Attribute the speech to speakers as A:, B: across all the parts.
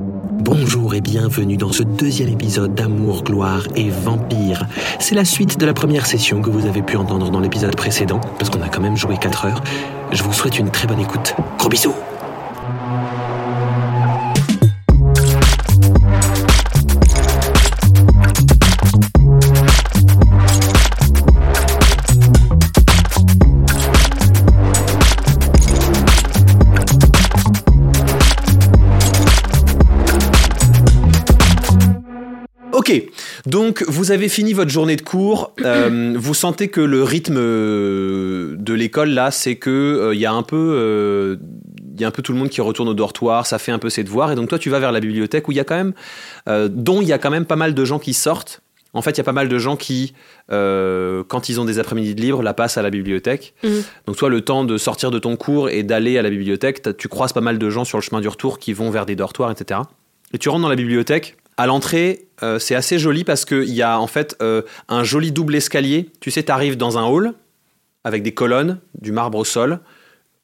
A: Bonjour et bienvenue dans ce deuxième épisode d'Amour, Gloire et Vampire. C'est la suite de la première session que vous avez pu entendre dans l'épisode précédent, parce qu'on a quand même joué 4 heures. Je vous souhaite une très bonne écoute. Gros bisous
B: Ok, donc vous avez fini votre journée de cours. Euh, vous sentez que le rythme euh, de l'école là, c'est que euh, il y a un peu, euh, y a un peu tout le monde qui retourne au dortoir. Ça fait un peu ses devoirs. Et donc toi, tu vas vers la bibliothèque où il y a quand même, euh, dont il y a quand même pas mal de gens qui sortent. En fait, il y a pas mal de gens qui, euh, quand ils ont des après-midi de libre, la passent à la bibliothèque.
C: Mhm.
B: Donc toi, le temps de sortir de ton cours et d'aller à la bibliothèque, t'as- tu croises pas mal de gens sur le chemin du retour qui vont vers des dortoirs, etc. Et tu rentres dans la bibliothèque. À l'entrée, euh, c'est assez joli parce qu'il y a en fait euh, un joli double escalier. Tu sais, t'arrives dans un hall avec des colonnes, du marbre au sol,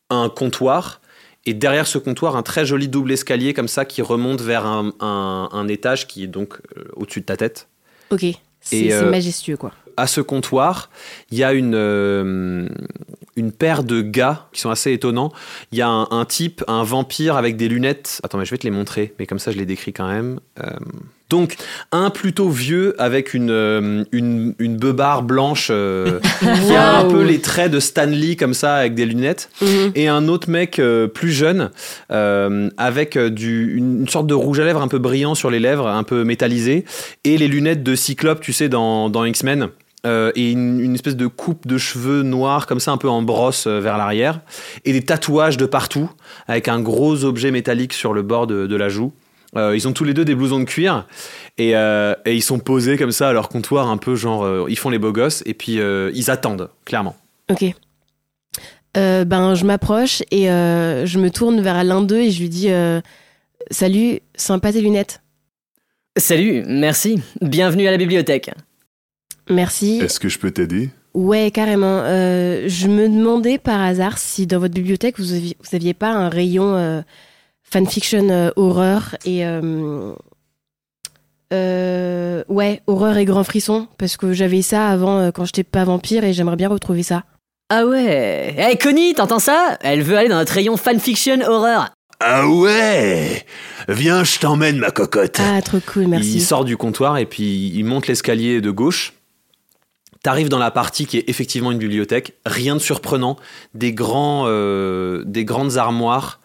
B: un comptoir. Et derrière ce comptoir, un très joli double escalier comme ça qui remonte vers un, un- un étage qui est donc euh, au-dessus de ta tête
C: Ok. C'est
B: euh,
C: c'est majestueux, quoi.
B: à ce comptoir, il y a une, euh, une paire de gars qui sont assez étonnants. Il y a un, un type, un vampire avec des lunettes. Attends, mais je vais te les montrer, mais comme ça je les décris quand même. Euh, donc, un plutôt vieux avec une, euh, une, une beubare blanche euh, qui a un
C: Wow.
B: peu les traits de Stanley comme ça avec des lunettes.
C: Mhm.
B: Et un autre mec euh, plus jeune euh, avec euh, du, une, une sorte de rouge à lèvres un peu brillant sur les lèvres, un peu métallisé, et les lunettes de Cyclope, tu sais, dans, dans X-Men. Euh, et une, une espèce de coupe de cheveux noirs comme ça un peu en brosse euh, vers l'arrière et des tatouages de partout avec un gros objet métallique sur le bord de, de la joue Euh, ils ont tous les deux des blousons de cuir et, euh, et ils sont posés comme ça à leur comptoir un peu genre euh, ils font les beaux gosses et puis euh, ils attendent clairement
C: Ok. Euh, ben, je m'approche et euh, je me tourne vers l'un d'eux et je lui dis euh, Salut, sympa tes lunettes.
D: Salut, merci. Bienvenue à la bibliothèque.
B: Euh.
C: Merci.
E: Est-ce que je peux t'aider
C: Ouais, carrément. Euh, je me demandais par hasard si dans votre bibliothèque vous aviez, vous aviez pas un rayon euh, fanfiction euh, horreur et. euh, euh, ouais, horreur et grand frisson, parce que j'avais ça avant euh, quand j'étais pas vampire et j'aimerais bien retrouver ça.
D: Ah ouais. Eh Connie, t'entends ça Elle veut aller dans notre rayon fanfiction horreur.
E: Ah ouais Viens, je t'emmène, ma cocotte.
C: Ah, trop cool, merci.
B: Il sort du comptoir et puis il monte l'escalier de gauche. T'arrives dans la partie qui est effectivement une bibliothèque. Rien de surprenant. Des, grands, euh, des grandes armoires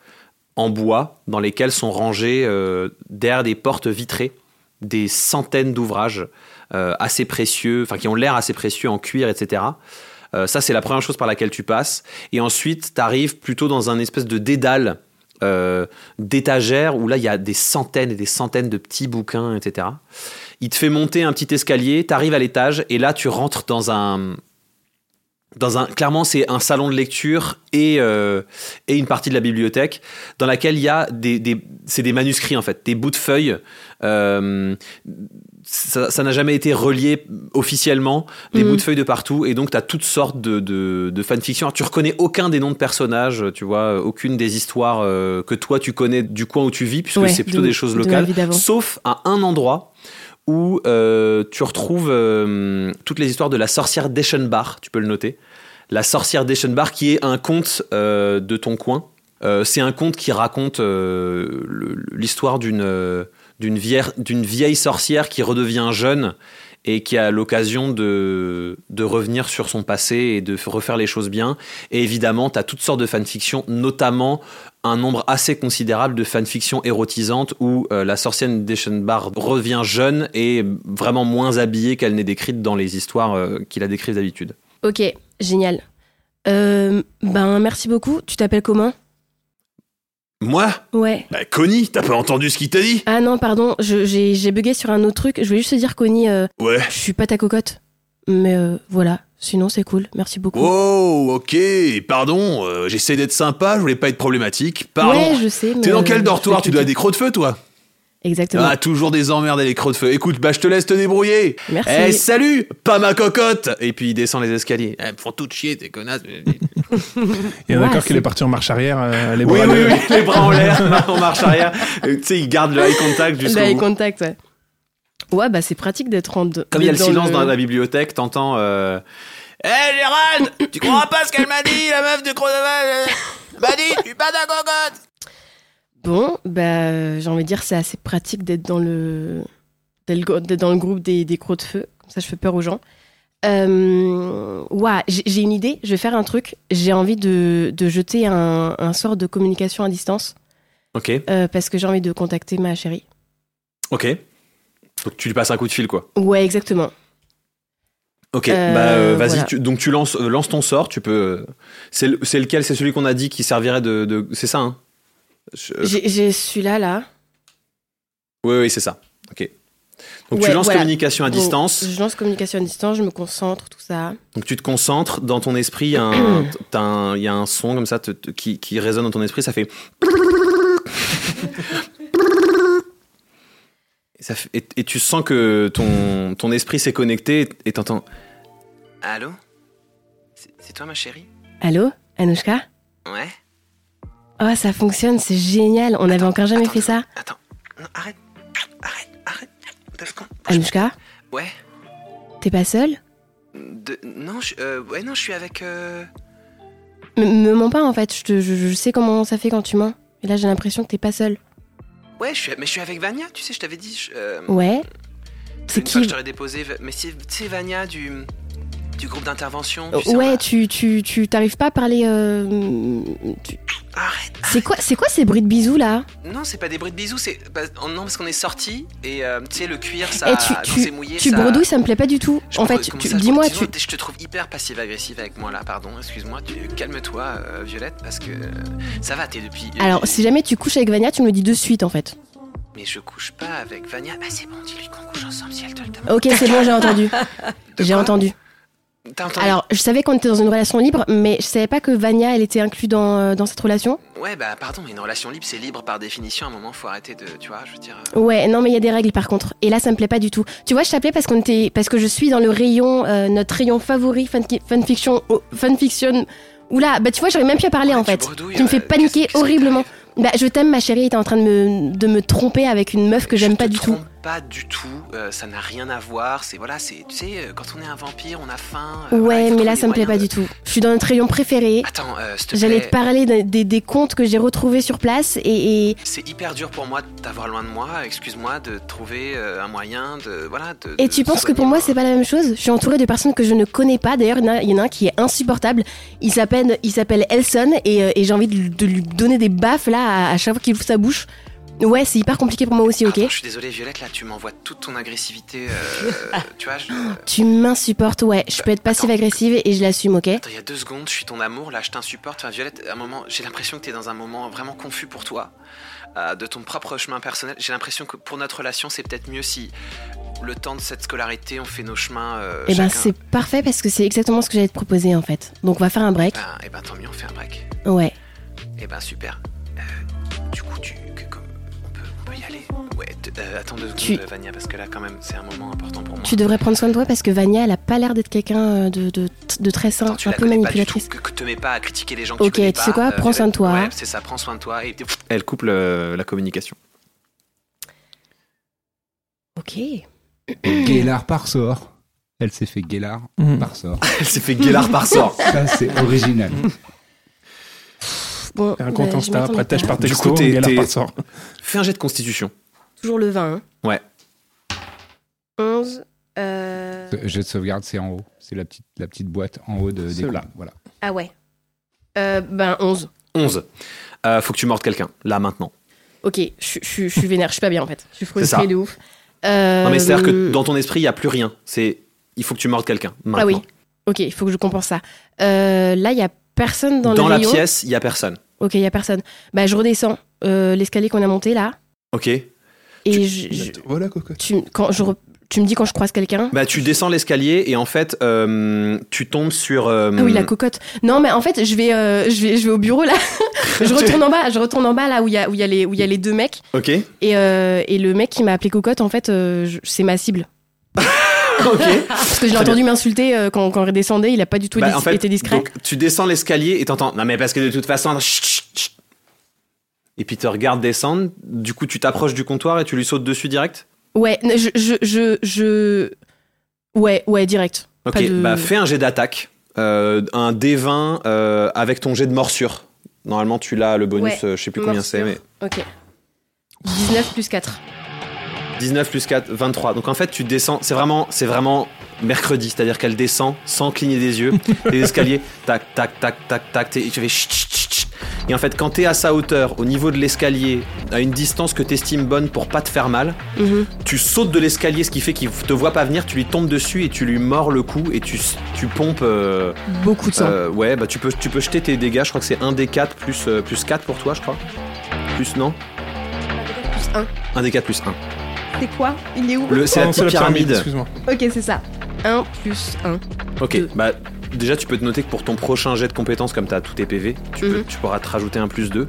B: en bois dans lesquelles sont rangées euh, derrière des portes vitrées des centaines d'ouvrages euh, assez précieux, enfin qui ont l'air assez précieux en cuir, etc. Euh, ça, c'est la première chose par laquelle tu passes. Et ensuite, tu arrives plutôt dans un espèce de dédale euh, d'étagères où là, il y a des centaines et des centaines de petits bouquins, etc. Il te fait monter un petit escalier, tu arrives à l'étage et là, tu rentres dans un. Dans un, clairement, c'est un salon de lecture et, euh, et une partie de la bibliothèque dans laquelle il y a des, des- c'est des manuscrits en fait, des bouts de feuilles. Euh, ça ça n'a jamais été relié officiellement, des
C: Mhm.
B: bouts de feuilles de partout, et donc tu as toutes sortes de, de, de fanfictions. Alors, tu reconnais aucun des noms de personnages, tu vois, aucune des histoires euh, que toi tu connais du coin où tu vis, puisque
C: Ouais,
B: c'est plutôt
C: de-
B: des choses
C: de ma
B: locales,
C: vie d'avant.
B: sauf à un endroit où euh, tu retrouves euh, toutes les histoires de la sorcière d'Eschenbach, tu peux le noter. La sorcière d'Eschenbach, qui est un conte euh, de ton coin. Euh, c'est un conte qui raconte euh, le- l'histoire d'une euh, d'une vieille, d'une vieille sorcière qui redevient jeune et qui a l'occasion de, de revenir sur son passé et de f- refaire les choses bien. Et évidemment, tu as toutes sortes de fanfictions, notamment un nombre assez considérable de fanfictions érotisantes où euh, la sorcière d'Eschenbach revient jeune et vraiment moins habillée qu'elle n'est décrite dans les histoires euh, qui la décrivent d'habitude.
C: Ok, génial. Euh, ben, merci beaucoup. Tu t'appelles comment
E: Moi
C: Ouais.
E: Bah, Connie, t'as pas entendu ce qu'il t'a dit
C: Ah non, pardon, je- j'ai j'ai bugué sur un autre truc. Je voulais juste te dire, Connie, euh,
E: Ouais.
C: je suis pas ta cocotte. Mais euh, voilà, sinon c'est cool. Merci beaucoup.
E: Oh, ok, pardon, euh, j'essaie d'être sympa, je voulais pas être problématique, pardon.
C: ouais, je sais. mais,
E: T'es dans
C: euh,
E: quel
C: je
E: dortoir
C: voulais
E: Tu
C: te
E: dois à
C: dire.
E: des crocs de feu, toi
C: Exactement.
E: Ah, toujours des emmerdes et les crocs de feu. Écoute, bah je te laisse te débrouiller.
C: Merci.
E: Eh, salut Pas ma cocotte Et puis il descend les escaliers. Eh, me font toutes chier, tes connasses.
F: Il y en a
C: Ouais,
F: d'accord qu'il
C: c'est-
F: est parti en marche arrière, euh, les
B: Oui,
F: bras
B: oui,
F: levés.
B: oui, les bras en l'air, en marche arrière. Euh, Tu sais, il garde le eye contact jusqu'au
C: L'eye
B: bout.
C: contact, Bah, ouais. Ouais, bah c'est pratique d'être en deux.
B: Comme il y a le
C: dans
B: silence dans la bibliothèque, t'entends. Euh... Hé Gérald Tu crois pas ce qu'elle m'a dit, la meuf de Cronovage M'a dit, tu pas ta cocotte
C: Bon, bah euh, j'ai envie de dire c'est assez pratique d'être dans le d'être go- d'être dans le groupe des, des crocs de feu. Comme ça, je fais peur aux gens. Euh, ouah, j'ai j'ai une idée. Je vais faire un truc. J'ai envie de, de jeter un, un sort de communication à distance
B: Ok,
C: euh, parce que j'ai envie de contacter ma chérie.
B: ok. Faut que tu lui passes un coup de fil, quoi.
C: Ouais, exactement.
B: Ok,
C: Euh,
B: bah euh, vas-y,
C: voilà.
B: tu- donc tu lances, euh, lance ton sort, tu peux. euh, C'est le- c'est lequel C'est celui qu'on a dit qui servirait de. de- c'est ça, hein Je- euh,
C: J'ai j'ai celui-là là.
B: Oui, oui, c'est ça. Ok. Donc tu
C: Ouais,
B: lances
C: voilà.
B: communication à
C: Bon,
B: distance.
C: je lance communication à distance. Je me concentre, tout ça.
B: Donc tu te concentres, dans ton esprit, il y a un- t'as un- il y a un son comme ça te- te- qui, qui résonne dans ton esprit, ça fait... Et ça fait- et, et tu sens que ton, ton esprit s'est connecté et t'entends...
G: Allô C'est- C'est toi ma chérie
C: Allô, Anouchka.
G: Ouais
C: Oh, ça fonctionne, c'est génial. On n'avait encore jamais
G: attends,
C: fait ça.
G: Attends, non, arrête, arrête, arrête, deux secondes.
C: Anouchka,
G: Ouais,
C: t'es pas seule
G: de- non, je, euh, ouais, non, je suis avec... euh,
C: Me- Me mens pas en fait, je, te- je- je sais comment ça fait quand tu mens. Et là j'ai l'impression que t'es pas seule.
G: Ouais, je suis, mais je suis avec Vania, tu sais, je t'avais dit... je- euh,
C: Ouais. C'est
G: une fois que
C: qui
G: je t'aurais déposé, mais c'est c'est Vania du, du groupe d'intervention. tu sais, on
C: Euh, Ouais,
G: a-
C: tu tu tu t'arrives pas à parler. euh, tu-
G: Arrête
C: C'est quoi c'est quoi ces bruits de bisous là
G: Non, c'est pas des bruits de bisous, c'est... bah, oh non, parce qu'on est sortis, et euh, tu sais, le cuir, ça...
C: Eh, tu-
G: quand
C: tu-
G: c'est mouillé,
C: Tu
G: ça-
C: bredouilles, ça me plaît pas du tout.
G: Je
C: En
G: bredouille,
C: fait, tu-
G: comment
C: tu-
G: ça, je
C: dis-moi,
G: bredouille
C: tu
G: Excuse-moi, Je te trouve hyper passive-agressive avec moi là, pardon, excuse-moi, tu calme-toi, euh, Violette, parce que euh, ça va, t'es depuis. euh,
C: alors si jamais tu couches avec Vania, tu me le dis de suite en fait.
G: Mais je couche pas avec Vania. Ah, c'est bon, dis-lui qu'on couche ensemble si elle te le demande.
C: Ok, c'est bon, j'ai entendu.
G: De
C: J'ai
G: quoi
C: entendu.
G: T'as entendu
C: Alors je savais qu'on était dans une relation libre, mais je savais pas que Vania elle était inclue dans euh, dans cette relation.
G: Ouais, bah pardon, mais une relation libre, c'est libre par définition. À un moment, faut arrêter de. Tu vois, je veux dire. euh,
C: Ouais, non, mais il y a des règles par contre. Et là, ça me plaît pas du tout. Tu vois, je t'appelais parce qu'on était, parce que je suis dans le rayon, euh, notre rayon favori, fun, fanfiction, oh, fanfiction. Oula, bah tu vois, j'aurais même plus à parler
G: ouais,
C: en fait.
G: Tu, bredouilles, euh,
C: Tu me fais
G: qu'est-ce-
C: paniquer
G: qu'est-ce qui
C: horriblement.
G: t'arrive
C: Bah, je t'aime, ma chérie, et t'es en train de me, de me tromper avec une meuf que
G: Je
C: j'aime
G: te
C: pas du tout.
G: trompe Pas du tout. euh, ça n'a rien à voir. C'est voilà, c'est. Tu sais, euh, quand on est un vampire, on a faim. euh, voilà, il
C: Ouais,
G: faut
C: mais
G: trouver
C: là,
G: des
C: ça me plaît pas
G: moyens
C: du tout. Je suis dans notre rayon préféré.
G: de- Attends, euh, s'il te
C: J'allais
G: plaît,
C: te parler des, des, des contes que j'ai retrouvés sur place et, et
G: C'est hyper dur pour moi de t'avoir loin de moi. Excuse-moi de trouver euh, un moyen de. Voilà, de.
C: Et
G: de
C: tu penses que pour
G: soigner
C: moi
G: mon-
C: c'est pas la même chose Je suis entourée de personnes que je ne connais pas. D'ailleurs, il y en a- il y en a un qui est insupportable. Il s'appelle, il s'appelle Elson et, euh, et j'ai envie de, de lui donner des baffes là à, à chaque fois qu'il ouvre sa bouche. Ouais, c'est hyper compliqué pour moi aussi, ok
G: Pardon, je suis désolé Violette, là tu m'envoies toute ton agressivité. euh, tu vois, je-
C: Tu m'insupportes, ouais. Je peux être passive agressive et je l'assume, ok Eh
G: Attends, il y a deux secondes, je suis ton amour, là je t'insupporte. Enfin, Violette, à un moment, j'ai l'impression que t'es dans un moment vraiment confus pour toi, euh, de ton propre chemin personnel. J'ai l'impression que pour notre relation, c'est peut-être mieux si le temps de cette scolarité, on fait nos chemins. euh,
C: Eh ben
G: chacun.
C: c'est parfait parce que c'est exactement ce que j'allais te proposer en fait. Donc on va faire un break.
G: Ben, eh ben tant mieux, on fait un break.
C: Ouais.
G: Eh ben super. Euh, du coup, tu. que- que- on, peut, on peut y aller. Ouais, t- euh, attends deux secondes,
C: Tu-
G: Vania, parce que là quand même, c'est un moment important pour moi.
C: Tu devrais prendre soin de toi parce que Vania, elle a pas l'air d'être quelqu'un euh, de, de, de très sain,
G: Attends, tu
C: un
G: la
C: peu
G: connais pas du tout,
C: manipulatrice.
G: que, que te mets pas à critiquer les gens que
C: Ok,
G: tu connais
C: tu sais
G: pas, euh,
C: quoi, prends soin de toi. hein.
G: Ouais, c'est ça, prends soin de toi. Et...
B: Elle coupe le- la communication.
C: Ok.
H: Guélard par sort. Elle s'est fait Guélard
C: Mm.
F: Mhm.
H: par sort.
B: Elle s'est fait guélard par sort.
H: Ça, c'est original.
C: Bon.
F: Un
C: bah,
F: compte
C: je
F: Insta,
C: m'attendais
F: après
C: pas.
F: tâche par
B: Du
F: texto,
B: coup, t'es-
F: et là
B: t'es-
F: par sort.
B: Fais un jet de constitution.
C: Toujours le 20. hein.
B: Ouais.
C: 11. euh,
H: Jet de sauvegarde, c'est en haut. C'est la petite, la petite boîte en haut de, des
F: Celle-là.
H: coups. Voilà.
C: Ah ouais. Euh, ben 11.
B: 11. Euh, faut que tu mordes quelqu'un, là maintenant.
C: Ok, je je- je suis vénère, je suis pas bien en fait. Je suis
B: C'est ça.
C: frustrée de ouf. Euh,
B: Non mais c'est-à-dire que dans ton esprit, il n'y a plus rien. C'est il faut que tu mordes quelqu'un. Maintenant.
C: Ah oui. Ok, il faut que je compense ça. Euh, là, il y a personne dans, le
B: la
C: rayon.
B: pièce, il y a personne.
C: Ok, il y a personne. Bah, je redescends euh, l'escalier qu'on a monté là.
B: Ok.
C: Et
B: Tu-
C: je, je-
F: Voilà, cocotte.
C: tu- quand je, re- Tu me dis quand je croise quelqu'un
B: Bah, tu descends l'escalier et en fait, euh, tu tombes sur. euh,
C: Ah oui, la cocotte. Non, mais en fait, je vais, euh, je vais, je vais au bureau là. je retourne en bas, je retourne en bas là où il y a, où il y a les, où il y a les deux mecs.
B: Ok.
C: Et, euh, et le mec qui m'a appelé cocotte, en fait, euh, je- c'est ma cible. Ah,
B: ok.
C: Parce que j'ai entendu m'insulter euh, quand, quand il redescendait, il a pas du tout
B: Bah,
C: dis-
B: en fait,
C: été discret.
B: donc, tu descends l'escalier et t'entends. Non, mais parce que de toute façon. chut, chut, chut. Et puis te regardes descendre. Du coup, tu t'approches du comptoir et tu lui sautes dessus direct.
C: Ouais, ne- je, je, je, je- Ouais, ouais, direct.
B: Ok.
C: Pas de-
B: Bah, fais un jet d'attaque. Euh, un D20 euh, avec ton jet de morsure. Normalement, tu l'as le bonus,
C: Ouais,
B: euh, je sais plus combien c'est, mais.
C: Morsure. Ok. 19 plus 4.
B: 19 plus 4, 23. Donc en fait, tu descends. C'est vraiment, c'est vraiment mercredi, c'est-à-dire qu'elle descend sans cligner des yeux, les escaliers, tac, tac, tac, tac, tac. t'es- Tu fais chut, chut, chut, chut. Et en fait, quand t'es à sa hauteur, au niveau de l'escalier, à une distance que t'estimes bonne pour pas te faire mal,
C: Mhm.
B: tu sautes de l'escalier, ce qui fait qu'il te voit pas venir. Tu lui tombes dessus et tu lui mords le cou et tu, tu pompes. euh,
C: Beaucoup de sang.
B: euh, ouais, bah tu peux, tu peux jeter tes dégâts. Je crois que c'est 1 des 4 plus, euh, plus 4 pour toi, je crois. Plus non Euh.
C: Plus un.
B: 1 des 4 plus 1.
C: C'est quoi Il est où
B: Le, c'est
F: Ah
B: la
F: non,
B: petite pyramide.
F: Excuse-moi.
C: Ok, c'est ça. 1 plus 1.
B: Ok,
C: Deux.
B: bah déjà tu peux te noter que pour ton prochain jet de compétences, comme t'as tous tes PV, tu, peux-
C: Mhm.
B: tu pourras te rajouter un plus 2.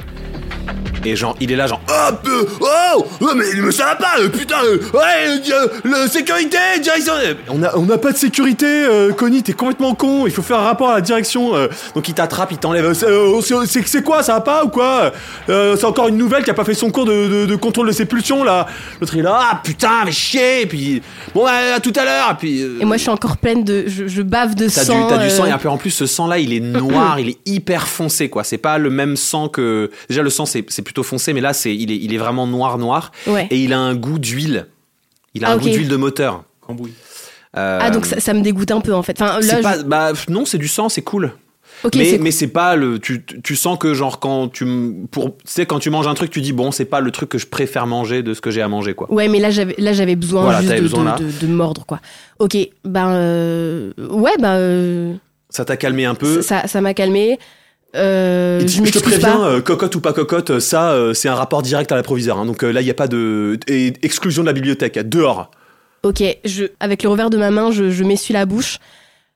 B: Et genre, il est là, genre, oh, peu- oh, oh, mais, mais ça va pas, euh, putain, euh, ouais, euh, le, sécurité, direction. euh, On a, on a pas de sécurité, euh, Connie, t'es complètement con, il faut faire un rapport à la direction. euh. donc il t'attrape, il t'enlève, euh, c'est, euh, c'est- c'est c'est quoi, ça va pas ou quoi Euh, C'est encore une nouvelle qui a pas fait son cours de, de- de contrôle de ses pulsions là. L'autre il est là, ah putain, mais chier, et puis bon, bah, à tout à l'heure, et puis. euh,
C: Et moi, je suis encore pleine de. Je, je bave de
B: T'as du,
C: sang.
B: t'as du sang
C: euh,
B: et un peu en plus ce sang là il est noir, il est hyper foncé quoi. C'est pas le même sang que déjà le sang c'est, c'est plutôt foncé mais là c'est il est il est vraiment noir noir
C: Ouais.
B: et il a un goût d'huile. Il a
C: Ah,
B: un
C: ok.
B: goût d'huile de moteur. Euh,
C: Ah, donc ça, ça me dégoûte un peu en fait. Enfin, là,
B: c'est
C: je-
B: pas bah non c'est du sang c'est cool.
C: Ok,
B: mais
C: c'est
B: mais c'est pas le tu, tu- tu sens que genre quand tu m- pour tu sais quand tu manges un truc tu dis bon c'est pas le truc que je préfère manger de ce que j'ai à manger quoi.
C: Ouais, mais là j'avais là j'avais besoin
B: Voilà,
C: juste
B: t'avais
C: de,
B: besoin,
C: de-
B: là.
C: de- de mordre quoi. Ok, ben euh, ouais, ben euh,
B: Ça t'a calmé un peu.
C: ça ça m'a calmé. Euh,
B: Il dit,
C: je
B: je te
C: m'excuse
B: préviens,
C: pas.
B: euh, cocotte ou pas cocotte, euh, ça, euh, c'est un rapport direct à la proviseure. hein. donc euh, là, il n'y a pas de. et exclusion de la bibliothèque, dehors.
C: Ok, je avec le revers de ma main, je, je m'essuie la bouche,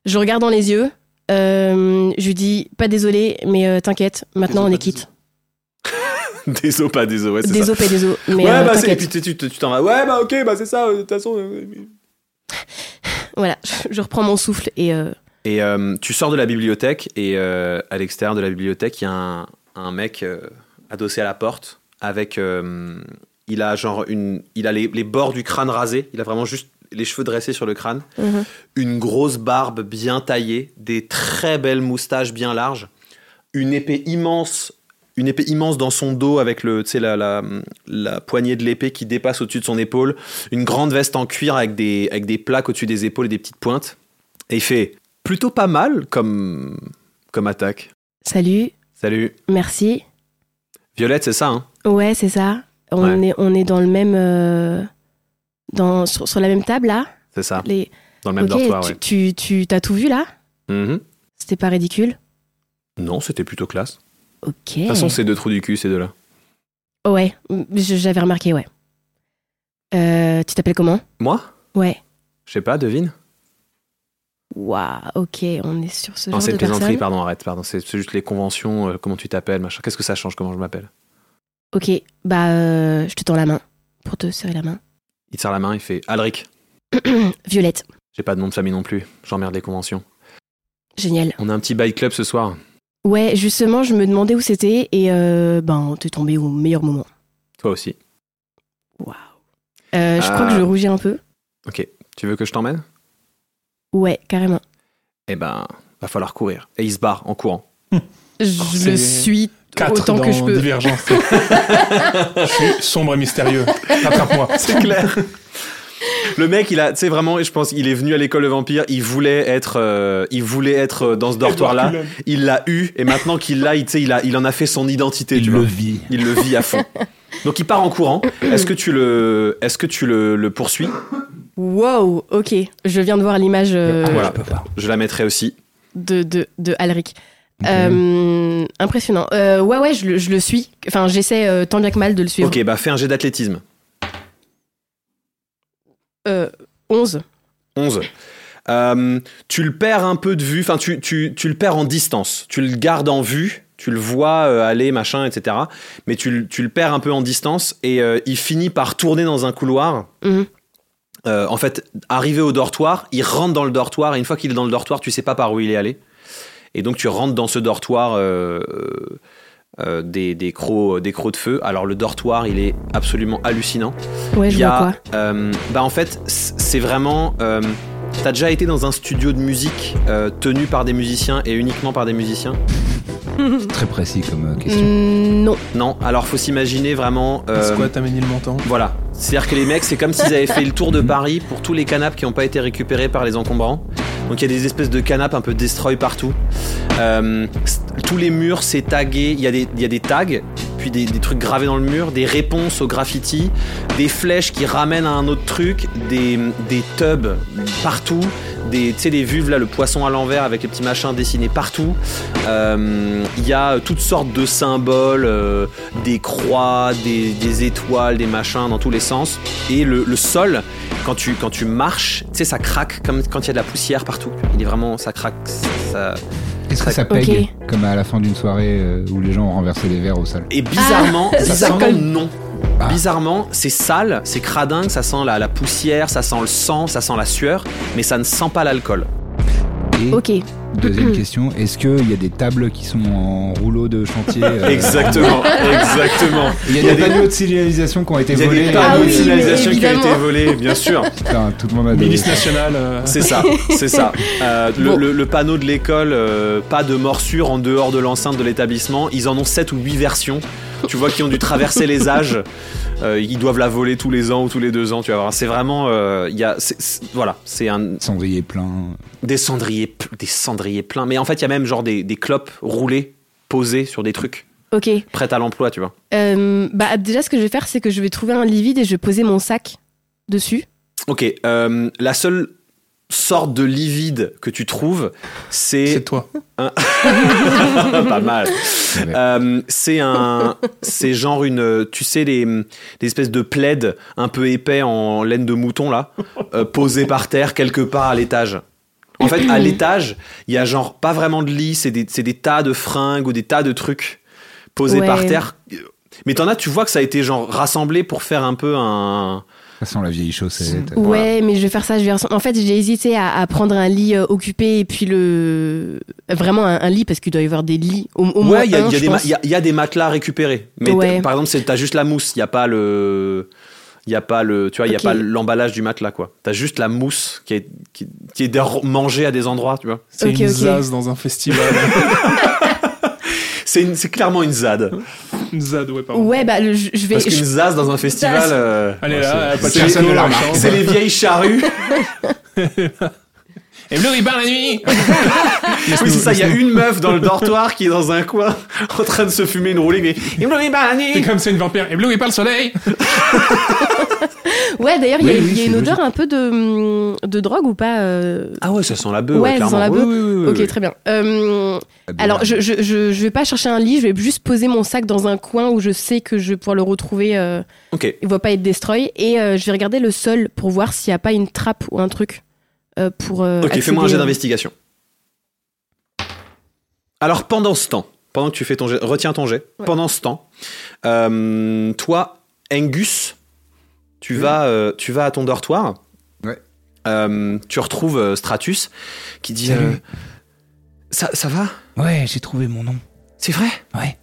C: je regarde dans les yeux, euh, je lui dis pas désolé, mais euh, t'inquiète, maintenant on est quitte.
B: désolé, pas désolé, ouais, c'est ça.
C: Désolé, pas désolé, mais
B: ouais,
C: euh,
B: bah, c'est- et
C: t'inquiète.
B: puis tu tu- tu t'en vas. Ouais, bah, ok, bah, c'est ça, euh, de toute façon. euh,
C: Voilà, je reprends mon souffle et euh,
B: Et euh, tu sors de la bibliothèque, et euh, à l'extérieur de la bibliothèque, il y a un, un mec euh, adossé à la porte, avec. euh, il a genre une. Il a les, les bords du crâne rasés, il a vraiment juste les cheveux dressés sur le crâne,
C: Mhm.
B: une grosse barbe bien taillée, des très belles moustaches bien larges, une épée immense. Une épée immense dans son dos avec le, tu sais, la, la, la poignée de l'épée qui dépasse au-dessus de son épaule, une grande veste en cuir avec des, avec des plaques au-dessus des épaules et des petites pointes. Et il fait plutôt pas mal comme, comme attaque.
C: salut,
B: Salut.
C: merci.
B: Violette, c'est ça, hein
C: Ouais, c'est ça. On est on est dans le même euh, dans sur, sur la même table là.
B: C'est ça.
C: Les
B: Dans le même
C: Ok,
B: dortoir,
C: tu,
B: ouais.
C: tu, tu- t'as tout vu là
B: Mhm.
C: C'était pas ridicule
B: Non, c'était plutôt classe. De
C: Ok.
B: toute façon, c'est deux trous du cul, ces deux-là.
C: Ouais, je- j'avais remarqué, ouais. Euh, tu t'appelles comment
B: Moi
C: Ouais.
B: Je sais pas, devine.
C: Waouh, ok, on est sur ce
B: Non,
C: genre
B: c'est
C: de
B: une plaisanterie,
C: personne.
B: pardon, arrête, pardon. C'est c'est juste les conventions, euh, comment tu t'appelles, machin. Qu'est-ce que ça change, comment je m'appelle
C: Ok, bah, euh, je te tends la main pour te serrer la main.
B: Il te serre la main, il fait Alric.
C: Violette,
B: J'ai pas de nom de famille non plus. J'emmerde les conventions.
C: génial.
B: On a un petit bike club ce soir.
C: Ouais, justement, je me demandais où c'était et euh, ben, t'es tombé au meilleur moment.
B: Toi aussi.
C: Waouh. Euh, je crois
B: Ah.
C: que je rougis un peu.
B: Tu veux que je t'emmène
C: Ouais, carrément.
B: Eh ben, va falloir courir. Et il se barre en courant.
F: Oh,
C: Je
F: c'est
C: le suis
F: Quatre
C: autant
F: dans
C: que je peux.
F: Divergence. je suis sombre et mystérieux. Attrape-moi.
B: C'est clair. Le mec, il a, tu sais vraiment, je pense, il est venu à l'école de vampire, il voulait être, euh, il voulait être euh, dans ce dortoir-là, il l'a eu, et maintenant qu'il l'a, il, tu sais, il, a- il en a fait son identité, tu vois.
H: vit.
B: Il le vit à fond. Donc il part en courant. Est-ce que tu le, est-ce que tu le, le poursuis
C: Wow, ok. Je viens de voir l'image euh,
B: voilà.
H: peux pas.
B: Je la mettrai aussi.
C: de, de, de Alric. Euh, impressionnant. Euh, ouais, ouais, je le, je le suis. Enfin, j'essaie euh,
B: bah,
C: tant bien que mal de le suivre.
B: Ok, bah fais un jet d'athlétisme.
C: Euh, 11.
B: 11. Euh, tu le perds un peu de vue, enfin tu, tu- tu le perds en distance, tu le gardes en vue, tu le vois euh, aller, machin, etc. Mais tu, le- tu le perds un peu en distance et euh, il finit par tourner dans un couloir.
C: Mhm.
B: Euh, en fait, arrivé au dortoir, il rentre dans le dortoir et une fois qu'il est dans le dortoir, tu sais pas par où il est allé. Et donc tu rentres dans ce dortoir euh, euh, euh, des, des, crocs, des crocs de feu. Alors le dortoir, il est absolument hallucinant.
C: Ouais,
B: Il
C: je
B: y
C: vois
B: a,
C: quoi.
B: euh, bah en fait, c- c'est vraiment. euh, T'as déjà été dans un studio de musique euh, tenu par des musiciens et uniquement par des musiciens
H: C'est très précis comme euh, question.
C: Mm, non.
B: Non. Alors faut s'imaginer vraiment. euh,
F: C'est quoi ta montant
B: voilà. C'est-à-dire que les mecs, c'est comme s'ils avaient fait le tour de Paris pour tous les canapes qui n'ont pas été récupérés par les encombrants. Donc il y a des espèces de canapes un peu destroy partout. Euh, c- tous les murs, c'est tagué. Il y, a des- il y a des tags, puis des, des trucs gravés dans le mur, des réponses aux graffitis, des flèches qui ramènent à un autre truc, des, des tubs partout, des, tu sais, des vues, là, le poisson à l'envers avec les petits machins dessinés partout. Euh, Il y a toutes sortes de symboles. euh, des croix, des, des étoiles, des machins dans tous les sens. Et le, le sol, quand tu, quand tu marches, tu sais, ça craque comme quand il y a de la poussière partout. Il est vraiment, ça craque. ça-
H: Est-ce que ça
C: mm, Ok.
H: paye comme à la fin d'une soirée euh, où les gens ont renversé les verres au sol
B: Et bizarrement,
C: Ah, ça
B: bizarrement
C: colle.
B: non.
H: Ah.
B: Bizarrement, c'est sale, c'est cradingue, ça sent la, la poussière, ça sent le sang, ça sent la sueur, mais ça ne sent pas l'alcool.
H: Et
C: Ok.
H: deuxième question, est-ce qu'il y a des tables qui sont en rouleau de chantier euh,
B: Exactement, exactement.
H: Il y a des panneaux de signalisation qui ont été
B: Il y a
H: volés.
B: des
H: et-
B: panneaux
C: Ah
B: de
C: oui, mais
B: signalisation qui ont été
C: évidemment.
B: volés, bien sûr.
H: Putain, tout le monde a des...
F: Milice nationale. euh,
B: C'est ça, c'est ça. Euh, le,
C: Bon.
B: le- le panneau de l'école, euh, pas de morsure en dehors de l'enceinte de l'établissement. Ils en ont 7 ou 8 versions. Tu vois, qui ont dû traverser les âges. Euh, ils doivent la voler tous les ans ou tous les deux ans. Tu vas voir. C'est vraiment. euh, il y a, c'est- c'est- voilà, c'est un,
H: Cendrier plein.
B: des cendriers, pl- des cendriers pleins. Mais en fait, il y a même genre des, des clopes roulées, posées sur des trucs,
C: Ok.
B: prêtes à l'emploi, tu vois.
C: Euh, bah, déjà, ce que je vais faire, c'est que je vais trouver un lit vide et je vais poser mon sac dessus.
B: Ok, euh, la seule sorte de livide que tu trouves,
F: C'est
B: c'est.
F: toi.
B: pas mal.
H: Ouais.
B: Euh, c'est un, c'est genre une, tu sais les, les espèces de plaids un peu épais en laine de mouton là, euh, posés par terre quelque part à l'étage. En fait, à l'étage, il y a genre pas vraiment de lit, c'est des, c'est des tas de fringues ou des tas de trucs posés
C: Ouais.
B: par terre. Mais t'en as, tu vois que ça a été genre rassemblé pour faire un peu un.
H: Ça sent la vieille chaussette.
C: Ouais, mais je vais faire ça. Je vais ressem- En fait, j'ai hésité à, à prendre un lit euh, occupé et puis le. Vraiment un, un lit, parce qu'il doit y avoir des lits. Au, au moins,
B: ouais, il y a,
C: un,
B: il y a
C: je
B: des ma-
C: pense.
B: il y a- il y a des matelas récupérés. Mais t'as-
C: Ouais.
B: par exemple, c'est- t'as juste la mousse, il n'y a pas le. Il y a pas le, tu vois, il y a
C: Ok.
B: pas l'emballage du matelas quoi. T'as juste la mousse qui est qui, qui est dehors- mangée à des endroits, tu vois.
F: C'est
C: Ok,
F: une
C: ok.
F: zaz dans un festival.
B: C'est une- c'est clairement une zad.
F: une zad, ouais, pardon.
C: Ouais, bah, le- je je vais.
B: Parce qu'une
C: je-
B: zaz dans un festival, euh,
F: Allez
B: ouais,
F: là,
B: c'est-
F: pas de
B: c'est-
H: Personne
F: château,
H: ne la
F: la hein.
H: remarque.
F: chance.
B: c'est les vieilles charrues.
F: Et bleu, il part la nuit
B: Oui, c'est ça. Il y a une meuf dans le dortoir qui est dans un coin en train de se fumer une roulée. Mais il me met pas la
F: C'est
B: nuit.
F: comme c'est une vampire. Et bleu, il part le soleil
C: Ouais, d'ailleurs, il y a,
H: Oui, oui,
C: il y a
H: c'est
C: une odeur
H: logique.
C: un peu de, de drogue ou pas euh,
B: Ah ouais, ça sent la bœuf,
C: Ouais, ça
B: clairement.
C: sent la bœuf.
B: Oui, oui, oui, oui,
C: Ok,
B: oui.
C: très bien. Euh, alors, je, je, je, je vais pas chercher un lit, je vais juste poser mon sac dans un coin où je sais que je vais pouvoir le retrouver. euh,
B: Ok.
C: il va pas être destroy. Et euh, je vais regarder le sol pour voir s'il n'y a pas une trappe ou un truc euh, pour. euh,
B: Ok,
C: accéder-
B: fais-moi un jet d'investigation. Alors pendant ce temps, pendant que tu fais ton jet, retiens ton jet.
C: Ouais.
B: Pendant ce temps, euh, toi, Angus, tu vas, euh, tu vas à ton dortoir.
H: Ouais.
B: Euh, tu retrouves euh, Stratus qui dit
H: Salut.
B: euh, ça, ça va
H: Ouais, j'ai trouvé mon nom.
B: C'est vrai
H: Ouais.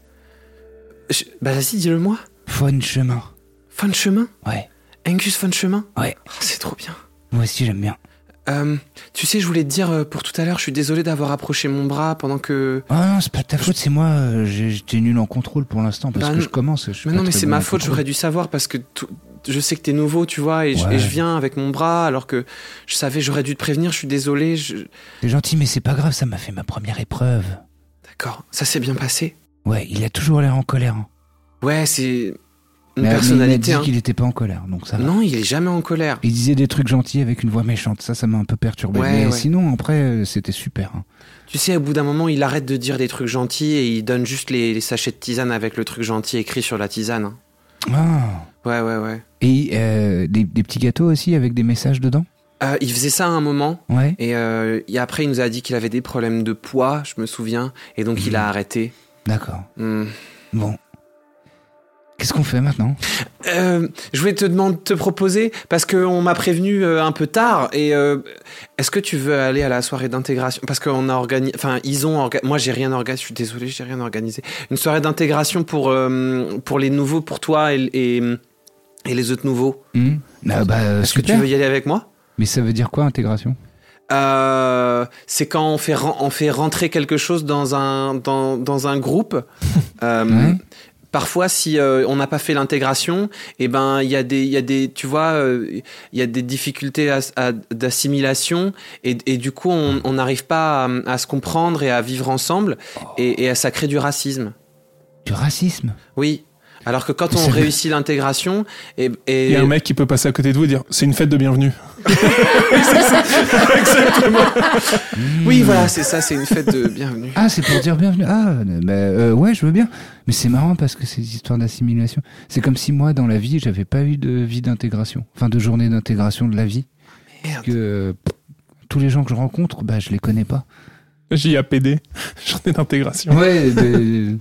B: Je- Bah vas-y, dis-le-moi.
H: Faune Chemin.
B: Fun chemin
H: Ouais.
B: Angus Fun chemin
H: Ouais.
B: Ah, C'est trop bien.
H: Moi aussi, j'aime bien.
B: Euh, tu sais, je voulais te dire euh, pour tout à l'heure, je suis désolé d'avoir approché mon bras pendant que
H: Ah non, c'est pas de ta faute, c'est moi. euh, j'ai- J'étais nul en contrôle pour l'instant parce
B: Bah
H: que
B: non.
H: je commence. je suis
B: Mais
H: pas
B: non, mais
H: très
B: c'est
H: bon en
B: ma faute,
H: contrôle.
B: j'aurais dû savoir parce que tout- je sais que t'es nouveau, tu vois, et, je,
H: Ouais.
B: et je viens avec mon bras alors que je savais, j'aurais dû te prévenir, je suis désolé. je-
H: T'es gentil, mais c'est pas grave, ça m'a fait ma première épreuve.
B: D'accord, ça s'est bien passé.
H: Ouais, il a toujours l'air en colère. hein.
B: Ouais, c'est une
H: Mais- mais
B: personnalité.
H: Il a
B: hein.
H: dit qu'il était pas en colère, donc ça va.
B: Non, il est jamais en colère.
H: Il disait des trucs gentils avec une voix méchante, ça, ça m'a un peu perturbé.
B: Ouais,
H: mais
B: ouais.
H: sinon, après, euh, c'était super. hein.
B: Tu sais, au bout d'un moment, il arrête de dire des trucs gentils et il donne juste les, les sachets de tisane avec le truc gentil écrit sur la tisane. hein.
H: Ah.
B: Ouais, ouais, ouais.
H: Et euh, des, des petits gâteaux aussi avec des messages dedans
G: Euh, il faisait ça à un moment.
H: Ouais.
G: Et, euh, et après, il nous a dit qu'il avait des problèmes de poids, je me souviens. Et donc, il a
H: Hmm.
G: arrêté.
H: D'accord.
G: Hmm.
H: Bon. Qu'est-ce qu'on fait maintenant
G: Euh, je voulais te demander, te proposer, parce qu'on m'a prévenu euh, un peu tard, et euh, est-ce que tu veux aller à la soirée d'intégration Parce qu'on a organisé, enfin, ils ont orga- moi j'ai rien organisé, je suis désolé, j'ai rien organisé. Une soirée d'intégration pour, euh, pour les nouveaux, pour toi et, et, et les autres nouveaux.
H: Hmm Ah bah, euh,
G: Est-ce que tu
H: super.
G: veux y aller avec moi
H: Mais ça veut dire quoi intégration
G: Euh, c'est quand on fait, ren- on fait rentrer quelque chose dans un, dans, dans un groupe. Euh,
H: Ouais.
G: Parfois, si euh, on n'a pas fait l'intégration, eh ben il y a des, il y a des, tu vois, euh, il y a des difficultés à- à- d'assimilation et, et du coup on on n'arrive pas à, à se comprendre et à vivre ensemble et, et à ça crée du racisme.
H: Du racisme
G: Oui. Alors que quand on
H: C'est vrai.
G: réussit l'intégration et, et-
F: Il y a un mec qui peut passer à côté de vous et dire c'est une fête de bienvenue.
H: Hmm.
G: oui voilà c'est ça c'est une fête de bienvenue.
H: Ah, c'est pour dire bienvenue. Ah, euh, bah, euh, ouais, je veux bien. Mais c'est marrant parce que ces histoires d'assimilation, c'est comme si moi, dans la vie, j'avais pas eu de vie d'intégration, enfin de journée d'intégration de la vie. Parce que euh, pff, tous les gens que je rencontre, bah, je les connais pas.
F: JAPD, journée d'intégration.
H: Ouais, de,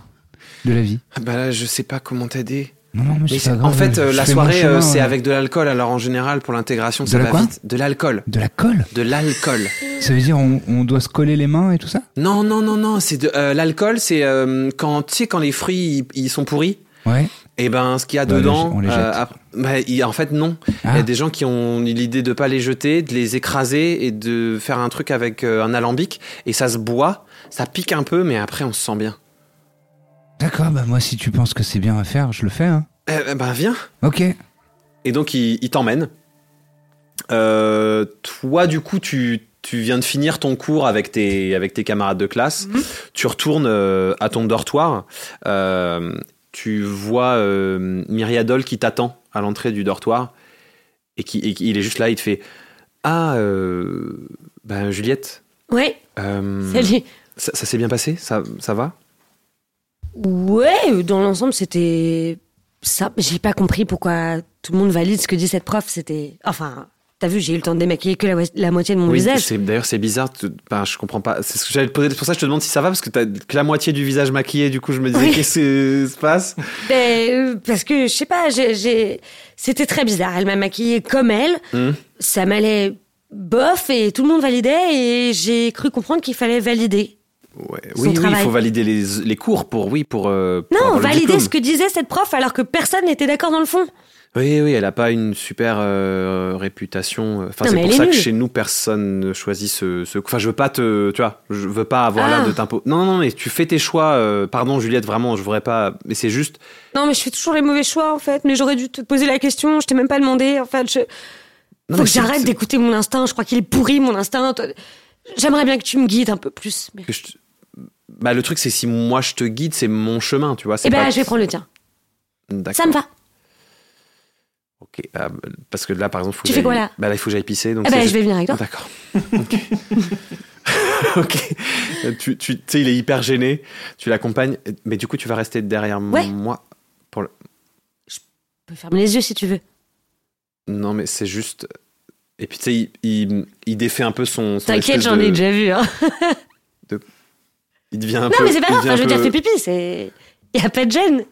H: de la vie.
G: Ah, Bah là je sais pas comment t'aider.
H: Non, non, mais,
G: Mais c'est-
H: c'est pas
G: en
H: grave,
G: fait,
H: je
G: euh,
H: fais
G: la
H: mon
G: soirée,
H: chemin,
G: euh, c'est
H: euh,
G: avec de l'alcool. Alors en général, pour l'intégration,
H: De
G: ça
H: la
G: va
H: quoi
G: vite. De l'alcool.
H: de la colle.
G: De l'alcool.
H: Ça veut dire on, on doit se coller les mains et tout ça
G: non, non, non, non. C'est de euh, l'alcool. C'est euh, quand tu sais quand les fruits ils, ils sont pourris.
H: Ouais.
G: Et ben, ce qu'il y a
H: Bah,
G: dedans,
H: on les jette.
G: ap- bah, il- en fait, non. Il y
H: Ah,
G: a des gens qui ont eu l'idée de pas les jeter, de les écraser et de faire un truc avec euh, un alambic. Et ça se boit, ça pique un peu, mais après on se sent bien.
H: d'accord, bah moi si tu penses que c'est bien à faire, je le fais. Hein.
G: Eh ben, viens.
H: Ok.
B: Et donc, il, il t'emmène. Euh, toi, du coup, tu, tu viens de finir ton cours avec tes, avec tes camarades de classe. Tu retournes euh, à ton dortoir. Euh, tu vois euh, Myriadol qui t'attend à l'entrée du dortoir. Et, qui, et qui- il est juste là, il te fait Ah, euh, ben, Juliette,
I: Ouais,
B: euh,
I: salut.
B: ça, ça s'est bien passé ça, ça va
I: Ouais, dans l'ensemble, c'était ça. J'ai pas compris pourquoi tout le monde valide ce que dit cette prof. C'était. Enfin, t'as vu, j'ai eu le temps de démaquiller que la, la moitié de mon
B: Oui,
I: visage.
B: c'est- d'ailleurs, c'est bizarre. tu- ben, je comprends pas. C'est ce que j'allais te poser. C'est pour ça que je te demande si ça va, parce que t'as que la moitié du visage maquillé. Du coup, je me disais,
I: Oui.
B: qu'est-ce qui se passe
I: Ben, euh, parce que, je sais pas, j'ai- j'ai- c'était très bizarre. Elle m'a maquillée comme elle.
B: Hmm.
I: Ça m'allait bof et tout le monde validait et j'ai cru comprendre qu'il fallait valider.
B: Ouais,
I: Son
B: Oui, oui, il
I: travail.
B: faut valider les, les cours pour, oui, pour. euh, pour
I: Non,
B: avoir le
I: valider
B: diplôme.
I: ce que disait cette prof alors que personne n'était d'accord dans le fond.
B: Oui, oui, elle a pas une super euh, réputation. Enfin,
I: Non,
B: c'est
I: mais
B: pour
I: elle
B: ça
I: est
B: que
I: nulle.
B: chez nous, personne ne choisit ce, ce- Enfin, je veux pas te. Tu vois, je veux pas avoir l'air
I: Ah.
B: de t'impôt. Non, non, mais tu fais tes choix. euh, pardon, Juliette, vraiment, je voudrais pas. Mais c'est juste.
I: Non, mais je fais toujours les mauvais choix en fait. Mais j'aurais dû te poser la question. Je t'ai même pas demandé. En fait, je...
B: Non,
I: faut
B: mais
I: que
B: c'est-
I: j'arrête
B: c'est-
I: d'écouter mon instinct. Je crois qu'il est pourri mon instinct. Toi, J'aimerais bien que tu me guides un peu plus. mais-
B: que je- Bah, le truc, c'est si moi je te guide, c'est mon chemin, tu vois. c'est
I: Eh ben,
B: pas-
I: je vais prendre le tien.
B: D'accord.
I: Ça me va.
B: Ok, ah, bah, parce que là, par exemple, faut
I: Tu
B: que
I: fais quoi,
B: j'aille-
I: là
B: Bah là, il faut que j'aille pisser. Donc
I: Eh ben,
B: c'est-
I: je vais venir avec
B: Ah,
I: toi.
B: D'accord. Ok. ok. Tu, tu tu sais, il est hyper gêné. Tu l'accompagnes, mais du coup, tu vas rester derrière
I: Ouais.
B: moi.
I: Tu peux fermer les yeux si tu veux.
B: Non, mais c'est juste. Et puis, tu sais, il, il, il défait un peu son. son
I: T'inquiète,
B: espèce
I: j'en
B: de-
I: ai déjà vu. Hein.
B: Il devient un
I: Non,
B: peu.
I: mais c'est pas
B: il
I: grave.
B: devient
I: Enfin, je
B: un
I: veux dire,
B: peu-
I: fais pipi. C'est. Y a pas de gêne.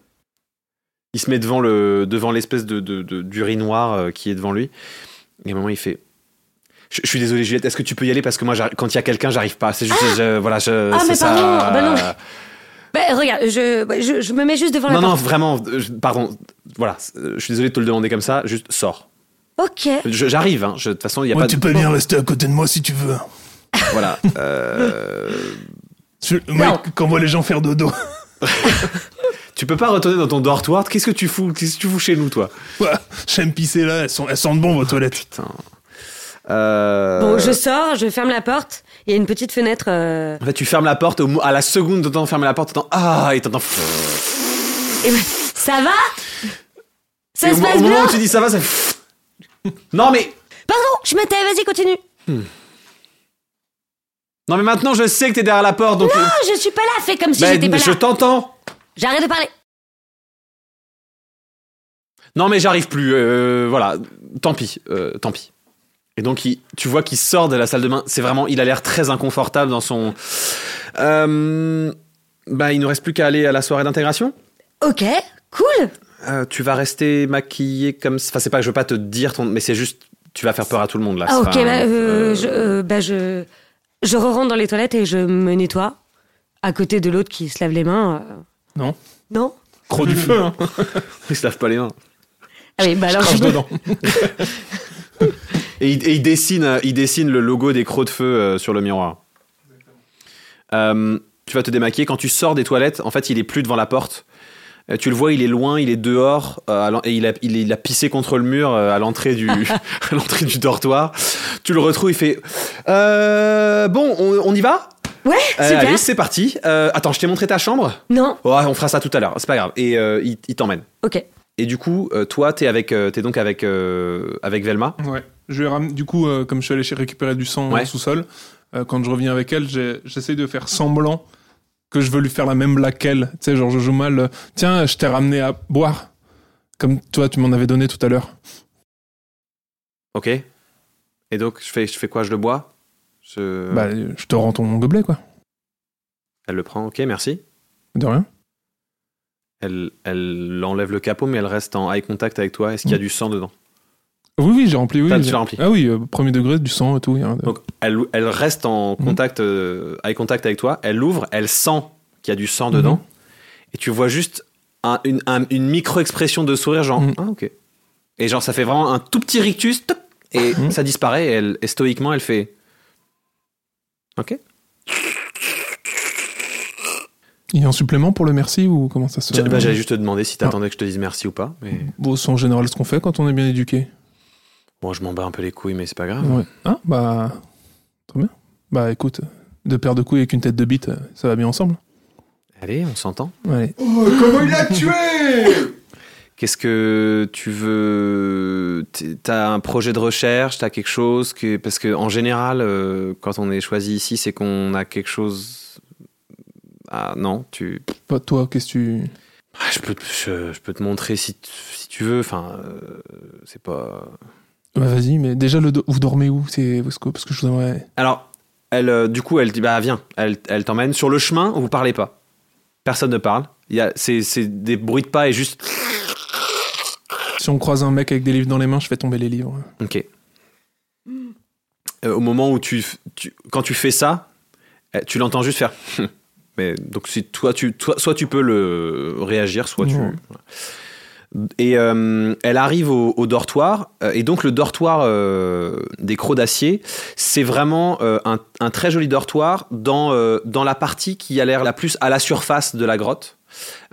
B: Il se met devant le devant l'espèce de, de, de- d'urinoir euh, qui est devant lui. Et à un moment, il fait. Je, je suis désolé, Juliette. Est-ce que tu peux y aller parce que moi, j'arri- quand il y a quelqu'un, j'arrive pas. C'est juste, je- voilà, je.
I: Ah,
B: c'est
I: mais
B: ça.
I: pardon. Ah, bah non. Ben, regarde, je, ouais, je, je me mets juste devant
B: Non,
I: la
B: non,
I: porte.
B: vraiment, euh, je- pardon, voilà, euh, je suis désolé de te le demander comme ça, juste sors.
I: Ok.
B: Je- J'arrive, hein, je- de toute façon, il n'y a pas de.
F: peux bien rester à côté de moi si tu veux.
B: Voilà. euh,
F: Tu-
I: Non.
F: quand on voit les gens faire dodo.
B: tu peux pas retourner dans ton dortoir, qu'est-ce que tu fous Qu'est-ce que tu fous chez nous, toi
F: Ouah, J'aime pisser là, elles, sont, elles sentent bon vos toilettes.
B: Putain. Euh,
I: Bon, je sors, je ferme la porte. Il y a une petite fenêtre. euh,
B: En fait, tu fermes la porte, au mo- à la seconde de temps fermer la porte, t'entends Ah Et t'entends.
I: et ben, ça va Ça
B: Et
I: se
B: au, mo-
I: passe
B: au moment
I: bien
B: où tu dis ça va, ça. Non, mais.
I: Pardon, Oh, je m'étais, vas-y, continue. Oh,
B: Non, mais maintenant, je sais que t'es derrière la porte, donc.
I: Ah, je suis pas là, fais comme si
B: Mais-
I: j'étais pas
B: Bah, je
I: là.
B: t'entends
I: J'arrête de parler.
B: Non, mais j'arrive plus, euh, voilà, tant pis, euh, tant pis. Et donc, il- tu vois qu'il sort de la salle de bain. C'est vraiment, il a l'air très inconfortable dans son. Euh, bah, il nous reste plus qu'à aller à la soirée d'intégration.
I: Ok, cool.
B: Euh, tu vas rester maquillé comme. Enfin, c'est pas que je veux pas te dire ton. Mais c'est juste, tu vas faire peur à tout le monde là.
I: Ah,
B: C'est
I: ok,
B: pas-
I: bah, euh,
B: euh,
I: je, euh, bah, je, je re-rentre dans les toilettes et je me nettoie à côté de l'autre qui se lave les mains. euh.
F: Non.
I: Non
F: Croc du feu, hein.
B: Il se lave pas les mains.
I: Ah oui, bah alors
F: Crache
I: je,
F: dedans.
B: Et il, et il dessine, euh, il dessine le logo des crocs de feu euh, sur le miroir. Euh, tu vas te démaquiller. Quand tu sors des toilettes, en fait, il est plus devant la porte. Euh, tu le vois, il est loin, il est dehors, euh, à l'en- et il a, il, est- il a pissé contre le mur euh, à l'entrée du, à l'entrée du dortoir. Tu le retrouves, il fait euh, Bon, on, on y va
I: Ouais,
B: Euh,
I: super.
B: Allez, c'est parti. Euh, attends, je t'ai montré ta chambre
I: Non,
B: Oh, On fera ça tout à l'heure, c'est pas grave. Et euh, il, il t'emmène.
I: ok.
B: Et du coup, euh, toi, t'es, avec, euh, t'es donc avec, euh, avec Velma.
F: Ouais. Je lui ramène, du coup, euh, comme je suis allé chez- récupérer du sang
B: Ouais.
F: au sous-sol, euh, quand je reviens avec elle, j'ai- j'essaie de faire semblant que je veux lui faire la même blague qu'elle. Tu sais, genre, je joue mal. euh, Tiens, je t'ai ramené à boire. Comme toi, tu m'en avais donné tout à l'heure.
B: Ok. Et donc, je fais, je fais quoi Je le bois je...
F: Bah, euh, je te rends ton gobelet, quoi.
B: Elle le prend, ok, merci.
F: De rien.
B: Elle, elle enlève le capot, mais elle reste en eye contact avec toi. Est-ce qu'il y a
F: Mm.
B: du sang dedans
F: Oui, oui, j'ai rempli. Oui,
B: T'as-
F: oui,
B: tu
F: j'ai-
B: l'as rempli.
F: Ah oui, euh, premier degré, du sang et tout. hein, de-
B: Donc, elle, elle reste en
F: Mm.
B: contact, euh, eye contact avec toi. Elle l'ouvre, elle sent qu'il y a du sang dedans.
F: Mhm.
B: Et tu vois juste un- une, un- une micro-expression de sourire, genre,
F: Mm.
B: ah, ok. Et genre, ça fait vraiment un tout petit rictus, toc, et
F: Mm.
B: ça disparaît. Et, elle, et stoïquement, elle fait, ok.
F: Il y a un supplément pour le merci ou comment ça se
B: J- bah, J'allais juste te demander si
F: Ah.
B: t'attendais que je te dise merci ou pas. Mais...
F: Bon, c'est en général ce qu'on fait quand on est bien éduqué.
B: Bon, je m'en bats un peu les couilles, mais c'est pas grave.
F: Ouais. Ah, bah. Très bien. Bah, écoute, deux paires de couilles avec une tête de bite, euh, ça va bien ensemble.
B: Allez, on s'entend.
F: Allez.
B: Qu'est-ce que tu veux T'es- T'as un projet de recherche T'as quelque chose que... Parce que en général, euh, quand on est choisi ici, c'est qu'on a quelque chose. Ah non, tu.
F: Pas Bah, toi, qu'est-ce que tu.
B: Ah, je peux, te- je, je peux te montrer si, tu- si tu veux. Enfin, euh, c'est pas.
F: Bah, vas-y, mais déjà, le do- vous dormez où C'est parce que, parce que je vous aimerais.
B: Alors, elle, euh, du coup, elle dit bah viens. Elle, elle t'emmène sur le chemin. Vous parlez pas. Personne ne parle. Il y a, c'est, c'est des bruits de pas et juste.
F: Si on croise un mec avec des livres dans les mains, je fais tomber les livres.
B: Ok. Euh, au moment où tu, f- tu- Quand tu fais ça, euh, tu l'entends juste faire. Mais donc, si toi, tu, toi- soit tu peux le réagir, soit tu.
F: Ouais.
B: Et euh, elle arrive au, au dortoir. euh, et donc, le dortoir euh, des crocs d'acier, c'est vraiment euh, un, un très joli dortoir dans, euh, dans la partie qui a l'air la plus à la surface de la grotte.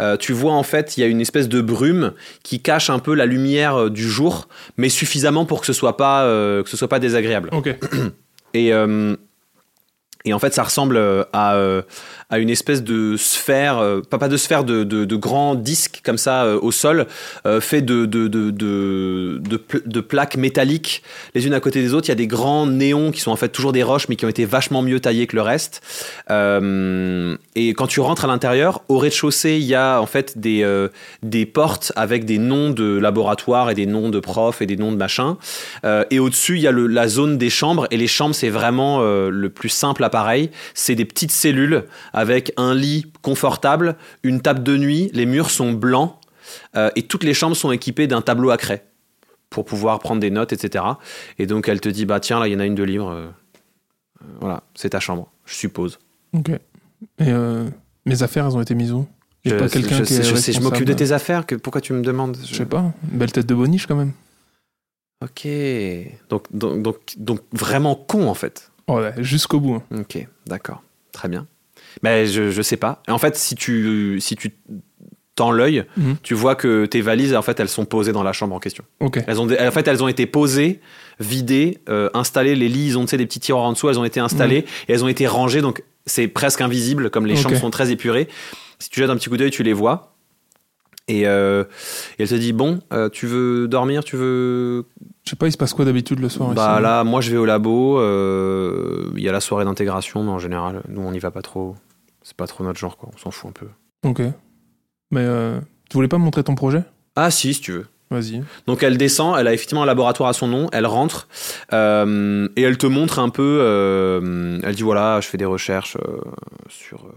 B: Euh, tu vois, en fait, il y a une espèce de brume qui cache un peu la lumière euh, du jour, mais suffisamment pour que ce soit pas, euh, que ce soit pas désagréable.
F: Ok.
B: Et, euh, et en fait, ça ressemble euh, à, euh, à une espèce de sphère, euh, pas, pas de sphère, de, de, de grands disques comme ça euh, au sol, euh, fait de, de, de, de, de pl- de plaques métalliques les unes à côté des autres. Il y a des grands néons qui sont en fait toujours des roches, mais qui ont été vachement mieux taillés que le reste. Euh, et quand tu rentres à l'intérieur, au rez-de-chaussée, il y a en fait des, euh, des portes avec des noms de laboratoires et des noms de profs et des noms de machins. Euh, et au-dessus, il y a le- la zone des chambres. Et les chambres, c'est vraiment euh, le plus simple appareil. C'est des petites cellules avec un lit confortable, une table de nuit. Les murs sont blancs. euh, et toutes les chambres sont équipées d'un tableau à craie pour pouvoir prendre des notes, etc. Et donc, elle te dit Bah, tiens, là, il y en a une de libre. euh, euh, voilà, c'est ta chambre, je suppose.
F: Ok. Et euh, mes affaires, elles ont été mises où Il y a
B: je
F: pas
B: sais-
F: quelqu'un
B: je
F: qui
B: sais- je
F: est
B: sais, je
F: responsable.
B: m'occupe de tes affaires. Que, pourquoi tu me demandes
F: Je sais pas. Une Belle tête de boniche, quand même.
B: Ok. Donc, donc, donc, donc, vraiment con, en fait.
F: Oh, ouais, jusqu'au bout. hein.
B: Ok, d'accord. Très bien. Mais je, je sais pas. En fait, si tu, si tu tends l'œil,
F: Mhm.
B: tu vois que tes valises, en fait, elles sont posées dans la chambre en question.
F: Ok.
B: Elles ont, des- en fait, elles ont été posées, vidées, euh, installées. Les lits, ils ont tu sais, des petits tiroirs en dessous, elles ont été installées et elles ont été rangées. Donc, c'est presque invisible, comme les
F: Mhm. Ok.
B: chambres sont très épurées. Si tu jettes un petit coup d'œil, tu les vois. Et, euh, et elle te dit Bon, euh, tu veux dormir Tu veux
F: Je sais pas, il se passe quoi d'habitude le soir
B: bah
F: ici
B: là, moi je vais au labo, euh, il y a la soirée d'intégration, mais en général, nous on n'y va pas trop. C'est pas trop notre genre, quoi, on s'en fout un peu.
F: Ok. Mais euh, tu voulais pas me montrer ton projet
B: Ah si, si tu veux.
F: Vas-y.
B: Donc elle descend, elle a effectivement un laboratoire à son nom, elle rentre euh, et elle te montre un peu. euh, elle dit voilà, je fais des recherches euh, sur, euh,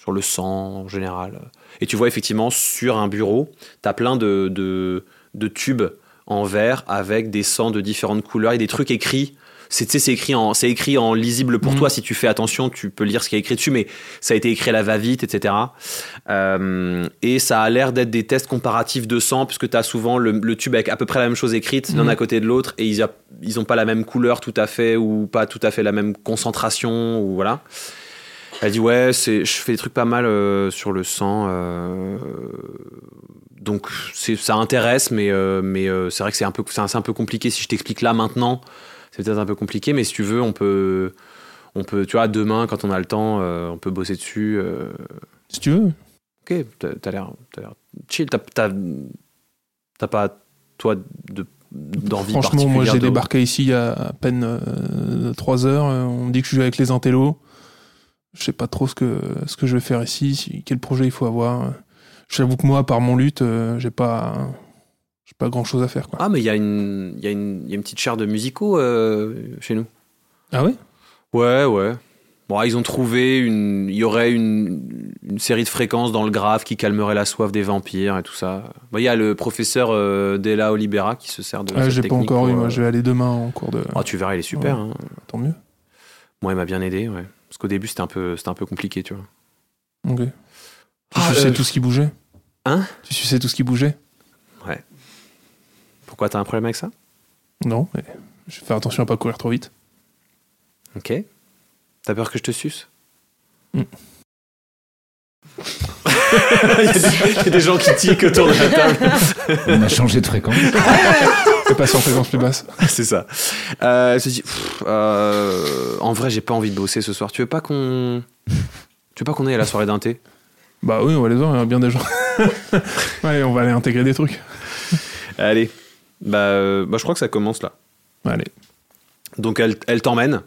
B: sur le sang en général. Et tu vois effectivement sur un bureau, t'as plein de, de, de tubes en verre avec des sangs de différentes couleurs et des trucs écrits. C'est tu sais, c'est écrit, en- c'est écrit en lisible pour
F: Mhm.
B: toi. Si tu fais attention, tu peux lire ce qui est écrit dessus, mais ça a été écrit à la va-vite, etc. Euh, et ça a l'air d'être des tests comparatifs de sang, puisque tu as souvent le, le tube avec à peu près la même chose écrite l'un
F: Mhm.
B: à côté de l'autre, et ils n'ont ils ont pas la même couleur tout à fait, ou pas tout à fait la même concentration, ou voilà. Elle dit ouais, c'est, je fais des trucs pas mal euh, sur le sang, euh, donc c'est, ça intéresse, mais, euh, mais euh, c'est vrai que c'est un peu, c'est un, c'est un peu compliqué si je t'explique là maintenant. C'est peut-être un peu compliqué, mais si tu veux, on peut, on peut, tu vois, demain quand on a le temps, euh, on peut bosser dessus. euh,
F: Si tu veux.
B: Ok, t'as t'as l'air t'as l'air chill. T'as- T'as t'as pas, toi, de- d'envie
F: Franchement, moi,
B: particulière
F: j'ai
B: de-
F: débarqué ici il y a à peine 3 heures. Euh, On me dit que je suis avec les intellos. Je sais pas trop ce que, ce que je vais faire ici, si- quel projet il faut avoir. Je t'avoue que moi, par mon lutte, euh, j'ai pas, j'ai pas grand chose à faire. Quoi.
B: Ah, mais il y, a une- il y, a une- il y a une petite chaire de musicaux euh, chez nous.
F: Ah ouais
B: Ouais, ouais. Bon, ah, ils ont trouvé une. Il y aurait une, une série de fréquences dans le grave qui calmerait la soif des vampires et tout ça. Bon, Il y a le professeur euh, Della Olivera qui se sert de.
F: Ah,
B: cette
F: J'ai pas
B: technique
F: encore
B: pour,
F: eu. Moi,
B: euh,
F: je vais aller demain en cours de.
B: Ah, tu verras, il est super.
F: Ouais.
B: hein.
F: Tant mieux.
B: Moi, il m'a bien aidé, ouais. Parce qu'au début, c'était un, peu- c'était un peu compliqué, tu vois.
F: Ok. Tu
B: Ah,
F: suçais
B: euh,
F: tout ce qui bougeait
B: Hein
F: Tu suçais tout ce qui bougeait
B: Pourquoi t'as un problème avec ça
F: Non, mais je vais faire attention à pas courir trop vite.
B: Ok. T'as peur que je te suce
F: Mm.
B: Il y, a des- il y a des gens qui tiquent autour de la table.
H: On a changé de fréquence.
F: Fais pas en fréquence plus basse.
B: C'est ça. Euh, elle se dit, pff, euh, en vrai, j'ai pas envie de bosser ce soir. Tu veux pas qu'on, tu veux pas qu'on aille à la soirée d'un thé
F: Bah oui, on va les voir, il y aura bien des gens. ouais, on va aller intégrer des trucs.
B: Allez. Bah, euh, bah, je crois que ça commence là.
F: Allez.
B: Donc elle, elle t'emmène.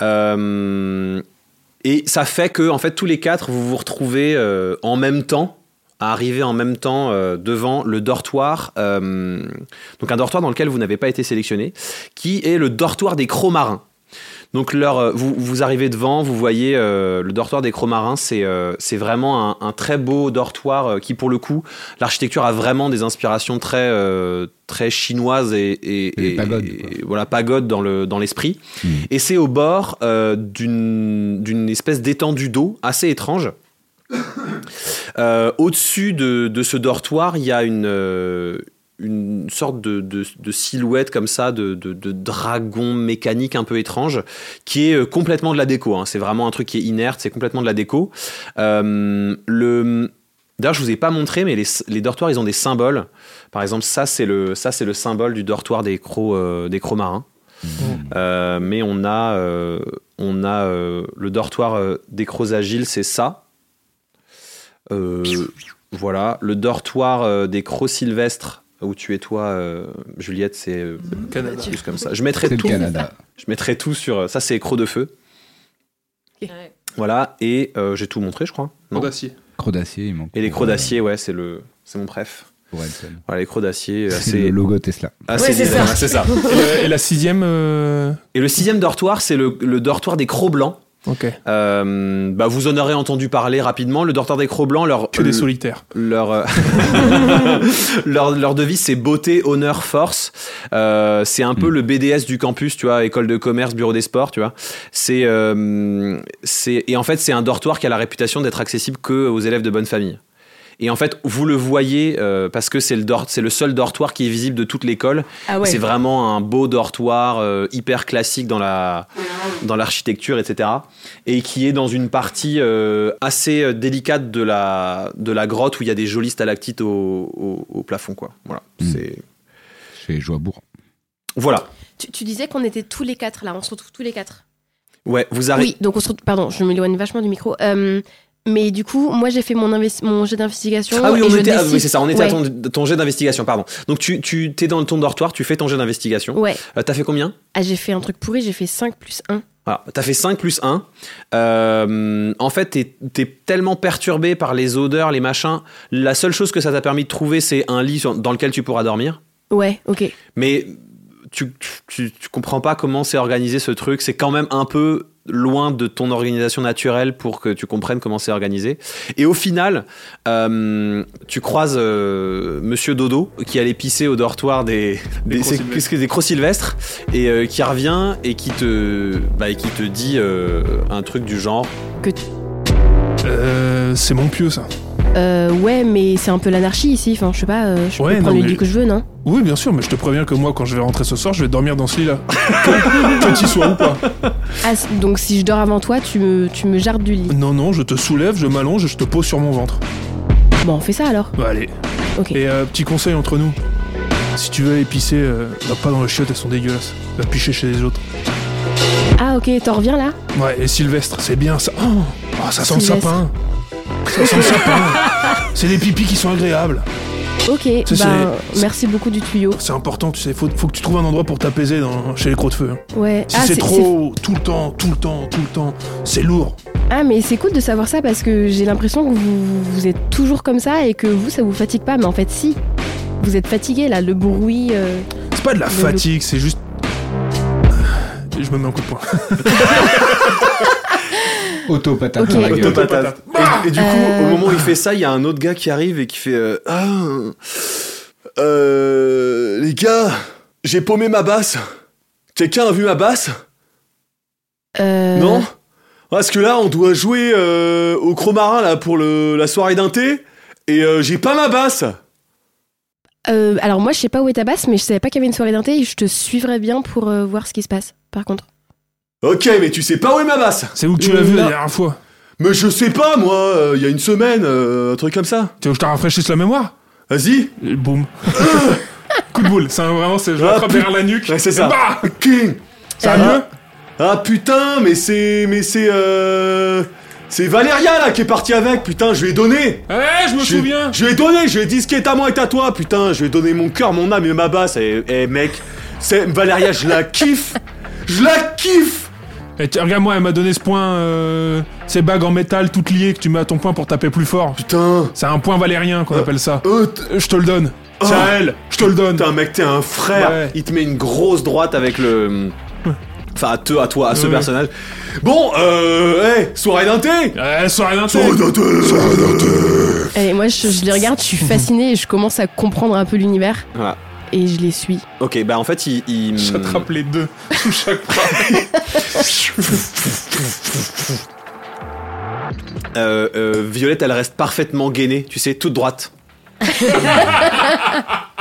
B: Euh, et ça fait que, en fait, tous les quatre, vous vous retrouvez euh, en même temps, à arriver en même temps euh, devant le dortoir. euh, donc un dortoir dans lequel vous n'avez pas été sélectionné, qui est le dortoir des crocs marins. Donc leur, euh, vous, vous arrivez devant, vous voyez euh, le dortoir des crocs marins, c'est euh, c'est vraiment un, un très beau dortoir euh, qui, pour le coup, l'architecture a vraiment des inspirations très, euh, très chinoises et, et,
H: Et pagode,
B: et-
H: quoi.
B: et voilà, pagode dans le- dans l'esprit.
H: Mm.
B: Et c'est au bord euh, d'une d'une espèce d'étendue d'eau assez étrange. Euh, Au-dessus de, de ce dortoir, il y a une, euh, une sorte de, de- de silhouette comme ça, de, de- de dragon mécanique un peu étrange, qui est euh, complètement de la déco. hein. C'est vraiment un truc qui est inerte, c'est complètement de la déco. Euh, le... D'ailleurs, je vous ai pas montré, mais les, les dortoirs, ils ont des symboles. Par exemple, ça, c'est le, ça, c'est le symbole du dortoir des crocs, euh, des crocs marins.
H: Mmh.
B: Euh, mais on a, euh, on a euh, le dortoir euh, des crocs agiles, c'est ça. Euh, voilà. Le dortoir euh, des crocs sylvestres, où tu es toi, euh, Juliette, c'est euh,
F: Canada.
B: juste comme ça. Je mettrai
H: C'est le
B: tout.
H: Canada.
B: Je mettrai tout sur. euh, Ça, c'est crocs de feu. Voilà. Et euh, j'ai tout montré, je crois. Non.
F: d'acier.
H: Croc d'acier, il manque. euh,
B: Et les crocs d'acier, ouais, c'est le, c'est mon préf.
H: Pour Elton.
B: Voilà, les crocs d'acier,
H: C'est le
B: assez,
H: logo Tesla.
B: assez
I: Ouais, c'est
B: bizarre.
I: ça.
B: Ah, c'est ça.
F: Et, le- et la sixième. euh,
B: Et le sixième dortoir, c'est le, le dortoir des crocs blancs.
F: Ok.
B: Euh, bah, vous en aurez entendu parler rapidement. Le dortoir des Crocs Blancs, leur, euh,
F: Que des solitaires.
B: leur, euh, leur, leur devise, c'est beauté, honneur, force. Euh, c'est un
F: Hmm.
B: peu le BDS du campus, tu vois, école de commerce, bureau des sports, tu vois. C'est, euh, c'est, et en fait, c'est un dortoir qui a la réputation d'être accessible que aux élèves de bonne famille. Et en fait, vous le voyez euh, parce que c'est le, dort- c'est le seul dortoir qui est visible de toute l'école.
I: Ah ouais.
B: C'est vraiment un beau dortoir euh, hyper classique dans la dans l'architecture, etc. Et qui est dans une partie euh, assez euh, délicate de la de la grotte où il y a des jolies stalactites au, au- au plafond, quoi. Voilà.
H: Mm.
B: C'est
H: Chez Joibourg.
B: voilà.
C: Tu, tu disais qu'on était tous les quatre là, on se retrouve tous les quatre.
B: Ouais, vous arrivez.
C: Oui, donc on se retrouve. Pardon, je m'éloigne vachement du micro. Euh, mais du coup, moi j'ai fait mon, investi- mon jet d'investigation.
B: Ah oui,
C: et
B: on
C: je
B: était, ah
C: décide-
B: oui, c'est ça, on était à
C: Ouais,
B: ton, ton jet d'investigation, pardon. Donc tu, tu t'es dans ton dortoir, tu fais ton jet d'investigation.
C: Ouais,
B: Euh, T'as fait combien
C: Ah, j'ai fait un truc pourri, j'ai fait 5 plus 1.
B: Voilà, t'as fait 5 plus 1. Euh, en fait, t'es t'es tellement perturbé par les odeurs, les machins. La seule chose que ça t'a permis de trouver, c'est un lit sur- dans lequel tu pourras dormir.
C: Ouais, ok.
B: Mais tu, tu, tu comprends pas comment c'est organisé ce truc. C'est quand même un peu loin de ton organisation naturelle pour que tu comprennes comment c'est organisé. Et au final, euh, tu croises euh, Monsieur Dodo qui allait pisser au dortoir des, des, c'est-
F: Crocs-Sylvestres.
B: qu'est-ce que- des Crocs-Sylvestres et euh, qui revient et qui te, bah, et qui te dit euh, un truc du genre
F: Euh, c'est mon pieu, ça.
C: Euh, ouais, mais c'est un peu l'anarchie ici. Enfin, je sais pas, euh, je
F: Ouais,
C: peux
F: non,
C: prendre le
F: mais-
C: lit que je veux, non
F: Oui, bien sûr, mais je te préviens que moi, quand je vais rentrer ce soir, je vais dormir dans ce lit-là. que que t'y sois ou pas.
C: Ah, c- donc si je dors avant toi, tu me, tu me jardes du lit.
F: Non, non, je te soulève, je m'allonge et je te pose sur mon ventre.
C: Bon, on fait ça alors.
F: Bah, allez.
C: Ok.
F: Et euh, petit conseil entre nous. Si tu veux aller pisser, euh, va pas dans les chiottes, elles sont dégueulasses. Va picher chez les autres.
C: Ah, ok, t'en reviens là
F: Ouais, et Sylvestre, c'est bien ça. Oh, oh, ça sent le
C: Sylvestre.
F: sapin. Ça sent le sapin. C'est des pipis qui sont agréables.
C: Ok,
F: c'est-
C: ben, merci beaucoup du tuyau.
F: C'est important, tu sais, faut, faut que tu trouves un endroit pour t'apaiser dans, chez les crocs de feu. hein.
C: Ouais. Ah,
F: Si c'est trop, tout le temps, tout le temps, tout le temps, c'est lourd.
C: Ah, mais c'est cool de savoir ça parce que j'ai l'impression que vous, vous êtes toujours comme ça et que vous, ça vous fatigue pas, mais en fait, si. Vous êtes fatigué là, le bruit. euh,
F: C'est pas de la
C: Mais
F: fatigue, c'est juste. euh, Je me mets un coup de poing. Ah,
H: Autopatate
C: Ok.
H: dans la gueule.
B: Autopatate.
F: Bah
B: Et, et du coup,
C: Euh.
B: au moment où il fait ça, il y a un autre gars qui arrive et qui fait euh, Ah, euh, les gars, j'ai paumé ma basse. Quelqu'un a vu ma basse
C: euh,
B: Non Parce que là, on doit jouer euh, au Cromarin là pour le, la soirée d'un thé et euh, j'ai pas ma basse.
C: euh, Alors, moi, je sais pas où est ta basse, mais je savais pas qu'il y avait une soirée d'un thé et je te suivrais bien pour euh, voir ce qui se passe, par contre.
B: Ok, mais tu sais pas où est ma basse
F: C'est où que tu
B: Euh,
F: l'as vu la
B: non.
F: dernière fois
B: Mais je sais pas, moi, euh, il y a une semaine, euh, un truc comme ça.
F: Tu veux que je te rafraîchisse la mémoire
B: Vas-y.
F: Et boum. coup de boule. C'est un- vraiment, c'est je
B: Ah,
F: l'attrape
B: putain.
F: derrière la nuque.
B: Ouais, c'est
F: Et
B: ça.
F: bah
B: King
F: ça va
B: Euh,
F: mieux
B: Ah putain, mais c'est. Mais c'est. Euh... C'est Valéria là qui est partie avec, putain, je lui ai donné
F: Ouais, Eh, je me
B: je,
F: souviens.
B: je lui ai donné, je lui ai dit ce qui est à moi est à toi, putain, je lui ai donné mon cœur, mon âme et ma basse. Et, et mec, c'est Valéria, je la kiffe Je la kiffe
F: Et Eh, tiens, regarde-moi, elle m'a donné ce point. euh, ces bagues en métal toutes liées que tu mets à ton poing pour taper plus fort.
B: Putain
F: C'est un point valérien qu'on appelle ça.
B: euh, t-
F: Euh, Je te le donne. C'est
B: Oh.
F: à elle. Je te le donne.
B: Putain mec, t'es un frère
F: Ouais.
B: Il te met une grosse droite avec le. Enfin, à te, à toi, à ce
F: Ouais.
B: personnage. Bon, euh. hey, soirée d'un thé
F: Ouais, soirée d'un
B: Soirée d'un thé Soirée d'un thé
C: Et moi, je, je les regarde, je suis fascinée et je commence à comprendre un peu l'univers.
F: Ah.
B: Voilà.
C: Et je les suis.
B: Ok, bah en fait, il. il-
F: J'attrape les deux sous chaque bras.
B: Euh, euh, Violette, elle reste parfaitement gainée, tu sais, toute droite.
H: C'est pas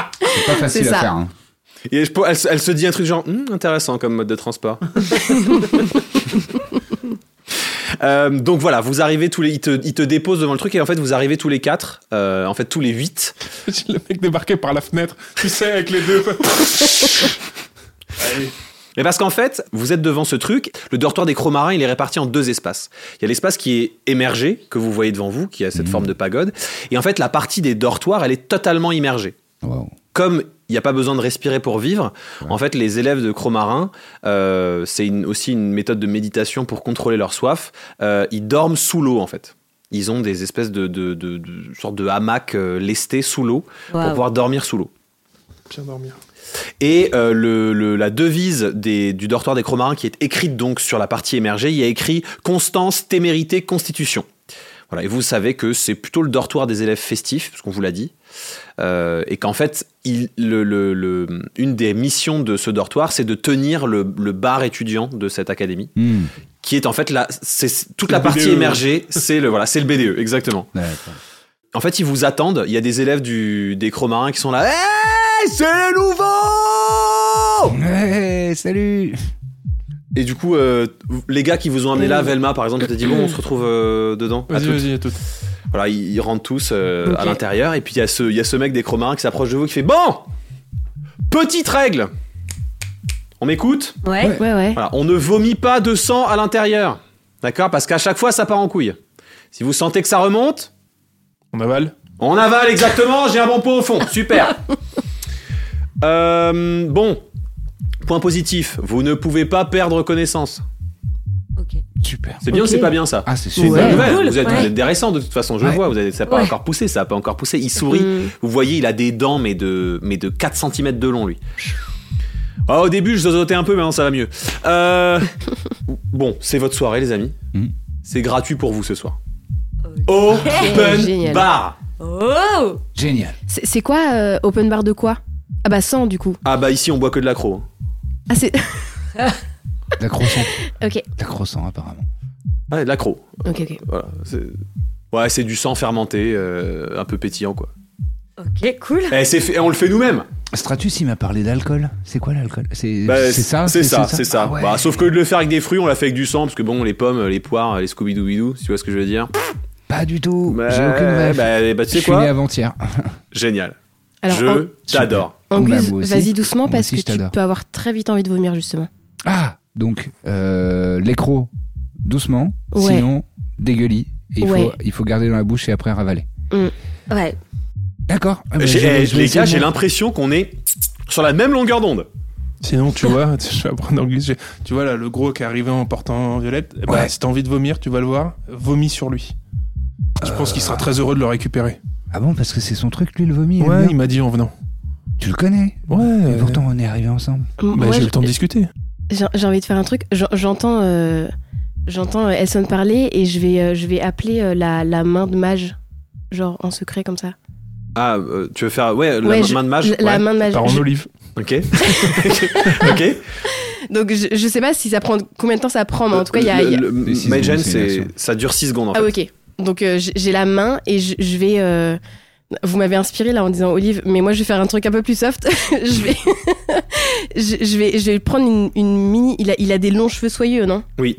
H: facile
C: C'est
H: à
C: ça.
H: faire. hein.
B: Et je, elle, se- elle se dit un truc genre Hmm, intéressant comme mode de transport. Euh, donc voilà, vous arrivez tous les, ils te, ils te déposent devant le truc et en fait vous arrivez tous les quatre, euh, en fait tous les huit.
F: J'ai le mec débarqué par la fenêtre. Tu sais, avec les deux.
B: Mais parce qu'en fait, vous êtes devant ce truc, le dortoir des Cromarins, il est réparti en deux espaces. Il y a l'espace qui est émergé, que vous voyez devant vous, qui a cette forme de pagode, et en fait la partie des dortoirs, elle est totalement immergée.
H: Waouh.
B: comme il n'y a pas besoin de respirer pour vivre, en fait, les élèves de Cromarin, euh, c'est une- aussi une méthode de méditation pour contrôler leur soif. euh, ils dorment sous l'eau, en fait. Ils ont des espèces de, de, de, de sorte de hamac euh, lesté sous l'eau pour
I: Waouh.
B: pouvoir dormir sous l'eau.
F: Bien dormir.
B: Et euh, le, le- la devise des- du dortoir des Cromarins qui est écrite donc sur la partie émergée, il y a écrit Constance, témérité, constitution. Voilà, et vous savez que c'est plutôt le dortoir des élèves festifs, parce qu'on vous l'a dit, Euh, et qu'en fait, il- le- le- le- une des missions de ce dortoir, c'est de tenir le, le bar étudiant de cette académie,
H: Hmm.
B: qui est en fait la, c'est, toute la
F: Le E.
B: partie
F: BDE.
B: émergée, c'est le, voilà, c'est le BDE, exactement.
H: D'accord.
B: En fait, ils vous attendent. Il y a des élèves du, des Cromarins qui sont là. Hey, c'est le nouveau
H: Ouais, salut
B: Et du coup, euh, les gars qui vous ont amené là, Velma par exemple, t'a dit bon, on se retrouve euh, dedans. À
F: Mmh. Vas-y,
B: toutes.
F: vas-y, à tout.
B: Voilà, ils, ils rentrent tous euh, à
C: Ok.
B: l'intérieur. Et puis il y, a ce- il y a ce mec des Cromarins qui s'approche de vous qui fait bon, petite règle. On m'écoute.
I: Ouais.
C: Ouais, ouais.
B: Voilà, on ne vomit pas de sang à l'intérieur, d'accord Parce qu'à chaque fois, ça part en couille. Si vous sentez que ça remonte,
F: On avale.
B: On avale exactement, j'ai un bon pot au fond, super. Euh, bon, point positif, vous ne pouvez pas perdre connaissance.
H: Super.
B: C'est bien
C: Ok.
B: ou c'est pas bien ça
H: Ah, c'est
B: C'est
H: super.
B: une bonne
C: Ouais.
B: nouvelle.
I: Cool,
B: vous êtes,
I: ouais.
B: vous êtes des récents de toute façon, je le
H: Ouais.
B: vois. Vous avez, ça n'a pas
I: Ouais.
B: encore poussé, ça n'a pas encore poussé. Il sourit.
C: Mm.
B: Vous voyez, il a des dents, mais de, mais de 4 cm de long, lui. Ah, au début, je zozotais un peu, maintenant ça va mieux. Euh, bon, c'est votre soirée, les amis.
H: Mhm.
B: C'est gratuit pour vous ce soir.
C: Génial.
B: Open bar.
I: Oh
H: Génial.
C: C'est c'est quoi euh, open bar de quoi Ah bah 100 du coup.
B: Ah bah ici, on boit que de l'accro. hein.
C: Ah c'est
H: La croissant.
C: Ok.
H: La croissant, apparemment.
B: Ah, de l'accro.
C: OK OK.
B: Voilà. c'est- Ouais, c'est du sang fermenté, euh, un peu pétillant, quoi.
I: Ok, cool.
B: Eh, c'est fait- on le fait nous-mêmes.
H: Stratus, il m'a parlé d'alcool. C'est quoi l'alcool C'est
B: Bah,
H: c'est ça
B: C'est ça, c'est ça.
H: Ah ouais.
B: Bah, sauf que de le faire avec des fruits, on l'a fait avec du sang, parce que bon, les pommes, les poires, les scooby-doo, si tu vois ce que je veux dire.
H: Pas du tout.
B: Bah,
H: J'ai aucune rêve.
B: bah, bah, tu sais
H: je suis né
B: quoi
H: avant-hier.
B: Génial.
C: Alors oh.
B: je
C: an-
B: t'adore.
C: anglaise,
H: Bah, moi aussi.
C: vas-y doucement
H: Moi
C: parce
H: aussi,
C: que
H: je
C: tu
H: t'adore.
C: peux avoir très vite envie de vomir justement.
H: Ah Donc, euh, l'écro, doucement.
C: Ouais.
H: Sinon, dégueulis. Et il,
C: Ouais.
H: faut, il faut garder dans la bouche et après ravaler.
I: Ouais.
H: D'accord. Ah, bah,
B: J'ai-
H: je vais-
B: eh,
H: je vais
B: les
H: essayer
B: gars,
H: de
B: j'ai
H: mon-
B: l'impression qu'on est sur la même longueur d'onde.
F: Sinon, tu vois, je vais apprendre l'anglais. j'ai- Tu vois, là, le gros qui est arrivé en portant Violette, eh ben,
H: Ouais.
F: si t'as envie de vomir, tu vas le voir, vomis sur lui. Je pense qu'il sera très heureux de le récupérer.
H: Ah bon, parce que c'est son truc, lui, le vomi. il aime
F: Ouais,
H: bien.
F: il m'a dit en venant.
H: Tu le connais
F: Ouais.
H: Et pourtant, on est arrivés ensemble.
C: M-
F: Bah,
C: moi,
F: j'ai eu
C: je-
F: le temps de discuter.
C: j'ai j'ai envie de faire un truc, J'en- j'entends euh, j'entends euh, Elson parler et je vais euh, je vais appeler euh, la, la main de mage genre en secret comme ça.
B: Ah, euh, tu veux faire. Ouais, la
C: Ouais,
B: main
C: je-
B: main de mage
C: la, la
B: Ah, ouais.
C: main de mage.
F: Par en
C: Ah, Je-
F: olive.
B: Ok. ok.
C: donc je, je sais pas si ça prend combien de temps ça prend mais en tout cas il y a- il y a
B: Le- le-
H: C'est six
B: Mage
H: secondes,
B: Hand,
H: c'est
B: c'est-
H: une action.
B: ça dure 6 secondes en fait.
C: Ah ok. Donc euh, j- j'ai la main et je, je vais. euh, Vous m'avez inspiré là en disant Olive, mais moi je vais faire un truc un peu plus soft. je vais, je, je vais, je vais prendre une, une mini. Il a, il a des longs cheveux soyeux, non
B: Oui.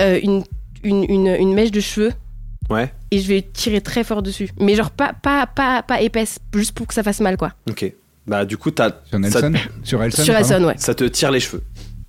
C: Euh, une, une, une, une mèche de cheveux.
B: Ouais.
C: Et je vais tirer très fort dessus, mais genre pas, pas, pas, pas épaisse, juste pour que ça fasse mal quoi.
B: Ok. Bah, du coup, t'as-
H: Sur
B: ça,
H: Nelson Sur Elson
C: Sur la
H: pardon.
C: sonne, ouais.
B: ça te tire les cheveux.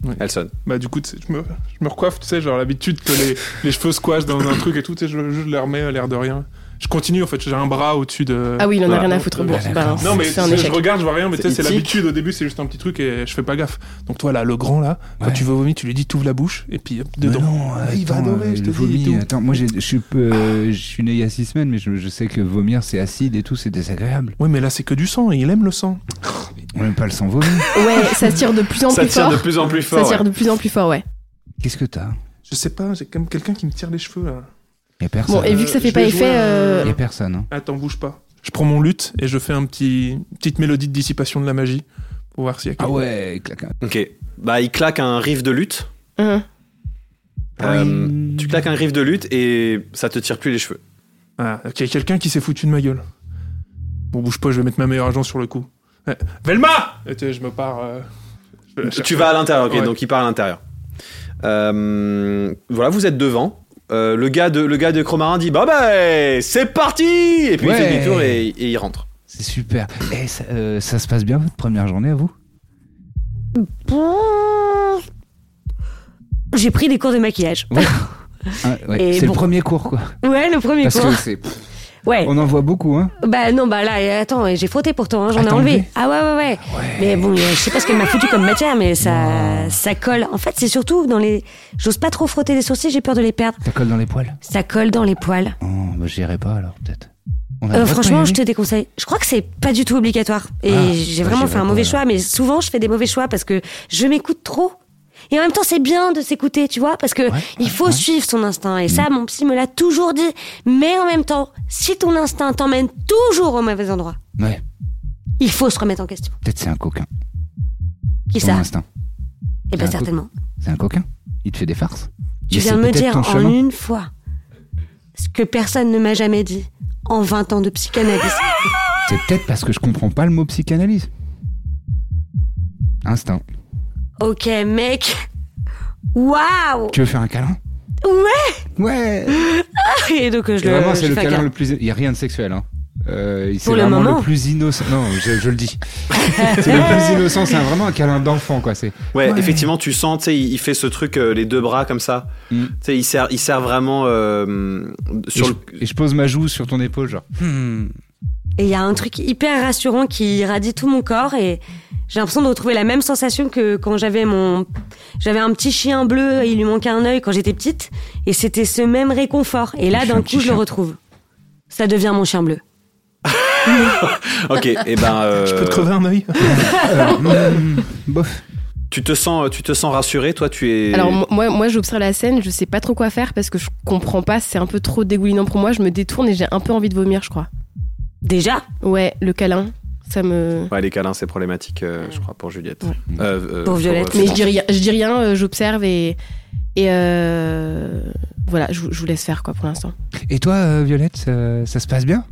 F: Ouais.
B: Elle sonne.
F: Bah, du coup, tu sais, je me, je me recoiffe, tu sais, genre l'habitude que les, les cheveux squashent dans un truc et tout, tu sais, je, je les remets à l'air de rien. Je continue, en fait, j'ai un bras au-dessus de.
C: Ah oui, il en a
B: Voilà.
C: rien à foutre. Bon,
H: Ah,
C: bah,
H: d'accord.
F: Non, mais
C: c'est
F: tu
C: un
F: sais, je
C: échec.
F: regarde, je vois rien, mais tu sais,
B: C'est
F: c'est
B: ici.
F: l'habitude. Au début, c'est juste un petit truc et je fais pas gaffe. Donc, toi, là, le grand, là, quand
H: Ouais.
F: tu veux vomir, tu lui dis, t'ouvres la bouche et puis hop,
H: Mais
F: dedans.
H: non,
F: Ah, il va
H: attends,
F: adorer,
H: euh,
F: je te
H: le
F: dis, et
H: vomi,
F: tout.
H: Attends, moi, j'ai- je suis, euh, je suis né il y a six semaines, mais je, je sais que vomir, c'est acide et tout, c'est désagréable.
F: Oui, mais là, c'est que du sang et il aime le sang.
H: On n'aime pas le sang vomi.
C: Ouais, ça tire de plus en
B: Ça
C: plus
B: tire
C: fort.
B: de plus en plus
C: Ça
B: fort.
C: tire de plus en plus fort, ouais.
H: Qu'est-ce que t'as
F: Je sais pas, j'ai quand même quelqu'un qui me tire les cheveux là.
H: Y'a personne.
C: Bon, et
F: euh,
C: vu que ça fait
F: je
C: pas
F: vais jouer
C: effet,
F: un-
C: euh,
H: Y a personne. hein.
F: Attends, bouge pas. Je prends mon luth et je fais un petit petite mélodie de dissipation de la magie pour voir s'il y a
H: Ah
F: quelqu'un.
H: ouais, claque.
B: ouais. Ok. Bah, il claque un riff de lutte.
C: hein.
B: Euh, tu claques un riff de lutte et ça te tire plus les cheveux.
F: Ah, ok, quelqu'un qui s'est foutu de ma gueule. Bon, bouge pas, je vais mettre ma meilleure agence sur le coup. Eh, Velma Et tu sais, Je me pars. euh, je vais la
B: Tu
F: chercher.
B: vas à l'intérieur, ok,
F: Ouais.
B: donc il part à l'intérieur. Euh, voilà, vous êtes devant. Euh, le gars de le gars de Cromarin dit bah bah c'est parti et puis il fait
H: Ouais.
B: demi-tour et, et il rentre.
H: C'est super. Eh, ça, euh, ça se passe bien votre première journée à vous
I: J'ai pris des cours de maquillage.
H: Ah, ouais,
I: Et
H: C'est
I: bon.
H: le premier cours quoi.
I: Ouais, le premier
H: Parce
I: cours.
H: que c'est. pff,
I: Ouais.
H: On en voit beaucoup hein.
I: Bah non, bah là, euh, attends, j'ai frotté pourtant, hein, j'en
H: Ah,
I: ai
H: t'as
I: enlevé.
H: enlevé
I: Ah ouais, ouais, ouais. Mais bon, euh, je sais pas ce qu'elle m'a foutu comme matière, mais ça, ça colle. En fait, c'est surtout dans les. J'ose pas trop frotter les sourcils, j'ai peur de les perdre.
H: Ça colle dans les poils.
I: Ça colle dans les poils.
H: Oh, bah j'irai pas alors peut-être.
I: Euh,
H: On a le droit de pas
I: franchement,
H: y
I: je te
H: aller
I: déconseille. Je crois que c'est pas du tout obligatoire. Et
H: Ah,
I: j'ai
H: bah,
I: vraiment
H: j'irai
I: fait un
H: pas,
I: mauvais
H: alors.
I: choix, mais souvent je fais des mauvais choix parce que je m'écoute trop. Et en même temps, c'est bien de s'écouter, tu vois, parce que
H: Ouais,
I: il
H: ouais,
I: faut
H: ouais. Mm.
I: suivre son instinct. Et ça, mon psy me l'a toujours dit. Mais en même temps, si ton instinct t'emmène toujours au mauvais endroit,
H: Ouais,
I: il faut se remettre en question.
H: peut-être c'est un coquin.
I: Qui
H: Ton
I: ça
H: instinct.
I: Eh ben
H: Un peu.
I: certainement.
H: C'est un coquin. Il te fait des farces.
I: Tu viens
H: Mais c'est
I: de me
H: peut-être
I: dire
H: ton
I: en
H: chemin.
I: une fois ce que personne ne m'a jamais dit en 20 ans de psychanalyse.
H: C'est peut-être parce que je comprends pas le mot psychanalyse. Instinct.
I: ok, mec. Waouh
H: Tu veux faire un câlin
I: Ouais
H: Ouais.
I: Et donc euh, je
H: Et
I: le
H: vraiment,
I: je
H: c'est le
I: fais un
H: câlin
I: câlin.
H: le plus. Il n'y a rien de sexuel. Hein. Euh, c'est
I: le
H: vraiment
I: moment.
H: le plus innocent. Non, je, je le dis. c'est le plus innocent. C'est un- vraiment un câlin d'enfant, quoi. C'est.
B: Ouais, effectivement, tu sens, tu sais, il il fait ce truc euh, les deux bras comme ça.
H: Mm.
B: Tu sais, il sert il sert vraiment euh, sur
H: et,
B: le
H: je, et je pose ma joue sur ton épaule, genre. Hmm.
I: Et il y a un truc hyper rassurant qui irradie tout mon corps et J'ai l'impression de retrouver la même sensation que quand j'avais mon, j'avais un petit chien bleu et il lui manquait un œil quand j'étais petite, et c'était ce même réconfort. Et là,
H: Je suis
I: d'un
H: un
I: coup,
H: petit
I: je le
H: chien.
I: retrouve. Ça devient mon chien bleu.
B: Ok, et ben. euh,
F: Je peux te crever un œil
H: Euh, mm, bof.
B: tu te sens, tu te sens rassuré, toi, tu es.
C: Alors mo- moi, moi j'observe la scène, je sais pas trop quoi faire parce que je comprends pas, c'est un peu trop dégoulinant pour moi, je me détourne et j'ai un peu envie de vomir, je crois.
I: Déjà,
C: Ouais, le câlin, ça me...
B: Ouais, les câlins, c'est problématique, euh, je crois, pour Juliette.
C: Ouais.
B: Euh, euh,
I: Pour Violette.
C: Mais je dis rien, je dis rien, euh, j'observe et... Et euh, voilà, je, vous- je vous laisse faire quoi pour l'instant.
H: Et toi, euh, Violette, ça, ça se passe bien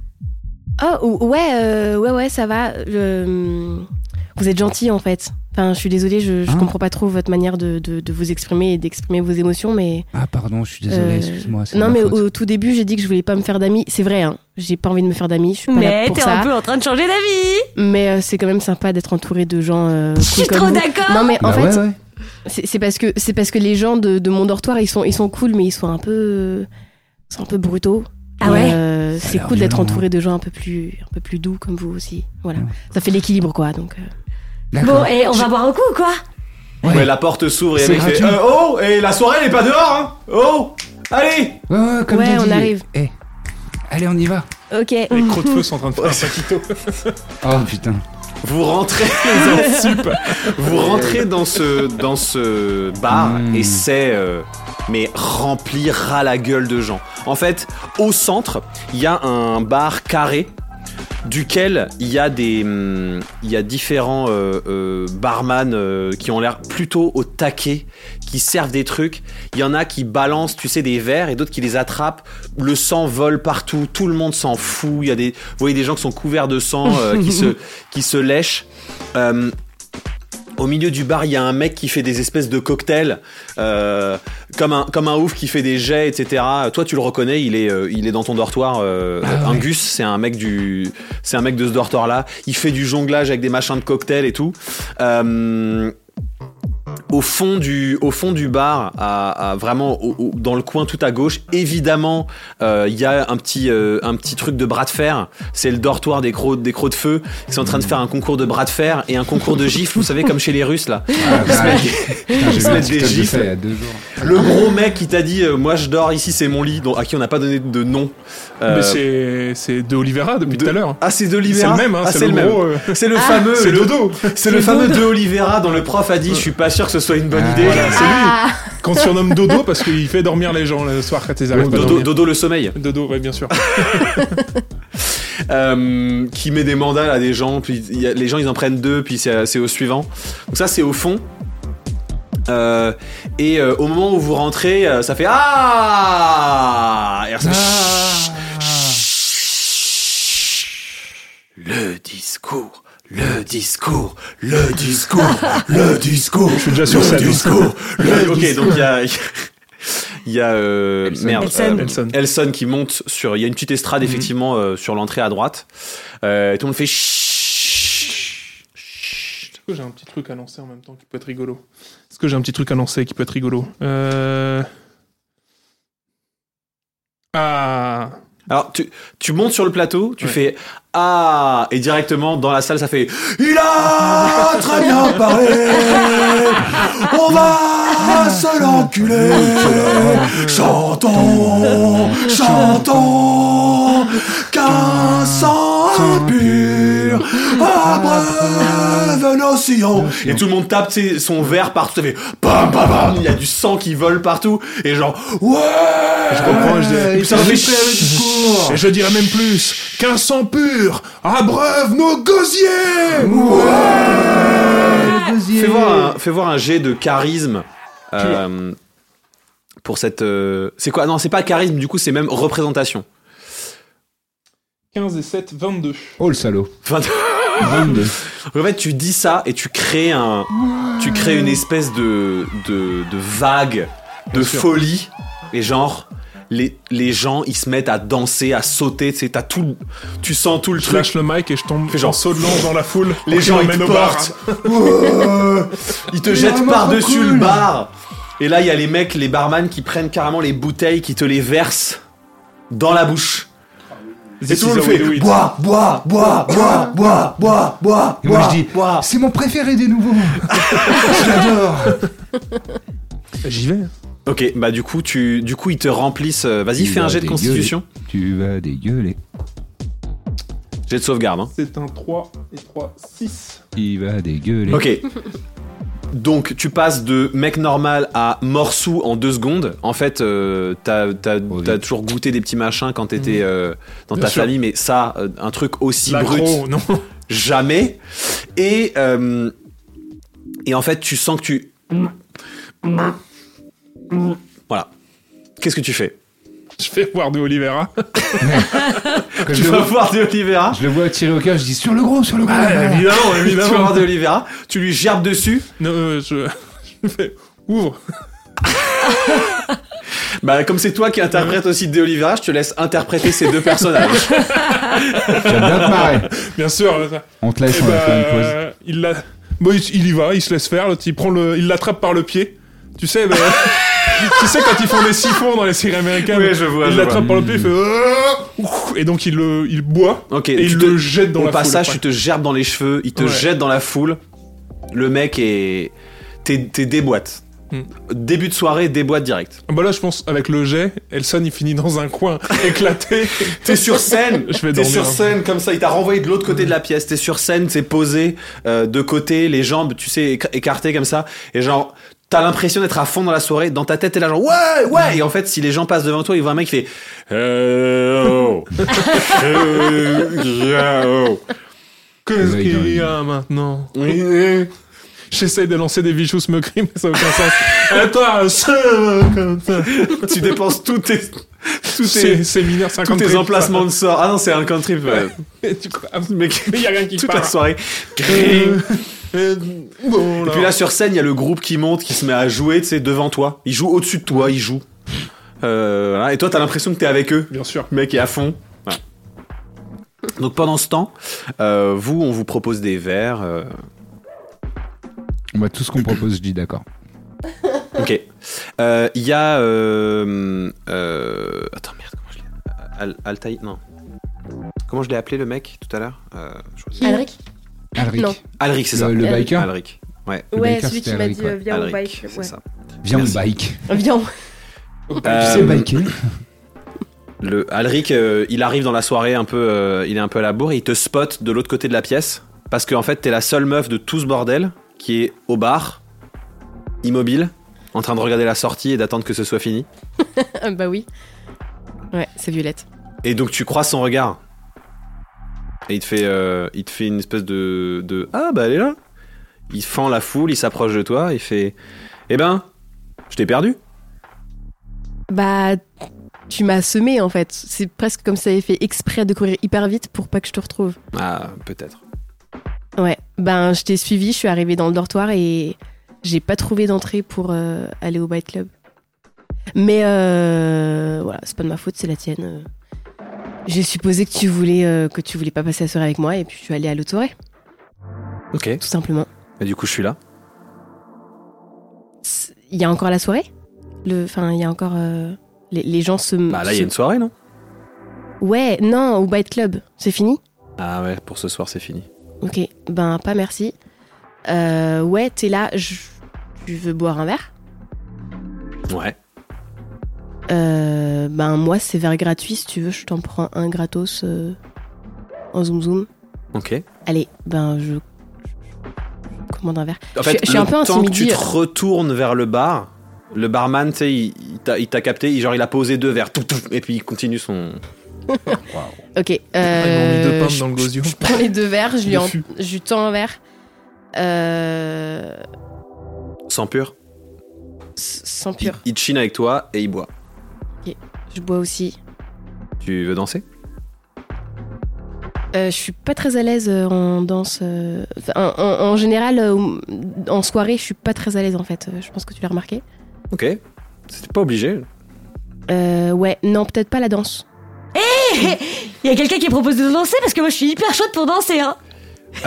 C: Oh ou- ouais, euh, ouais, ouais, ça va. euh, vous êtes gentil en fait. Enfin, je suis désolée, je, je
H: Hein
C: comprends pas trop votre manière de, de- de vous exprimer et d'exprimer vos émotions, mais
H: Ah, pardon, je suis désolé,
C: Euh,
H: excuse-moi. c'est
C: Non,
H: ma
C: mais
H: faute.
C: au tout début, j'ai dit que je voulais pas me faire d'amis. C'est vrai, hein. J'ai pas envie de me faire d'amis. Je suis pas là
I: mais
C: pour
I: t'es
C: ça.
I: un peu en train de changer d'avis.
C: Mais euh, c'est quand même sympa d'être entouré de gens. euh,
I: Je suis
C: cool comme
I: trop
C: vous.
I: d'accord.
C: Non, mais en
H: Bah
C: fait,
H: ouais, ouais.
C: c'est c'est parce que c'est parce que les gens de, de mon dortoir, ils sont ils sont cool, mais ils sont un peu euh, ils sont un peu brutaux.
I: Ah
C: Et,
I: ouais.
C: euh,
H: Ça a
C: C'est
H: l'air
C: cool d'être
H: violent, hein.
C: entouré de gens un peu plus un peu plus doux comme vous aussi. Voilà.
H: Ouais.
C: Ça fait l'équilibre quoi. Donc. euh.
I: Bon,
H: D'accord.
I: et on va boire un coup ou quoi
H: Ouais.
B: Ouais, la porte s'ouvre et
H: C'est
B: elle fait
H: gratuit.
B: euh, Oh Et la soirée, elle est pas dehors, hein Oh Allez
H: Ouais, ouais, comme
C: Ouais,
H: t'as
C: on
H: dit.
C: arrive.
H: Eh, Allez, on y va.
C: Ok.
F: Les crocs de feu sont en train de faire un paquito.
H: Oh putain.
B: Vous rentrez dans, vous rentrez dans ce dans ce bar
H: Mm.
B: et c'est euh, mais rempli ras la gueule de gens. En fait, au centre, il y a un bar carré duquel il y a des hum, il y a différents euh, euh, barman euh, qui ont l'air plutôt au taquet, qui servent des trucs. Il y en a qui balancent, tu sais, des verres et d'autres qui les attrapent. Le sang vole partout, tout le monde s'en fout. Il y a des vous voyez des gens qui sont couverts de sang, euh, qui se qui se lèchent. Euh, au milieu du bar, il y a un mec qui fait des espèces de cocktails, euh, comme, un, comme un ouf qui fait des jets, etc. Toi, tu le reconnais, il est, euh, il est dans ton dortoir. euh,
H: Ah ouais.
B: Angus, c'est un mec du, c'est un mec de ce dortoir-là. Il fait du jonglage avec des machins de cocktails et tout. Euh, au fond du, au fond du bar, à, à vraiment au- au- dans le coin tout à gauche, évidemment, euh, il y a un petit, euh, un petit truc de bras de fer. C'est le dortoir des crocs, des crocs de feu qui sont en train de faire un concours de bras de fer et un concours de gifles, vous savez, comme chez les Russes là.
H: Ah, bah, putain,
B: ils
H: J'ai
B: se
H: vu un
B: mettent des
H: TikTok de
B: gifles.
H: ça il y a deux jours.
B: Le gros mec qui t'a dit, euh, moi je dors ici, c'est mon lit, donc, à qui on n'a pas donné de nom. Euh,
F: Mais c'est- c'est de Oliveira depuis
B: de-
F: tout à l'heure. hein.
B: Ah, c'est de
F: C'est
B: Oliveira.
F: le même, hein,
B: Ah,
F: c'est le gros. euh,
B: C'est le fameux.
F: C'est le dos
B: C'est le fameux de Oliveira dont le prof a dit, je suis pas sûr que ce soit une bonne
H: Ah,
B: idée. Euh,
H: voilà.
B: C'est lui.
F: qu'on surnomme Dodo parce qu'il fait dormir les gens le soir quand ils arrivent pas à
B: Dodo,
F: dormir.
B: Dodo le sommeil.
F: Dodo, ouais, bien sûr.
B: Euh, qui met des mandales à des gens, puis il y a- les gens ils en prennent deux, puis c'est c'est au suivant. Donc ça c'est au fond. Euh, et euh, au moment où vous rentrez, euh, ça fait ah, et alors ça fait Chut le discours. Le discours, le discours, le discours. Je suis
F: déjà sur
B: le
F: scène.
B: Discours, le ok, donc il y a, il y a euh,
F: Elson.
B: merde,
I: Elson.
B: euh,
F: Nelson.
B: Elson qui monte sur. Il y a une petite estrade effectivement euh, sur l'entrée à droite. Euh, tout le monde fait. chut, chut.
F: Est-ce que j'ai un petit truc à lancer en même temps qui peut être rigolo Est-ce que j'ai un petit truc à lancer qui peut être rigolo Euh. Ah
B: Alors tu, tu montes sur le plateau, tu fais ah et directement dans la salle ça fait il a très bien parlé. On va se l'enculer. Chantons, chantons qu'un sang pur abreuve nos sillons. Et tout le monde tape tu sais, son verre partout. Ça fait bam bam bam. Il y a du sang qui vole partout et genre ouais.
F: Je comprends, je dis-
B: Et ça fait chier le discours.
F: Et je dirais même plus qu'un sang pur abreuve nos gosiers
B: Fais
F: Mmh.
B: voir, un, fais voir un jet de charisme. euh, pour cette. euh, c'est quoi Non, c'est pas charisme, du coup, c'est même représentation.
F: 15 et 7, 22.
H: Oh le salaud.
B: Enfin,
H: Grande.
B: en fait, tu dis ça et tu crées un. Tu crées une espèce de. de, de vague, de
F: Bien sûr.
B: folie. Et genre. Les, les gens, ils se mettent à danser, à sauter, tu sais, t'as tout, le- tu sens tout le
F: Je
B: truc.
F: lâche le mic et je tombe
B: Fais genre-
F: en sautelant dans la foule.
B: Les gens, ils
F: mènent
B: te
F: au bar.
B: portent. Ouah. ils te
H: Mais
B: jettent
H: vraiment
B: par-dessus
H: cool.
B: le bar. Et là, il y a les mecs, les barman qui prennent carrément les bouteilles, qui te les versent dans la bouche.
H: Et tout le monde fait bois, bois, bois, bois, bois, bois, bois, Et moi je dis Ah, c'est mon préféré des nouveaux. je l'adore.
F: J'y vais.
B: Ok, bah du coup, tu, du coup ils te remplissent. euh, Vas-y,
H: Tu
B: fais un
H: vas
B: jet de
H: dégueuler.
B: constitution.
H: Tu vas dégueuler.
B: Jet de sauvegarde. hein.
F: C'est un 3 et 3, 6.
H: Tu vas dégueuler.
B: Ok. Donc tu passes de mec normal à morceau en deux secondes. En fait, euh, t'as t'as-
H: Oh,
B: t'as
H: oui.
B: toujours goûté des petits machins quand t'étais
F: Mm.
B: euh, dans
F: Bien
B: ta
F: sûr.
B: famille, mais ça, euh, un truc aussi brut,
F: L'accro, non
B: jamais. Et euh, et en fait, tu sens que tu voilà. Qu'est-ce que tu fais
F: Je fais voir de Olivera.
H: Quand
B: Tu
H: je, le
B: vas
H: vois,
B: voir de Oliveira.
H: je le vois tirer au cœur, je dis sur le gros, sur le gros. voilà.
F: évidemment,
B: Tu vas voir de Oliveira. Tu lui gerbes dessus.
F: Non, euh, je... je fais ouvre.
B: Bah comme c'est toi qui
F: Mm.
B: interprète aussi de Oliveira, je te laisse interpréter ces deux personnages.
H: Tu vas bien te marrer.
F: Bien sûr. là, ça.
H: On te laisse,
F: Eh
H: on va
F: ben,
H: faire une pause.
F: euh, il la... bon, il, il y va, il se laisse faire. l'autre, il prend le, il l'attrape par le pied. Tu sais, le- tu sais quand ils font les siphons dans les séries américaines.
B: Oui, je vois,
F: il
B: je
F: l'attrape par le pied, il fait Ouf et donc il le, il boit
B: Ok.
F: et
B: tu
F: il
B: te-
F: le jette dans
B: Au
F: la
B: passage,
F: foule.
B: tu te gerbes dans les cheveux, il te
F: Ouais.
B: jette dans la foule. Le mec est. T'es t'es déboîte.
F: Hmm.
B: Début de soirée, déboîte direct.
F: Bah là, je pense avec le jet, Elson il finit dans un coin éclaté.
B: T'es sur scène
F: Je vais
B: T'es
F: dormir.
B: sur scène comme ça, il t'a renvoyé de l'autre côté de la pièce. T'es sur scène, t'es posé euh, de côté, les jambes, tu sais, éca- écartées comme ça. Et genre, t'as l'impression d'être à fond dans la soirée. Dans ta tête, t'es là genre, ouais, ouais. Et en fait, si les gens passent devant toi, ils voient un mec qui fait. oh. Hello. Hello.
F: Qu'est-ce
H: Ouais,
F: qu'il y
H: il
F: a maintenant J'essaye de lancer des vicious moqueries, mais ça n'a aucun sens. Attends, c'est comme ça.
B: tu dépenses tout tes, tout tes,
F: C'est- c'est mineur 50
B: tous tes emplacements de sort. Ah non, c'est un country. euh,
F: Tu crois- ah,
B: mais qui-
F: Mais y a rien qui
B: toute
F: part.
B: la soirée.
F: Euh, euh, bon,
B: Et puis là, sur scène, il y a le groupe qui monte, qui se met à jouer, tu sais, devant toi. Ils jouent au-dessus de toi, ils jouent. Euh, voilà. Et toi, t'as l'impression que t'es avec eux.
F: bien sûr.
B: Le mec est à fond. Voilà. Donc pendant ce temps, euh, vous, on vous propose des verres. euh,
H: Moi, tout ce qu'on propose, je dis d'accord.
B: Ok. Euh, Il y a. euh, euh, Attends, merde, comment je l'ai. Al- Altaï. Non. Comment je l'ai appelé le mec tout à l'heure Euh, je crois-
I: Alric
H: Alric,
C: Non.
B: Alric, c'est ça.
H: le, le
C: Euh,
H: biker,
B: Alric. Ouais.
H: Le
C: ouais,
H: biker,
C: celui qui
H: c'était
C: m'a
H: Alric,
C: dit
H: ouais.
C: euh, viens on
B: Alric.
C: bike.
B: C'est
C: Ouais.
B: ça.
H: viens
B: Merci.
H: bike.
C: Viens.
H: Tu
B: Euh,
H: sais biker
B: Le Alric, euh, il arrive dans la soirée un peu, euh, il est un peu à la bourre et il te spot de l'autre côté de la pièce parce qu'en fait t'es la seule meuf de tout ce bordel qui est au bar, immobile, en train de regarder la sortie et d'attendre que ce soit fini.
C: Ah, bah oui. Ouais, c'est Violette.
B: Et donc tu crois son regard et il te fait, euh, il te fait une espèce de, de ah bah elle est là. Il fend la foule, il s'approche de toi, il fait eh ben je t'ai perdu.
C: Bah, tu m'as semé en fait. C'est presque comme si ça avait fait exprès de courir hyper vite pour pas que je te retrouve.
B: Ah peut-être.
C: Ouais. Ben, je t'ai suivi, je suis arrivée dans le dortoir et j'ai pas trouvé d'entrée pour euh, aller au Bite Club. Mais euh, voilà, c'est pas de ma faute, c'est la tienne. Euh, J'ai supposé que tu voulais euh, que tu voulais pas passer la soirée avec moi et puis je suis allée à l'autre soirée,
B: Ok.
C: tout simplement.
B: Et du coup je suis là.
C: C'est- Il y a encore la soirée Le, enfin, il y a encore euh, les, les gens se.
B: Bah là il y
C: se-
B: a une soirée non
C: Ouais, non, au Bite Club, c'est fini.
B: Ah ouais pour ce soir c'est fini.
C: Ok, ben pas merci. Euh, ouais, t'es là, je- tu veux boire un verre
B: Ouais.
C: Euh, Ben moi, c'est verre gratuit, si tu veux, je t'en prends un gratos euh, en zoom zoom.
B: Ok.
C: Allez, ben je, je commande un verre.
B: En
C: Je
B: fait,
C: suis- je suis
B: le
C: un peu
B: temps que tu
C: intimidée.
B: te retournes vers le bar, le barman, tu sais, il, il t'a- il t'a capté, il- genre il a posé deux verres, tout, tout, et puis il continue son.
C: Ok, euh,
F: Ils m'ont mis deux pommes
C: je-
F: dans le gosio.
C: je prends les deux verres, je lui, en-
F: Dessus.
C: je lui tends un verre. Euh,
B: Sans pur.
C: s- sans
B: Il,
C: pur,
B: il chine avec toi et il boit.
C: je bois aussi.
B: Tu veux danser
C: Euh, je suis pas très à l'aise euh, en danse. euh, enfin, en, en- en général, euh, en soirée, je suis pas très à l'aise en fait. Euh, Je pense que tu l'as remarqué.
B: Ok. C'était pas obligé.
C: Euh, ouais, non, peut-être pas la danse.
I: Il y a quelqu'un qui propose de danser parce que moi je suis hyper chaude pour danser, hein.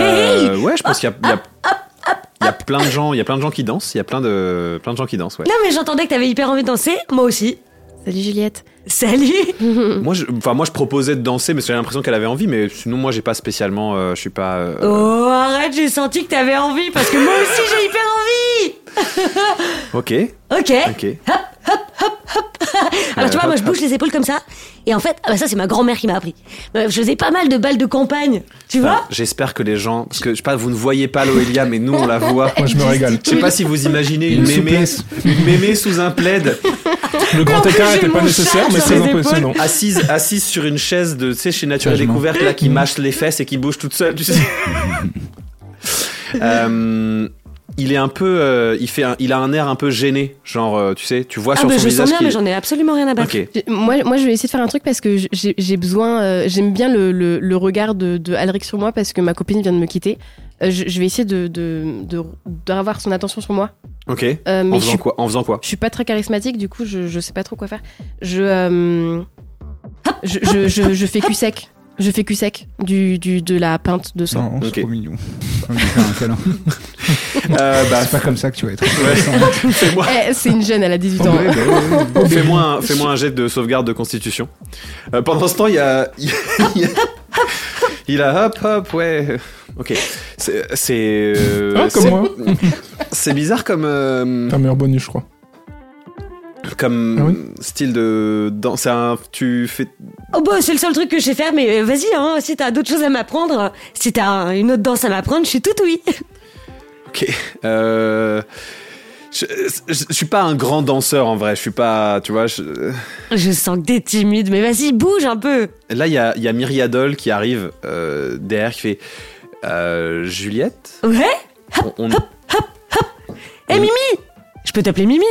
B: Euh, ouais, je pense qu'il y a. il y a- il y a plein de gens, il y a plein de gens qui dansent, il y a plein de, plein de gens qui dansent, ouais.
I: Non mais j'entendais que t'avais hyper envie de danser, moi aussi.
C: Salut Juliette.
I: Salut
B: Moi, je, enfin, moi, je proposais de danser, mais j'ai l'impression qu'elle avait envie. Mais sinon, moi, j'ai pas spécialement. euh, je suis pas. euh,
I: Oh, arrête, j'ai senti que t'avais envie parce que moi aussi j'ai hyper envie
B: Ok,
I: Ok.
B: ok.
I: Alors tu vois, moi je bouge les épaules comme ça. Et en fait, ah bah, ça c'est ma grand-mère qui m'a appris. Euh, Je faisais pas mal de balles de campagne. Tu
B: Enfin,
I: vois
B: J'espère que les gens, parce que je sais pas, vous ne voyez pas Loelia, mais nous on la voit.
F: Moi, je me régale.
B: Je sais pas si vous imaginez une
H: Une
B: mémé,
H: souplesse.
B: une mémé sous un plaid,
F: Le grand
I: plus,
F: écart
I: j'ai
F: n'était pas
I: mon
F: nécessaire,
I: chat
F: mais
I: sur
F: c'est
I: les
F: non,
I: épaules.
F: c'est non.
B: assise, assise sur une chaise de, tu sais, chez Nature et
H: Sagement.
B: Découverte, là,
I: Mm.
B: qui mâche les fesses et qui bouge toute seule, tu sais. Euh, il est un peu, euh, il fait, un- il a un air un peu gêné, genre, euh, tu sais, tu vois
I: Ah
B: sur
I: bah
B: son
I: je
B: visage
I: sens bien,
B: qu'il
I: mais
B: est-
I: j'en ai absolument rien à battre.
B: Ok.
C: Je- Moi, moi, je vais essayer de faire un truc parce que j- j'ai j'ai besoin. euh, J'aime bien le, le- le regard de, de Alric sur moi parce que ma copine vient de me quitter. Euh, je, je vais essayer de, de, de- d'avoir son attention sur moi.
B: Ok.
C: Euh, mais
B: En
C: je,
B: faisant
C: suis,
B: quoi En faisant quoi
C: je suis pas très charismatique, du coup, je, je sais pas trop quoi faire. Je, euh, je, je, je, je fais cul sec. Je fais cul sec du, du, de la pinte de sang.
H: Non,
B: Ok.
H: c'est trop mignon. J'ai envie de faire un câlin.
B: Euh, bah,
H: C'est pas comme ça que tu vas être.
B: fais-moi,
C: Eh, c'est une jeune, elle a 18 ans.
H: Ouais, bah ouais, ouais.
B: fais-moi, un, fais-moi un jet de sauvegarde de constitution. Euh, pendant ce temps, il y a, il y a- il a hop hop ouais. Ok. C'est, c'est, euh,
F: Ah, comme
B: c'est-
F: moi.
B: C'est bizarre comme euh,
F: Un meilleur bonus, je crois.
B: comme
F: Ah oui
B: style de dans, c'est un tu fais
I: Oh bah c'est le seul truc que je sais faire, mais euh, vas-y, hein, si t'as d'autres choses à m'apprendre, euh, si t'as un- une autre danse à m'apprendre, je suis tout oui.
B: euh, je, je- je suis pas un grand danseur en vrai, je suis pas tu vois, je-
I: Je sens que t'es timide, mais vas-y, bouge un peu.
B: là il y a il y a Myriadol qui arrive euh, derrière qui fait euh, Juliette,
I: Ouais
B: on- on-
I: Eh
B: Oui.
I: Mimi Je peux t'appeler Mimi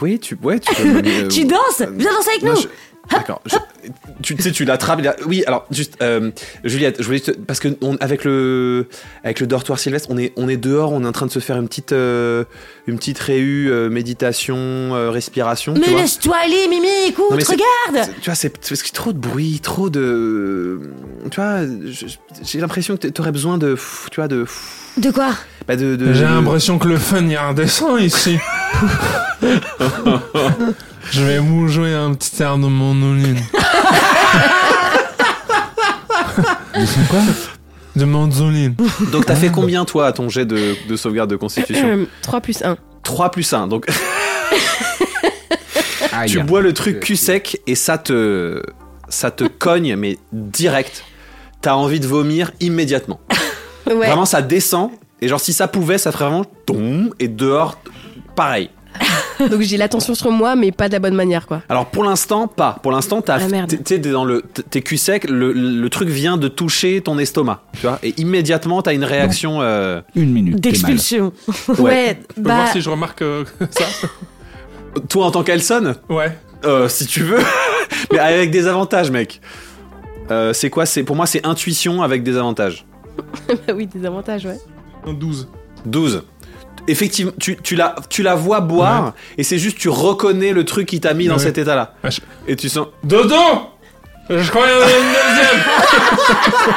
B: oui, tu ouais, tu peux me- euh,
I: Tu danses Viens danser avec
B: Non,
I: nous
B: je- D'accord. je- Tu tu sais, tu l'attrapes. il a- Oui, alors juste euh, Juliette, je voulais te- parce que on- avec le avec le dortoir Sylvestre, on est on est dehors, on est en train de se faire une petite euh, une petite réu euh, méditation euh, respiration. tu
I: Mais
B: vois.
I: laisse-toi aller, Mimi, écoute,
B: Non, mais c'est-
I: regarde
B: C'est- Tu vois, c'est c'est parce que c'est trop de bruit, trop de tu vois, je- j'ai l'impression que t'aurais besoin de pff, tu vois de pff,
I: De quoi
B: bah de, de-
F: J'ai l'impression que le fun, il y a un dessin ici. je vais vous jouer un petit air de mandoline.
H: Ils sont quoi
F: De mandoline.
B: Donc t'as fait combien toi à ton jet de, de sauvegarde de constitution
C: 3 Euh, plus 1.
B: 3 plus 1. Donc
H: Aïe.
B: Tu bois le truc cul sec et ça te ça te cogne mais direct. T'as envie de vomir immédiatement.
C: Ouais.
B: Vraiment ça descend et genre si ça pouvait ça ferait vraiment tom et dehors pareil.
C: Donc j'ai l'attention sur moi, mais pas de la bonne manière, quoi.
B: Alors pour l'instant pas. Pour l'instant t'as
C: Ah, merde.
B: t'es- t'es dans le t'es cul sec le, le truc vient de toucher ton estomac tu vois et immédiatement t'as une réaction euh,
H: Une minute. t'es mal.
I: D'expulsion.
B: ouais.
F: Je peux
C: bah.
F: voir si je remarque euh, ça.
B: Toi en tant qu'Elson
F: Ouais.
B: euh, si tu veux mais avec des avantages mec. Euh, c'est quoi c'est pour moi c'est intuition avec des avantages.
C: oui, des avantages, ouais.
F: Un 12.
B: 12. Effectivement, tu, tu la, tu la vois boire, et c'est juste tu reconnais le truc qui t'a mis dans
F: Ouais.
B: cet état-là.
F: Ouais, je-
B: Et tu sens...
F: Dodo Je crois qu'il y en a une deuxième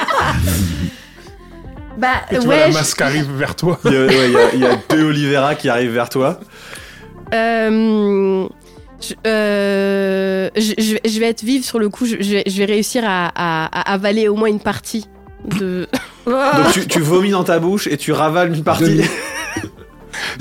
C: Bah,
F: Et tu vois
C: ouais.
F: la
C: je-
F: masse qui arrive vers toi.
B: Il y a, ouais, il y a- il y a deux Olivera qui arrivent vers toi.
C: Euh, je, euh, je, je vais- je vais être vive sur le coup, je, je vais, je vais réussir à, à- à avaler au moins une partie de.
B: Donc tu, tu vomis dans ta bouche et tu ravales une partie.
H: Demi.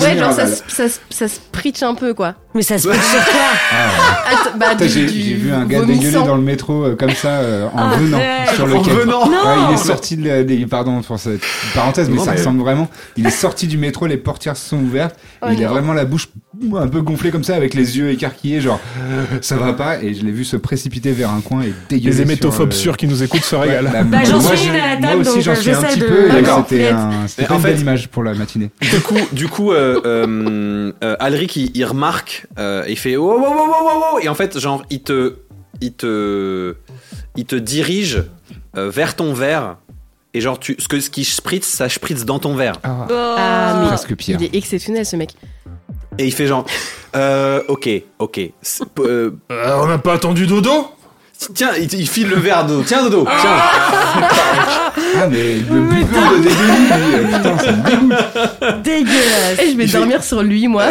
C: Ouais, genre ça, se- ça, se- ça se pritche un peu quoi.
I: Mais ça se peut sur quoi
H: Ah,
C: Att- bah,
H: putain,
C: du-
H: J'ai
C: du
H: j'ai vu un gars
C: vomissant. Ah.
H: dégueuler dans le métro euh, comme ça euh, en
I: Arrête.
H: venant sur le
B: en
H: quai.
B: venant
I: Non
H: Ouais, il est sorti de la- des- pardon pour cette parenthèse, mais
B: Non,
H: ça
B: mais-
H: ressemble vraiment. Il est sorti du métro, les portières se sont ouvertes.
C: Oh
H: et il a
C: non.
H: vraiment la bouche un peu gonflée comme ça, avec les yeux écarquillés, genre euh, ça va pas. Et je l'ai vu se précipiter vers un coin et dégueuler.
F: Les
H: sur
F: hémétophobes
H: le-
F: sûrs qui nous écoutent se
H: Ouais,
F: régalent.
H: la-
I: Bah, j'en
H: moi,
I: suis une à la
H: moi
I: table,
H: aussi
I: donc, euh,
H: j'en suis un
I: j'essaie
H: petit
I: de-
H: peu. et
I: D'accord.
H: C'était
I: Faites.
H: un- c'était
B: Mais
H: pas
B: en
H: une
B: fait-
H: belle image pour la matinée.
B: Du coup, du coup euh, euh, euh, Alric, il, il remarque, euh, il fait... Oh, oh, oh, oh, oh, oh Et en fait, genre, il te... Il te, il te dirige euh, vers ton verre. Et genre, tu, ce, que, ce qui spritz, ça spritz dans ton verre.
H: Ah,
C: Ah, mais-
H: presque pire.
C: Il est exceptionnel ce mec.
B: Et il fait genre, euh, ok, ok. C'est- euh,
F: Euh, on n'a pas attendu Dodo
B: tiens, il, il file le verre à Dodo. Tiens, Dodo, tiens.
H: Ah mais le buveur de Ah, début, lui, euh, putain, ça me dégoûte.
I: Dégueulasse
C: Et je vais
B: Il fait-
C: dormir sur lui, moi.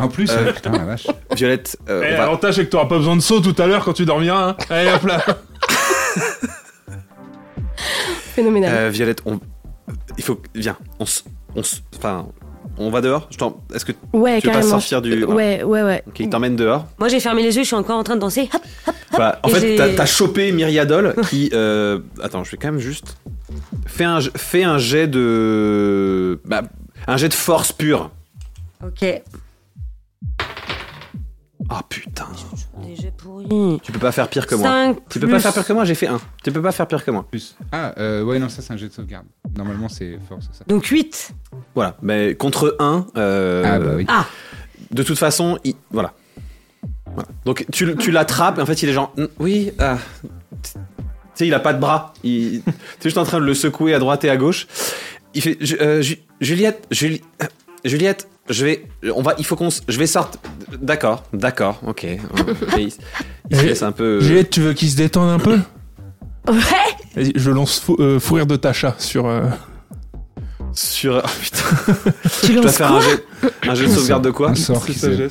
H: En plus, euh, putain, la vache.
B: Violette, euh,
F: Eh,
H: bah.
B: on va-
F: L'avantage, c'est que t'auras pas besoin de saut tout à l'heure quand tu dormiras. hein. Allez, hop
H: Euh.
F: là.
C: Phénoménal.
B: Euh, Violette, on... il faut que- viens, on s- on s- enfin, on va dehors. Je t'en- Est-ce que Euh, tu
C: ouais,
B: veux pas
C: Eh, carrément. Euh,
B: sortir du voilà.
C: Ouais, ouais, ouais.
B: Ok, il t'emmène dehors.
I: Moi, j'ai fermé les yeux, je suis encore en train de danser. Hop.
B: Voilà. En
I: Et
B: fait,
I: j'ai-
B: t'as t'as chopé Myriadol qui. euh, Attends, je vais quand même juste. Fais un, fais un jet de. bah, un jet de force pure.
I: Ok.
B: Ah putain.
I: Déjà pourri.
B: Tu peux pas faire pire que moi.
I: 5
B: Tu peux pas faire pire que moi, j'ai fait un. Tu peux pas faire pire que moi.
H: Plus. Ah, euh, ouais, non, ça, c'est un jet de sauvegarde. Normalement, c'est force, ça.
I: Donc 8.
B: Voilà. Mais contre 1.
H: Ah, bah oui.
B: De toute façon, il- voilà. Voilà. Donc tu, l- tu l'attrapes et en fait il est genre. Mm, Oui, ah. Tu sais, il a pas de bras. Il... tu juste en train de le secouer à droite et à gauche. Il fait. Ju- euh, Ju- Juliette, Juli- euh, Juliette, je vais. On va, il faut qu'on. s- Je vais sortir. D'accord, d'accord, ok. hein, Et il, il se laisse un peu.
F: Juliette, tu veux qu'il se détende un peu
C: Ouais.
F: Vas-y, je lance fou, euh, fou rire de Tacha sur. euh,
B: Sur. Oh, putain,
I: Tu
B: je dois
I: lances
B: faire un
I: quoi
B: jeu, un jeu de sauvegarde de quoi
H: Un sort qui se.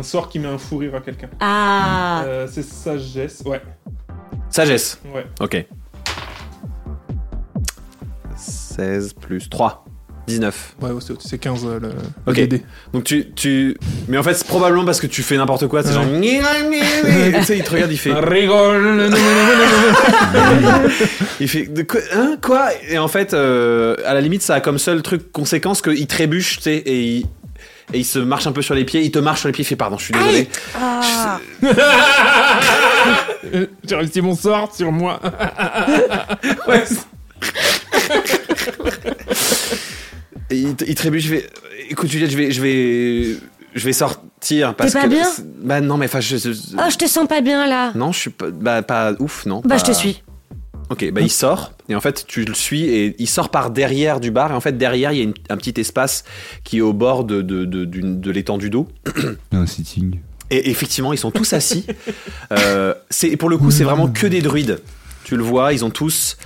F: Un sort qui met un fou rire à quelqu'un.
I: Ah.
F: Euh, c'est sagesse, ouais.
B: Sagesse,
F: ouais.
B: ok. 16 plus 3, 19.
F: Ouais, c'est- c'est 15 euh, le.
B: Ok.
F: le DD.
B: Donc tu, tu... Mais en fait, c'est probablement parce que tu fais n'importe quoi. C'est
F: Ouais.
B: genre... Gni, gni, gni. Et tu sais, il te regarde, il fait...
F: Rigole
B: Il fait... De quoi, hein Quoi Et en fait, euh, à la limite, ça a comme seul truc conséquence qu'il trébuche, tu sais, et il... Et il se marche un peu sur les pieds, il te marche sur les pieds, il fait pardon, je suis désolé.
I: Ah.
F: Euh, J'ai réussi mon sort sur moi.
B: Ouais. Et il, t- il trébuche, il fait écoute Juliette, je vais, je vais, je vais sortir parce
I: pas
B: que
I: bien
B: c'est- bah non mais enfin je, je-
I: Oh, je te sens pas bien là.
B: non je suis pas, bah pas ouf non.
I: Bah,
B: pas-
I: je te suis.
B: Ok, bah il sort, et en fait tu le suis, et il sort par derrière du bar, et en fait derrière il y a une- un petit espace qui est au bord de, de, de, d'une- de l'étendue d'eau.
H: Un sitting.
B: Et effectivement, ils sont tous assis. Euh, c'est, pour le coup, c'est vraiment que des druides. Tu le vois, ils ont tous.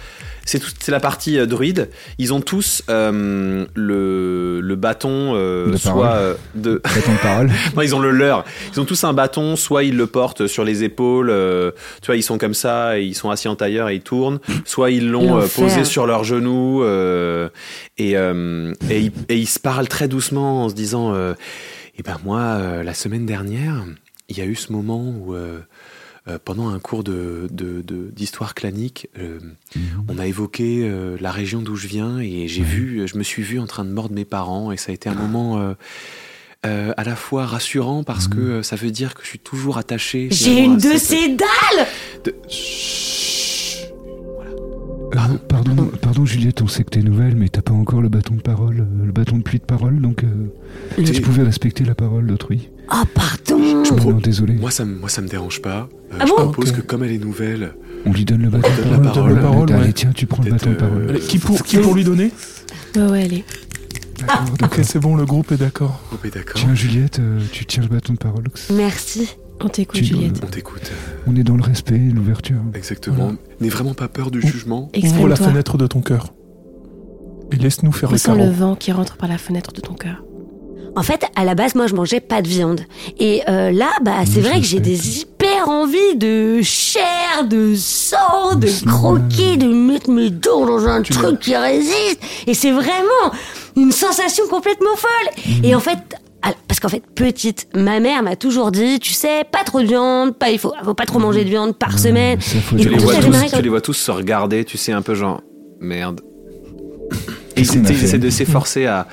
B: C'est, tout- c'est la partie euh, druide. Ils ont tous euh, le, le bâton, euh,
H: De
B: soit
H: parole.
B: euh, de,
H: Bâton de parole.
B: non, ils ont le leur. Ils ont tous un bâton, soit ils le portent sur les épaules, euh, tu vois, ils sont comme ça, et ils sont assis en tailleur et ils tournent, soit ils l'ont euh,
I: L'enfer.
B: posé sur leurs genoux, euh, et, euh, et, ils, et ils se parlent très doucement en se disant euh, Eh ben moi, euh, la semaine dernière, il y a eu ce moment où. euh, euh, pendant un cours de- de- de- d'histoire clanique, euh,
H: Mhm.
B: on a évoqué euh, la région d'où je viens et j'ai vu, je me suis vu en train de mordre mes parents et ça a été un
H: Ah.
B: moment euh, euh, à la fois rassurant parce
H: Mhm.
B: que euh, ça veut dire que je suis toujours attaché.
I: J'ai
B: finalement,
I: une
B: à
I: de
B: cette-
I: ces dames.
H: Euh, pardon, pardon, Juliette, on sait que t'es nouvelle, mais t'as pas encore le bâton de parole, euh, le bâton de pluie de parole, donc euh, si je pouvais respecter la parole d'autrui.
F: Ah,
I: Oh, pardon.
H: Oh,
B: pro-
H: non, désolé.
B: Moi ça me, moi ça me dérange pas. Euh,
I: Ah
B: je
I: bon
B: propose
F: Ok.
B: que comme elle est nouvelle,
H: On lui donne le bâton de
B: donne la
H: parole.
F: parole,
H: euh,
F: parole,
H: allez,
F: ouais.
H: tiens, tu prends le
B: Peut-être,
H: bâton de parole.
B: euh,
F: Allez, qui, pour, qui pour lui donner
C: Ouais, Bah ouais, allez.
H: D'accord, d'accord.
F: Ok, c'est bon, le groupe est d'accord.
B: oh, mais d'accord,
H: Tiens, Juliette, euh, tu tiens le bâton de parole.
I: Merci.
C: On t'écoute,
H: Tu-
C: Juliette.
B: on t'écoute.
H: On est dans le respect et l'ouverture.
B: Exactement. N'aie vraiment pas peur du jugement.
F: Ouvre la
C: Exprime-toi.
F: fenêtre de ton cœur. Et laisse-nous faire le
C: Ressens le
F: carreau.
C: vent qui rentre par la fenêtre de ton cœur.
I: Hmm. En fait, à la base, moi, je mangeais pas de viande. Et euh, là, bah, c'est
H: Mmh,
I: vrai que
H: je
I: j'ai
H: sais.
I: des hyper envies de chair, de sang, de
H: Mmh.
I: croquer, de mettre mes dents dans un
F: Tu
I: truc qui résiste. Et c'est vraiment une sensation complètement folle. Et en fait, à- parce qu'en fait, petite, ma mère m'a toujours dit, tu sais, pas trop de viande, pas, il faut, faut pas trop manger de viande par semaine.
H: Ça, faut
I: Et
B: Tu
H: être
B: les,
I: du coup,
B: vois
I: ça a
H: conscient.
I: démarré
B: tous,
I: comme-
B: tu les vois tous se regarder, tu sais, un peu genre merde. Et
H: Qu'est-ce
B: ils,
H: qu'on
B: tu
H: a
B: sais, ils
H: fait
B: essaient de s'efforcer à.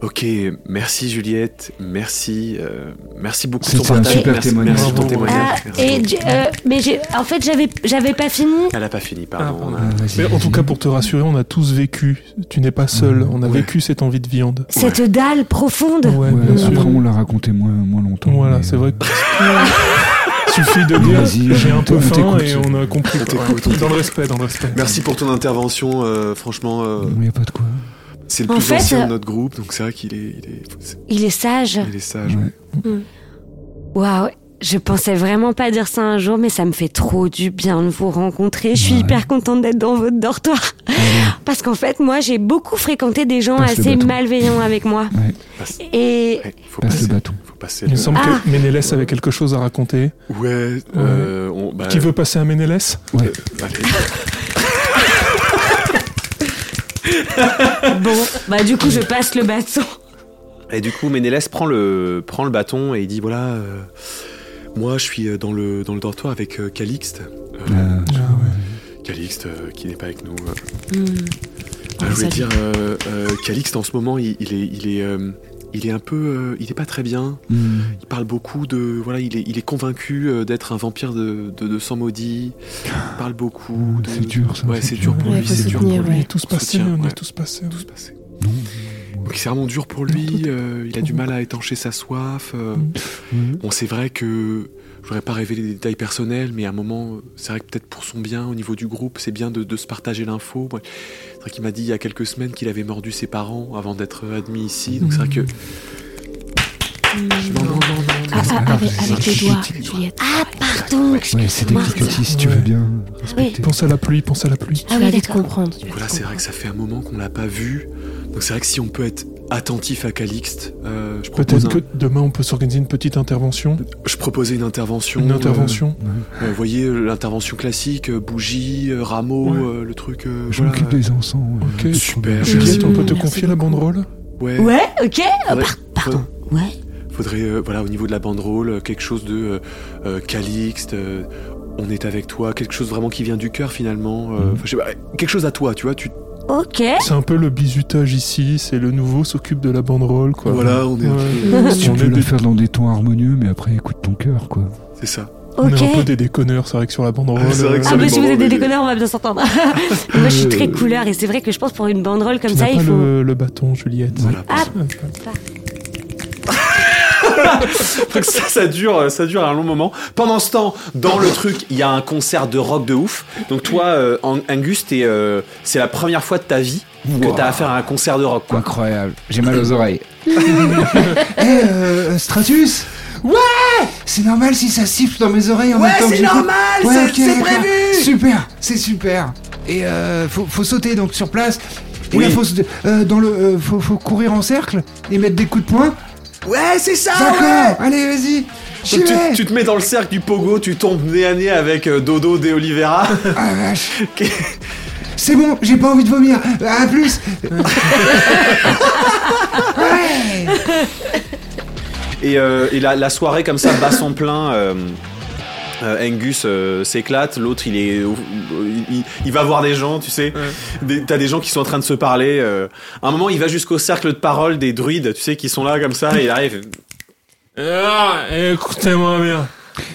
B: Ok, merci Juliette, merci, euh, merci beaucoup de ton
H: C'était un
B: partage,
H: super
B: merci,
H: témoignage.
B: merci de ton
F: Ah,
I: Ah,
B: témoignage. merci.
I: et du- euh, mais j'ai, en fait, j'avais, j'avais pas fini.
B: Elle a pas fini,
F: Ah,
B: pardon.
F: pardon.
B: on a-
H: Ah, vas-y,
F: Mais en
H: vas-y.
F: tout cas, pour te rassurer, on a tous vécu. Tu n'es pas seul. On a
B: Ouais.
F: vécu cette envie de viande.
I: Cette dalle profonde.
F: Mmh, Ouais,
H: Ouais,
F: bien sûr.
H: Après, on l'a raconté moins, moins longtemps.
F: Voilà,
H: mais,
F: c'est
H: euh,
F: vrai. que- Suffit de dire
H: Vas-y,
F: j'ai un peu
H: on
F: faim
H: t'écoute.
F: et on a compris.
B: On
F: quoi.
B: t'écoute, on
F: Dans le respect, dans le respect.
B: Merci pour ton intervention, euh, franchement, euh,
H: Il n'y a pas de quoi.
B: c'est le
I: En
B: plus
I: fait,
B: ancien de
I: euh,
B: notre groupe, donc c'est vrai qu'il est, il est, c'est-
I: Il est sage.
B: il est sage.
H: Ouais.
I: Waouh, je pensais vraiment pas dire ça un jour, mais ça me fait trop du bien de vous rencontrer. Je suis
H: Ouais.
I: hyper contente d'être dans votre dortoir. parce qu'en fait, moi, j'ai beaucoup fréquenté des gens
H: Passe le
I: assez
H: bâton.
I: malveillants avec moi.
H: Ouais.
E: Passe-
I: Et
E: Ouais,
B: Eh,
E: faut
H: Passe
E: passer,
H: le bâton.
E: faut passer
F: Il me
E: le-
F: semble
I: Ah.
F: que Ménélès avait quelque chose à raconter.
E: Ouais, euh, on- bah,
F: Qui veut passer à Ménélès
H: Ouais.
B: bah,
E: allez.
I: bon, bah du coup, je passe le bâton.
B: Et du coup, Ménélès prend le, prend le bâton et il dit voilà,
E: Voilà, euh, moi je suis euh, dans le, dans le dortoir avec euh, Calixte. Euh,
H: Euh,
F: Ah,
E: Calixte euh, qui n'est pas avec nous. euh.
B: Ah,
I: Hmm.
E: Ah, je voulais
I: Salut.
E: dire, euh, euh, Calixte en ce moment il, il est, il, est, euh, il est un peu. euh, il est pas très bien.
H: hmm.
E: Il parle beaucoup de. Voilà, il est, il est convaincu euh, d'être un vampire de, de, de sang maudit. Il parle beaucoup. de-
H: C'est dur, ça,
E: Ouais,
H: c'est
E: c'est
H: dur.
E: dur pour
C: Ouais,
E: lui,
C: faut
E: c'est dur pour
C: soutenir,
E: lui.
F: On
C: ouais.
F: est tous passés,
E: Soutien,
F: on
E: ouais.
F: est tous passés.
E: Tout se passait. Donc c'est vraiment dur pour lui, euh, il a du mal à étancher sa soif. euh. Bon, c'est vrai que je voudrais pas révéler des détails personnels, mais à un moment, euh, c'est vrai que peut-être pour son bien au niveau du groupe, c'est bien de, de se partager l'info. Moi, C'est vrai qu'il m'a dit il y a quelques semaines qu'il avait mordu ses parents avant d'être admis ici, donc c'est vrai que.
F: Mmh.
I: Hmm.
E: Non, non, non, non,
C: Ah, ah, avec,
H: c'est
C: avec les
H: chic.
C: doigts, Juliette.
I: Ah, pardon.
H: Ouais, c'est des
I: Merde.
H: cliquetis si tu veux bien.
I: Oui.
H: respecter.
F: Pense à la pluie, pense à la pluie.
I: Ah
C: tu vas
I: oui,
C: vite
I: d'accord.
C: comprendre. tu vas
E: Voilà,
C: vite
E: c'est vrai que ça fait un moment qu'on l'a pas vu. Donc c'est vrai que si on peut être attentif à Calixte, euh, je, propose
F: Peut-être
E: un-
F: que demain on peut s'organiser une petite intervention.
E: je proposais une intervention.
F: Une
E: euh,
F: intervention.
E: Euh, Vous voyez euh, l'intervention classique, euh, bougie, euh, rameau,
F: Ouais.
E: euh, le truc. euh,
H: Je
E: voilà,
H: m'occupe des enfants.
F: Ok.
H: euh,
E: Super.
H: je-
F: Juliette, on peut te
C: Merci
F: confier la
C: beaucoup.
F: banderole
E: euh, Ouais.
I: Ouais, ok. Ah,
E: Faudrait,
I: par- pardon. Ouais.
E: faudrait- faudrait, euh, voilà, au niveau de la banderole, euh, quelque chose de euh, euh, calixte. euh, on est avec toi, quelque chose vraiment qui vient du cœur finalement.
F: Mhm.
E: euh, enfin, je sais pas, euh, quelque chose à toi, tu vois. Tu,
I: Ok.
F: C'est un peu le bisutage ici, c'est le nouveau s'occupe de la banderole, quoi.
E: Voilà, on est.
F: Ouais.
H: Si tu
F: On
H: veux
F: est
H: la
F: des-
H: faire dans des tons harmonieux, mais après écoute ton cœur, quoi.
E: C'est ça.
F: on est un peu
I: Ok.
F: des déconneurs, c'est vrai que sur la banderole.
E: Ah, c'est vrai que
F: euh,
E: ça-
I: Ah,
E: les
I: mais si vous
E: banderoles,
I: êtes des
E: mais-
I: déconneurs, on va bien s'entendre. Moi, je suis très couleur et c'est vrai que je pense pour une banderole
F: tu
I: comme
F: n'as
I: ça, il
F: pas
I: faut.
F: le, le bâton, Juliette.
E: Voilà.
I: Ah,
B: Donc ça, ça dure, euh, ça dure un long moment. Pendant ce temps, dans le truc, il y a un concert de rock de ouf. Donc toi, euh, Ang- Angus, t'es, euh, c'est la première fois de ta vie que
H: Wow.
B: t'as affaire à un concert de rock. Quoi.
H: Incroyable. J'ai mal aux oreilles. Eh, euh, Stratus Ouais C'est normal si ça siffle dans mes oreilles en même temps que j'écoute Ouais, ok, d'accord. Super, c'est super. Et euh, faut, faut sauter donc sur place. Et
B: Oui.
H: là, faut, sauter- euh, dans le, euh, faut, faut courir en cercle et mettre des coups de poing.
B: Ah Ouais, c'est ça.
H: D'accord, allez, vas-y. J'y
B: Donc tu,
H: vais.
B: tu te mets dans le cercle du pogo, tu tombes nez à nez avec euh, Dodo de Oliveira.
H: Ah, vache. C'est bon, j'ai pas envie de vomir. À plus. ouais.
B: Et, euh, et la, la soirée comme ça bat son plein. euh, euh, Angus euh, s'éclate, l'autre il est, au- il, il- il va voir des gens, tu sais. Des- T'as des gens qui sont en train de se parler. euh. À un moment, il va jusqu'au cercle de parole des druides, tu sais, qui sont là comme ça. Et il arrive.
F: Ah, écoutez-moi bien.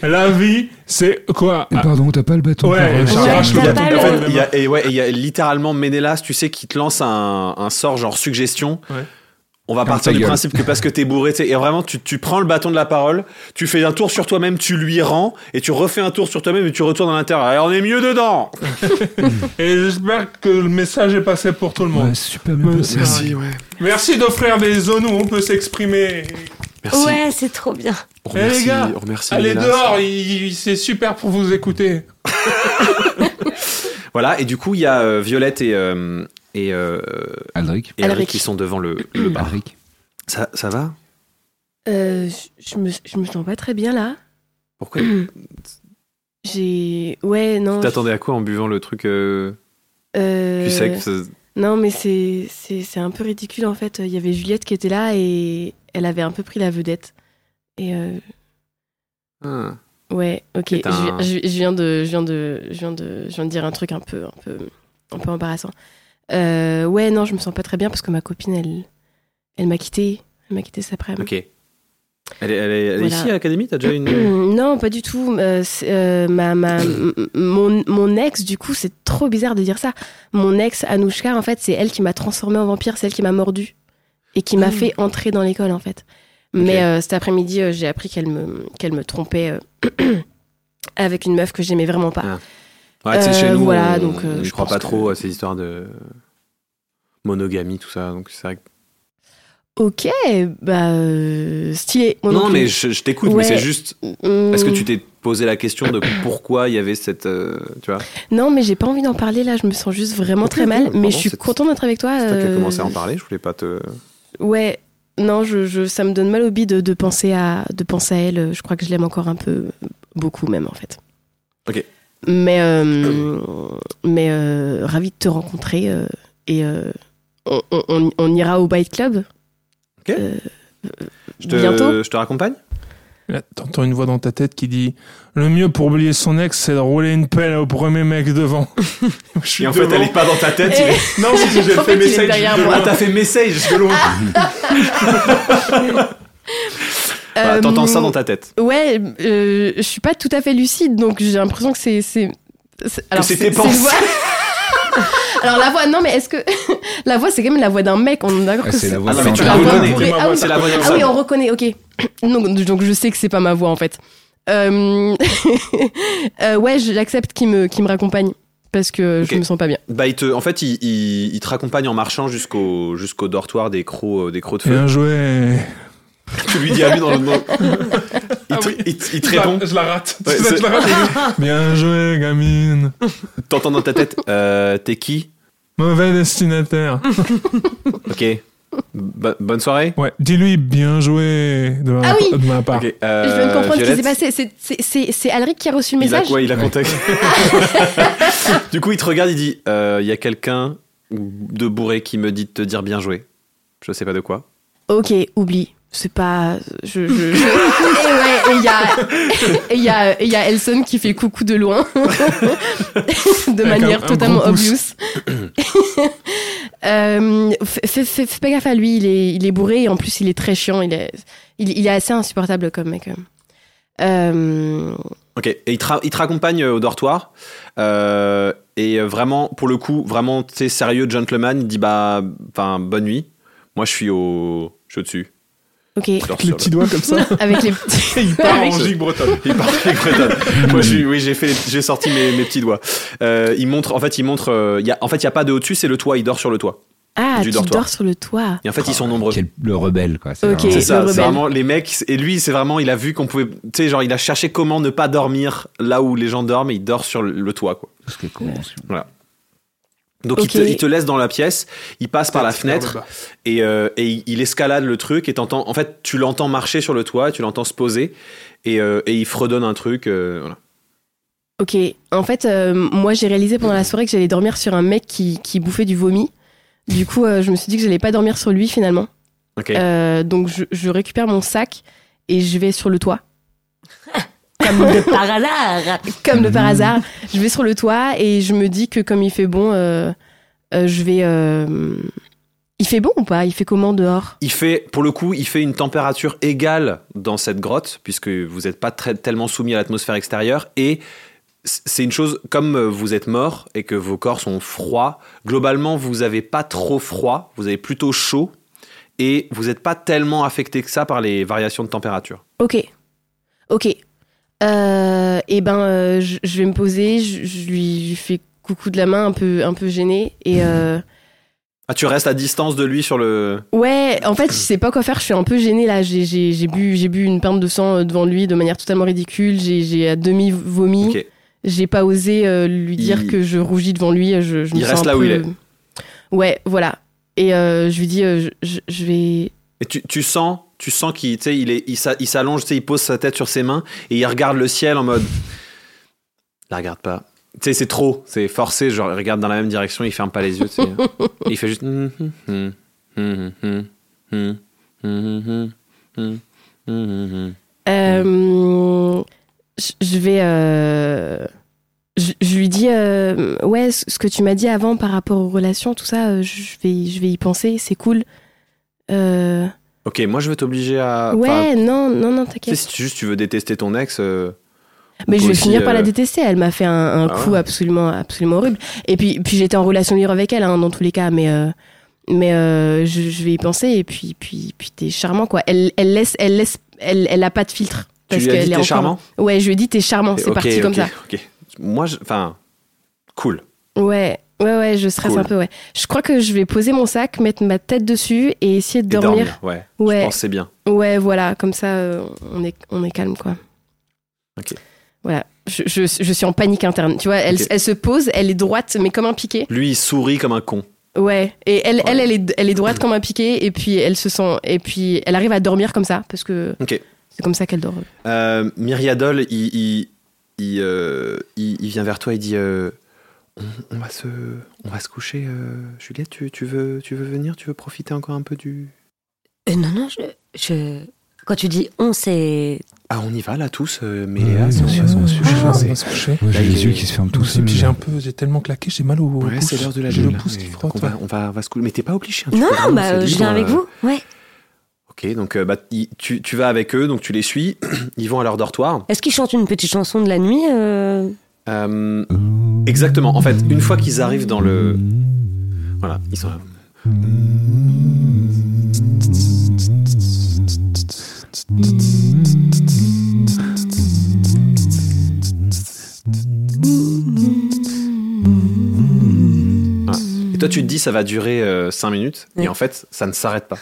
F: La vie, c'est quoi
H: Et Euh, Pardon, t'as pas le bâton
F: Ouais,
H: Carole,
F: je
H: c'est
I: cherche
H: vrai.
I: le
B: En
I: bâton.
B: fait,
I: Alors-
B: il y a, et ouais, et il y a littéralement Ménélas, tu sais, qui te lance un, un sort genre suggestion.
F: Ouais.
B: On va
H: Ferme
B: partir
H: ta
B: du
H: gueule.
B: principe que parce que t'es bourré, tu sais, et vraiment, tu, tu prends le bâton de la parole, tu fais un tour sur toi-même, tu lui rends, et tu refais un tour sur toi-même et tu retournes à l'intérieur. Et on est mieux dedans
F: Et j'espère que le message est passé pour tout le monde.
H: Ouais, super bien
F: Ouais,
H: passé.
E: Merci, ouais.
F: Merci d'offrir des zones où on peut s'exprimer.
E: Merci.
I: ouais, c'est trop bien.
E: On
F: Eh, les
E: remercie,
F: gars,
E: on remercie
F: Allez
E: Mélas.
F: dehors, il- il- c'est super pour vous écouter.
B: Voilà, et du coup, il y a euh, Violette et, euh, et, euh,
H: Aldric.
B: et Eric
C: Alric.
B: qui sont devant le, le bar.
H: Aldric.
B: Ça, ça va
C: Euh, je- je, me, je me sens pas très bien là.
B: Pourquoi
C: J'ai. Ouais, non.
B: T'attendais à quoi en buvant le truc euh,
C: euh,
B: tu sais que ça-
C: Non, mais c'est- c'est c'est un peu ridicule en fait. Il y avait Juliette qui était là et elle avait un peu pris la vedette. Et euh,
B: Ah.
C: ouais, ok.
B: C'est un-
C: Je, je- je viens de, je viens de, je viens de, je viens de dire un truc un peu, un peu, un peu embarrassant. Euh, ouais, non, je me sens pas très bien parce que ma copine, elle, elle m'a quittée. Elle m'a quittée cet après-midi.
B: Ok. Elle est, elle est- elle est
C: Voilà.
B: ici à l'académie T'as déjà une.
C: Non, pas du tout. Euh, c'est, euh, ma, ma, m- mon, mon ex, du coup, c'est trop bizarre de dire ça. Mon ex, Anouchka, en fait, c'est elle qui m'a transformée en vampire, c'est elle qui m'a mordu et qui
B: Ah
C: m'a fait entrer dans l'école, en fait. Mais euh, cet après-midi, euh, j'ai appris qu'elle me, qu'elle me trompait euh, avec une meuf que j'aimais vraiment pas.
B: Ah. Ouais, tu sais, chez
C: Euh,
B: nous, on-
C: voilà, donc, euh,
B: on y
C: je
B: croit
C: pense
B: pas
C: que-
B: trop à ces histoires de monogamie, tout ça. Donc c'est vrai. que-
C: Ok, bah, euh, stylé. Moi
B: Non,
C: plus.
B: mais je, je t'écoute, mais
C: Ouais.
B: c'est juste.
C: Hum,
B: Est-ce que tu t'es posais la question de pourquoi il y avait cette. euh, tu vois
C: Non, mais j'ai pas envie d'en parler là. Je me sens juste vraiment
B: Ok,
C: très
B: ok,
C: mal.
B: pardon,
C: Mais je suis
B: c'est-
C: contente d'être avec toi.
B: C'est toi qui as
C: euh,
B: commencé à en parler, je voulais pas te.
C: Ouais. Non, je, je- ça me donne mal au bide de, de penser à, de penser à elle. Je crois que je l'aime encore un peu, beaucoup même en fait.
B: Ok.
C: Mais, euh, mais euh, ravie de te rencontrer euh, et euh, on, on- on- on ira au Bite Club.
B: Ok.
C: Euh,
B: Je te,
C: bientôt.
B: je te raccompagne
F: Là, T'entends une voix dans ta tête qui dit Le mieux pour oublier son ex, c'est de rouler une pelle au premier mec devant. Je suis
B: Et en fait, elle est pas dans ta tête.
C: Eh.
B: mais- Non, si, j'ai
C: En fait,
B: fait
C: il est
B: message.
C: derrière
B: de
C: moi. Ah,
B: loin. Ah, t'as fait message de loin. Voilà, Bah, T'entends ça dans ta tête.
C: Euh, Ouais, euh, je suis pas tout à fait lucide, donc j'ai l'impression que c'est. c'est... c'est-
B: c'est
C: c'est-
B: tes
C: c'est une
B: pensées.
C: voix- alors la voix, non mais est-ce que la voix c'est quand même la voix d'un mec On est d'accord
H: Ah,
C: que
H: c'est la voix
B: Ah
H: de
B: non, mais tu
C: la
B: l'as
C: voix
B: reconnais.
C: bourrée. Ah oui,
B: C'est la voix
C: Ah oui,
B: d'un
C: on reconnaît, ok. Donc, donc je sais que c'est pas ma voix en fait. Euh, euh, ouais, je l'accepte qu'il me, qu'il me raccompagne parce que
B: Ok.
C: je me sens pas bien.
B: Bah, il te, en fait, il, il- il te raccompagne en marchant jusqu'au jusqu'au dortoir des crocs, euh, des crocs de feu.
F: Bien joué
B: tu lui dis à lui dans le mot.
C: Ah
B: Il te, il te- il te répond.
F: Je la rate.
B: Ouais,
F: C'est ça,
B: c'est-
F: je la rate. Bien joué, gamine.
C: Bah.
B: T'entends dans ta tête. euh, T'es qui
F: Mauvais destinataire.
B: Ok. Bo- bonne soirée.
F: Ouais, dis-lui bien joué de ma,
C: Ah oui.
F: de ma part.
B: Ok,
C: je
B: euh,
C: viens de comprendre ce qui
B: Violette,
C: s'est passé. C'est, c'est, c'est, c'est Alric qui a reçu le
B: Il a
C: message.
B: quoi Il a contacté. du coup, il te regarde, il dit Euh, Il y a quelqu'un de bourré qui me dit de te dire bien joué. Je sais pas de quoi.
C: Ok, oublie. C'est pas. Je, je- je- et ouais, et il y a, et il y a, et il y a Elson qui fait coucou de loin, de
F: Avec
C: manière
F: un- un
C: totalement
F: gros pouce.
C: obvious. euh, fais, fais- fais- fais pas gaffe à lui, il est, il est bourré et en plus il est très chiant. Il est, il, il est assez insupportable comme mec. Euh,
B: Ok, et il te, ra- il te raccompagne euh, au dortoir. euh, et euh, vraiment, pour le coup, vraiment, tu sais, sérieux gentleman, il dit Bah, enfin, bonne nuit. Moi, je suis au. Je suis au-dessus.
C: ok,
B: Je dors
F: Avec les
B: sur le-
F: petits doigts comme ça.
C: avec les petits.
F: il part en gigue bretonne.
B: Il parle avec Breton. Moi, je suis- oui, j'ai fait, les- j'ai sorti mes, mes petits doigts. Euh, il montre, en fait, il montre. euh, il y a, en fait, il y a pas de au-dessus, c'est le toit. Il dort sur le toit.
C: Ah,
B: Du
C: tu
B: dortoir.
C: dors sur le toit.
B: Et en fait, ils sont nombreux.
H: Quel- le rebelle, quoi.
C: Ok.
H: vraiment-
B: C'est ça,
C: le
B: c'est
C: rebelle.
B: vraiment les mecs. Et lui, c'est vraiment, il a vu qu'on pouvait, tu sais, genre, il a cherché comment ne pas dormir là où les gens dorment et il dort sur le- le toit, quoi.
H: Parce que convention.
B: Donc
C: Ok.
B: il, te, il te laisse dans la pièce, il passe par la
F: Vers le
B: fenêtre
F: bas.
B: et, euh, et il- il escalade le truc et t'entends, en fait, tu l'entends marcher sur le toit, tu l'entends se poser et, euh, et il fredonne un truc. euh, voilà.
C: Ok, en fait, euh, moi j'ai réalisé pendant la soirée que j'allais dormir sur un mec qui, qui bouffait du vomi. Du coup, euh, je me suis dit que j'allais pas dormir sur lui finalement.
B: Ok.
C: Euh, donc je, je récupère mon sac et je vais sur le toit.
I: Comme de par hasard.
C: Comme de par
H: Mhm.
C: hasard, je vais sur le toit et je me dis que comme il fait bon, euh, euh, je vais. euh, Il fait bon ou pas Il fait comment dehors
B: Il fait, pour le coup, il fait une température égale dans cette grotte, puisque vous n'êtes pas très- tellement soumis à l'atmosphère extérieure. Et c- c'est une chose, comme euh, vous êtes mort et que vos corps sont froids, globalement, vous n'avez pas trop froid, vous avez plutôt chaud, et vous n'êtes pas tellement affecté que ça par les variations de température.
C: Ok, ok. Euh, et ben, euh, je, je vais me poser, je, je lui, je lui fais coucou de la main un peu, un peu gênée et. euh,
B: Ah, tu restes à distance de lui sur le...
C: Ouais, en fait, je sais pas quoi faire. Je suis un peu gênée là. J'ai, j'ai, j'ai bu, j'ai bu une pinte de sang euh, devant lui de manière totalement ridicule. J'ai, j'ai à demi vomi.
B: Ok.
C: J'ai pas osé euh, lui dire
B: Il-
C: que je rougis devant lui. euh, Je, je me
B: Il
C: sens
B: reste
C: un
B: là où
C: peu-
B: il est.
C: Ouais, voilà. Et euh, je lui dis, euh, je, je- je vais.
B: Et tu, tu sens, tu sens qu'il tu sais, il est- il s'a- il s'allonge, tu sais, il pose sa tête sur ses mains et il regarde le ciel en mode. La regarde pas. Tu sais, c'est trop, c'est forcé. Genre, il regarde dans la même direction, il ferme pas les yeux. tu sais. Et il fait juste. Hum, hum, hum, hum, hum, hum, hum, hum, hum, hum.
C: euh, je, je vais. euh, je, je lui dis, euh, ouais, ce ce que tu m'as dit avant par rapport aux relations, tout ça, euh, je vais, je vais y penser. C'est cool. Euh,
B: Ok, moi je veux t'obliger à. Ah, enfin,
C: ouais, non, non, non,
B: tu sais,
C: t'inquiète.
B: si tu, juste tu veux détester ton ex. euh,
C: Mais je
B: Toi
C: vais
B: aussi,
C: finir par
B: euh,
C: la détester. Elle m'a fait un, un
B: Ah
C: coup
B: ouais.
C: absolument, absolument horrible. Et puis, puis j'étais en relation libre avec elle, hein, dans tous les cas. Mais, euh, mais euh, je, je vais y penser. Et puis, puis, puis t'es charmant, quoi. Elle, elle laisse, elle laisse, elle, elle a pas de filtre.
B: tu lui as
C: qu'elle
B: dit
C: est
B: t'es
C: encore-
B: charmant
C: Ouais, je lui ai dit t'es charmant.
B: Et
C: C'est
B: ok,
C: parti comme
B: ok,
C: ça.
B: ok. Moi, je- enfin. Cool.
C: Ouais, ouais, ouais. Je stresse
B: Cool.
C: un peu. Ouais. Je crois que je vais poser mon sac, mettre ma tête dessus et essayer de
B: Et
C: dormir.
B: ouais. Oh, Je
C: Ouais.
B: pense que c'est bien.
C: Ouais, voilà. Comme ça, euh, on est, on est calme, quoi.
B: Ok.
C: Voilà. Je, je, je suis en panique interne. Tu vois, elle,
B: Ok.
C: elle se pose, elle est droite, mais comme un piqué.
B: Lui, il sourit comme un con.
C: Ouais. Et elle, elle, elle est, elle est droite comme un piqué, et puis elle se sent. Et puis elle arrive à dormir comme ça, parce que
B: Ok.
C: c'est comme ça qu'elle dort.
B: Euh, Myriadol, il, il, il, euh, il- il vient vers toi et dit euh, on, on va se, on va se coucher, euh, Juliette, tu, tu veux, tu veux venir Tu veux profiter encore un peu du.
I: Euh, non, non, je, je- Quand tu dis on, c'est.
B: Ah, on y va là tous, euh, mais
H: Ouais,
B: ah,
H: bien
B: c'est-
H: sûr.
B: c'est-
H: on va se coucher,
F: on
H: c'est-
F: va se coucher.
H: Ouais,
B: Là,
H: j'ai les
B: il
H: yeux
B: est-
H: qui se ferment tout
F: Tout
H: seuls.
F: puis j'ai
H: là.
F: un peu, j'ai tellement claqué, j'ai mal au au
B: Ouais,
F: pouce.
B: c'est l'heure de la
F: J'ai
B: bulle,
F: le
B: là,
F: pouce qui
B: mais-
F: frotte.
B: donc on,
F: ouais.
B: va, on va- on va se coucher. Mais t'es pas obligé. hein, tu
I: Non,
B: peux vraiment,
I: bah,
B: c'est
I: je
B: libre,
I: viens avec
B: euh.
I: vous. Ouais.
B: Ok, donc euh, bah, y- tu, tu vas avec eux, donc tu les suis. Ils vont à leur dortoir.
I: Est-ce qu'ils chantent une petite chanson de la nuit euh,
B: Euh, exactement. En fait, une fois qu'ils arrivent dans le. Voilà, ils sont là. Voilà. Et toi, tu te dis, ça va durer 5 minutes, et en fait, ça ne s'arrête pas.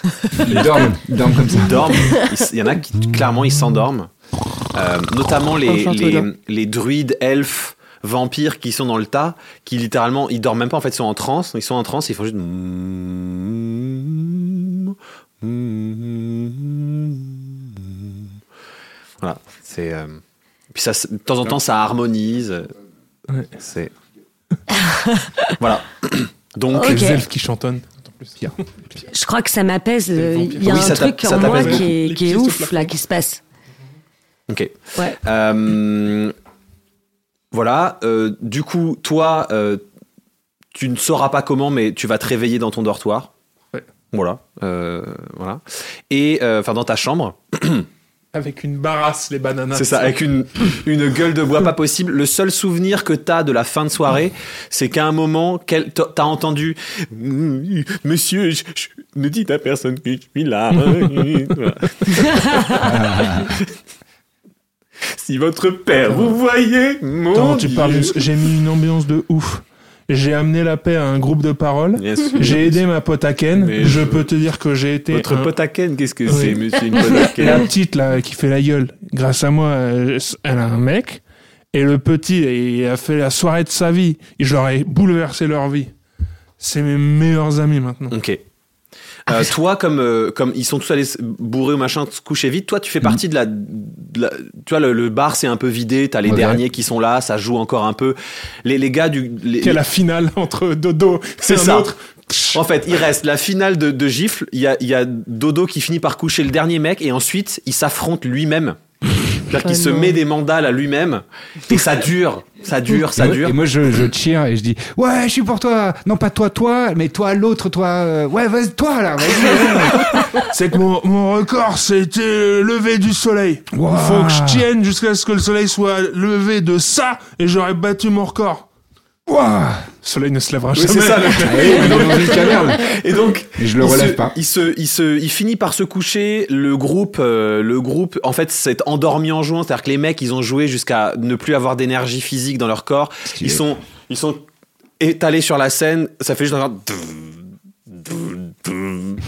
H: Ils dorment, ils dorment comme ça.
B: Ils dorment. Ils s- Il y en a qui, clairement, ils s'endorment. Euh, notamment les,
C: Enfin,
B: les,
C: toi,
B: les druides, elfes, vampires qui sont dans le tas, qui littéralement, ils dorment même pas, en fait, ils sont en transe. Ils sont en transe, ils font juste. Voilà. C'est. euh, Puis ça, se- de temps en temps, ça harmonise.
F: Ouais.
B: C'est. voilà. Donc,
I: Ok.
F: Les elfes qui chantonnent. en plus.
I: Je crois que ça m'apaise. euh,
F: vampire.
I: Il y a
B: Oui,
I: un
B: ça t'a-
I: truc
B: ça
I: en moi
B: t'apaise.
I: qui est,
F: Les
I: qui est
F: pieds au
I: ouf,
F: plafond.
I: là, qui se passe.
B: ok.
I: Ouais.
B: Euh, voilà, euh, du coup, toi, euh, tu ne sauras pas comment, mais tu vas te réveiller dans ton dortoir.
F: Ouais.
B: Voilà, euh, voilà. Et euh, enfin dans ta chambre,
F: Avec une barasse, les bananas.
B: c'est ça, avec une, une gueule de bois pas possible. Le seul souvenir que t'as de la fin de soirée, c'est qu'à un moment, quel- t'a- t'as entendu Monsieur, je- je- ne dites à personne que je suis là. Voilà. si votre père vous voyez, mon
F: Attends, tu
B: Dieu.
F: parles de- J'ai mis une ambiance de ouf. J'ai amené la paix à un groupe de paroles.
B: Bien sûr.
F: J'ai aidé ma pote à Ken.
B: Mais
F: je
B: je-
F: peux te dire que j'ai été.
B: Votre
F: un-
B: pote à Ken, qu'est-ce que
F: Oui.
B: c'est, monsieur une pote à
F: Et la
B: Ken
F: petite là qui fait la gueule, grâce à moi, euh, elle a un mec. Et le petit, il a fait la soirée de sa vie. Et je leur ai bouleversé leur vie. C'est mes meilleurs amis maintenant.
B: Ok.
F: Ah,
B: Euh, toi, comme, euh, comme ils sont tous allés se- bourrés ou machin, se coucher vite, toi, tu fais partie de la. de la- tu vois, le, le bar c'est un peu vidé, t'as les
H: Ouais,
B: derniers qui sont là, ça joue encore un peu. Les, les gars du. les-
F: Quelle la finale entre Dodo
B: C'est
F: et un
B: ça.
F: autre.
B: En fait, il reste la finale de, de gifle. Il y a, il y a Dodo qui finit par coucher le dernier mec et ensuite il s'affronte lui-même. C'est-à-dire
C: Oh
B: qu'il se
C: non.
B: met des mandales à lui-même et ça dure, ça dure, ça
H: Et-
B: dure.
H: Et moi, je, je cheer et je dis Ouais, je suis pour toi. Non, pas toi, toi, mais toi, l'autre, toi. euh, ouais, vas-y, toi, là. Vas-y.
F: C'est que mon, mon record, c'était le lever du soleil. Il
H: Wow.
F: faut que je tienne jusqu'à ce que le soleil soit levé de ça et j'aurais battu mon record.
H: Ouah.
F: Le soleil ne se lèvera
B: Oui,
F: jamais.
B: c'est ça. le-
H: Allez, on est Ah dans une caverne.
B: Et donc,
H: Et je le
B: il
H: relève
B: se-
H: pas.
B: Il, se, il, se, il finit par se coucher. Le groupe, euh, le groupe en fait, s'est endormi en jouant. C'est-à-dire que les mecs, ils ont joué jusqu'à ne plus avoir d'énergie physique dans leur corps. Ils sont, ils sont étalés sur la scène. Ça fait juste un.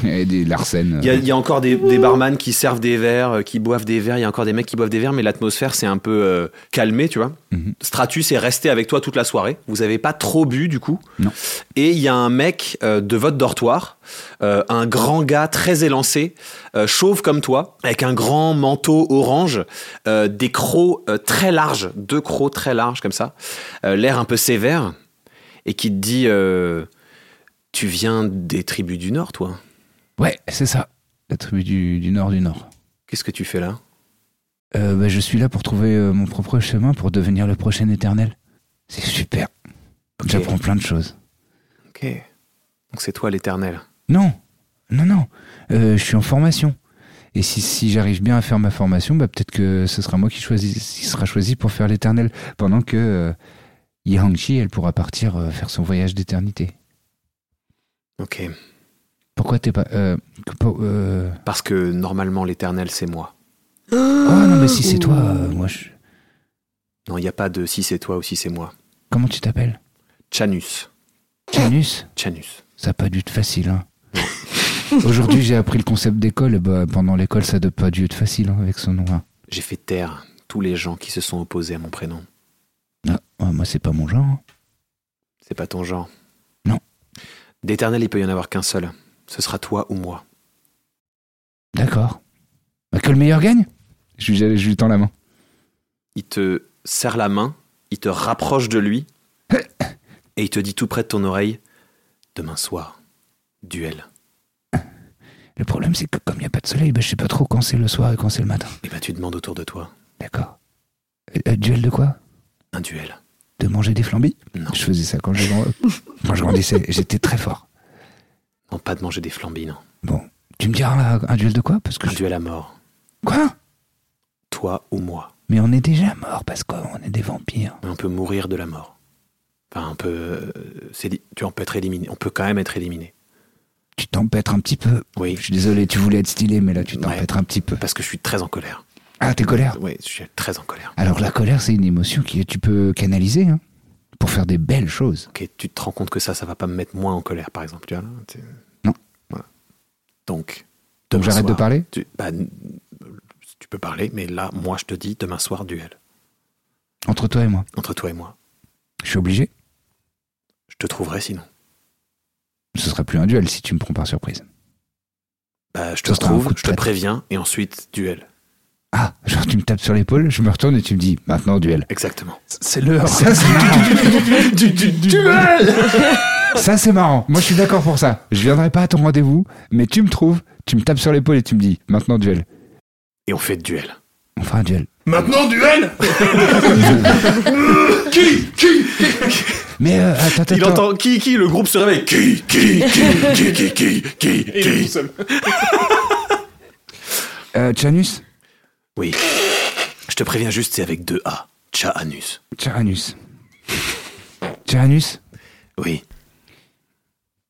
H: Et des Larsen. euh.
B: Il y a, il y a encore des, des barman qui servent des verres, euh, qui boivent des verres. Il y a encore des mecs qui boivent des verres, mais l'atmosphère s'est un peu euh, calmée, tu vois.
H: Mhm.
B: Stratus est resté avec toi toute la soirée. Vous avez pas trop bu, du coup.
H: Non.
B: Et il y a un mec euh, de votre dortoir, euh, un grand gars très élancé, euh, chauve comme toi, avec un grand manteau orange, euh, des crocs euh, très larges, deux crocs très larges comme ça, euh, l'air un peu sévère, et qui te dit euh, Tu viens des tribus du Nord, toi
H: Ouais, c'est ça. La tribu du, du Nord du Nord.
B: Qu'est-ce que tu fais là
H: Euh, bah, je suis là pour trouver euh, mon propre chemin pour devenir le prochain éternel. C'est super.
B: Ok.
H: J'apprends plein de choses.
B: Ok. Donc c'est toi l'éternel.
H: Non, non, non. Euh, je suis en formation. Et si, si j'arrive bien à faire ma formation, bah, peut-être que ce sera moi qui, choisis, qui sera choisi pour faire l'éternel. Pendant que euh, Yihangshi, elle pourra partir euh, faire son voyage d'éternité.
B: Ok.
H: Pourquoi t'es pas. Euh, que- pour- euh,
B: Parce que normalement l'éternel c'est moi.
H: Oh non, mais si c'est toi, euh, moi je.
B: Non, il n'y a pas de si c'est toi ou si c'est moi.
H: Comment tu t'appelles
B: Chanus.
H: Janus
B: Chanus.
H: Ça n'a pas dû être facile. Hein. Aujourd'hui, j'ai appris le concept d'école. et Bah, pendant l'école, ça n'a pas dû être facile hein, avec son nom. hein.
B: J'ai fait taire tous les gens qui se sont opposés à mon prénom.
H: Ah, ouais, moi, c'est pas mon genre.
B: C'est pas ton genre.
H: Non.
B: D'éternel, il peut y en avoir qu'un seul. Ce sera toi ou moi.
H: D'accord. Bah, que le meilleur gagne je lui, je lui tends la main.
B: Il te serre la main, il te rapproche de lui, et il te dit tout près de ton oreille Demain soir, duel.
H: Le problème, c'est que comme il n'y a pas de soleil, bah, je sais pas trop quand c'est le soir et quand c'est le matin.
B: Et ben tu demandes autour de toi
H: D'accord. Euh, euh, duel de quoi
B: un duel.
H: De manger des flambis
B: Non.
H: Je faisais ça quand je, grand- quand je grandissais. J'étais très fort.
B: Non, pas de manger des flambis, non.
H: Bon, tu me diras là, un duel de quoi Parce que
B: Un
H: je-
B: duel à mort.
H: Quoi
B: Toi ou moi.
H: Mais on est déjà mort parce qu'on est des vampires.
B: Mais on peut mourir de la mort. Enfin, on peut. euh, c'est li- tu vois, on peut être éliminé. On peut quand même être éliminé.
H: Tu t'empêtres un petit peu.
B: Oui.
H: Je suis désolé, tu voulais être stylé, mais là tu
B: Ouais.
H: t'empêtres un petit peu.
B: Parce que je suis très en colère.
H: Ah, t'es colère
B: Oui, je suis très en colère.
H: Alors la colère, c'est une émotion que tu peux canaliser hein, pour faire des belles choses.
B: Ok, tu te rends compte que ça, ça va pas me mettre moins en colère, par exemple. Tu vois, là, t'es-
H: Non.
B: Voilà. Donc.
H: Donc
B: demain
H: j'arrête de
B: soir,
H: parler
B: Tu, bah, n- tu peux parler, mais là, moi, je te dis demain soir, duel.
H: entre toi et moi.
B: Entre toi et moi.
H: Je suis obligé.
B: Je te trouverai sinon.
H: Ce sera plus un duel si tu me prends par surprise.
B: Bah, je te
H: Ça sera un
B: retrouve,
H: coup de
B: je te
H: traître.
B: préviens, et ensuite, duel.
H: Ah, genre tu me tapes sur l'épaule, je me retourne et tu me dis maintenant duel.
B: Exactement.
F: C'est l'heure.
H: Ça c'est marrant. Ça c'est marrant. Moi je suis d'accord pour ça. Je viendrai pas à ton rendez-vous, mais tu me trouves, tu me tapes sur l'épaule et tu me dis maintenant duel.
B: Et on fait duel.
H: On fera un duel.
F: Maintenant, duel
H: Mais euh, attends, attends,
B: Il
H: attends.
B: entend qui, qui, le groupe se réveille. Qui, qui, qui, qui, qui, qui, qui,
F: Et il est tout
B: qui.
F: seul.
H: Euh, Chanus,
B: Oui. Je te préviens juste, c'est avec deux A. Tchaanus.
H: Charanus. Charanus,
B: Oui,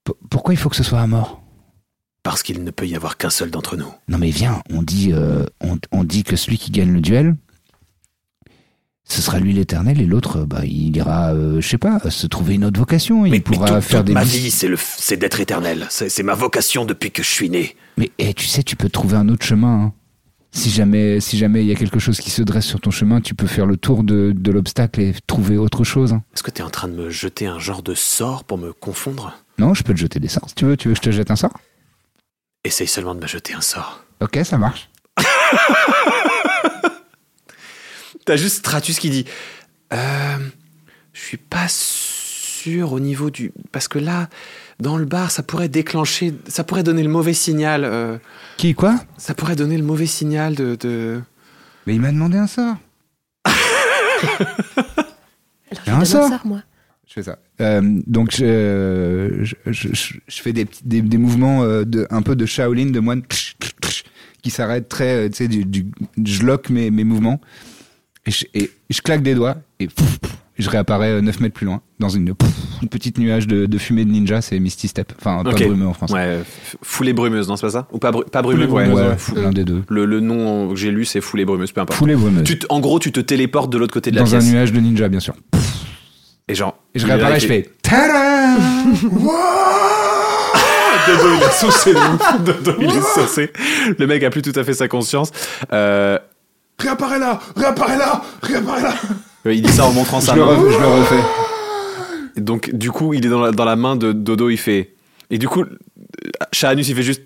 H: p- pourquoi il faut que ce soit à mort
B: parce qu'il ne peut y avoir qu'un seul d'entre nous.
H: Non mais viens, on dit, euh, on, on dit que celui qui gagne le duel, ce sera lui l'éternel et l'autre, euh, bah, il ira, euh, je sais pas, se trouver une autre vocation. Il pourra
B: tout-
H: faire
B: toute
H: des.
B: ma
H: mis-
B: vie, c'est le, f- c'est d'être éternel. C'est c'est ma vocation depuis que je suis né.
H: Mais eh, tu sais, tu peux trouver un autre chemin. hein. Si jamais, si jamais il y a quelque chose qui se dresse sur ton chemin, tu peux faire le tour de, de l'obstacle et trouver autre chose. hein.
B: Est-ce que t'es en train de me jeter un genre de sort pour me confondre
H: Non, je peux te jeter des sorts. Si tu veux, tu veux que je te jette un sort
B: Essaye seulement de me jeter un sort.
H: Ok, ça marche.
B: T'as juste Stratus qui dit Euh, Je suis pas sûr au niveau du. Parce que là, dans le bar, ça pourrait déclencher. Ça pourrait donner le mauvais signal. euh,
H: Qui quoi
B: ça pourrait donner le mauvais signal de- de...
H: Mais il m'a demandé un sort.
C: Alors,
H: je Un donne un sort.
C: moi.
H: Je fais ça. Euh, donc je, je, je, je- je fais des, petits- des, des mouvements euh, de, un peu de Shaolin, de moine, tch, tch, tch, qui s'arrêtent très, euh, tu sais, du, du- je lock mes, mes mouvements et je, et je claque des doigts et pouf, pouf, je réapparais euh, 9 mètres plus loin dans une, pouf, une petite nuage de, de fumée de ninja, c'est Misty Step, enfin pas
B: Ok.
H: brumeux en français.
B: Ouais, f- foulée brumeuse, non, c'est pas ça Ou pas, bru- pas brumeuse
F: Foulée
B: ouais.
F: brumeuse, ouais.
H: l'un des deux.
B: Le, le nom que j'ai lu, c'est foulée brumeuse, peu importe.
H: Foulée brumeuse.
B: Tu te- en gros, tu te téléportes de l'autre côté de la
H: Dans un
B: pièce.
H: nuage de ninja, bien sûr.
B: Et genre.
H: Et je réapparais, je fais. Tada
B: Dodo, il est saucé de ouf. Dodo, il est saucé. Le mec a plus tout à fait sa conscience. Euh,
E: Réapparais là Réapparais là Réapparais là
B: Euh, il dit ça en montrant
H: je
B: sa
H: le,
B: main.
H: re- je le refais.
B: Et Donc, du coup, il est dans la, dans la main de Dodo, il fait. Et du coup, Chahanus, il fait juste.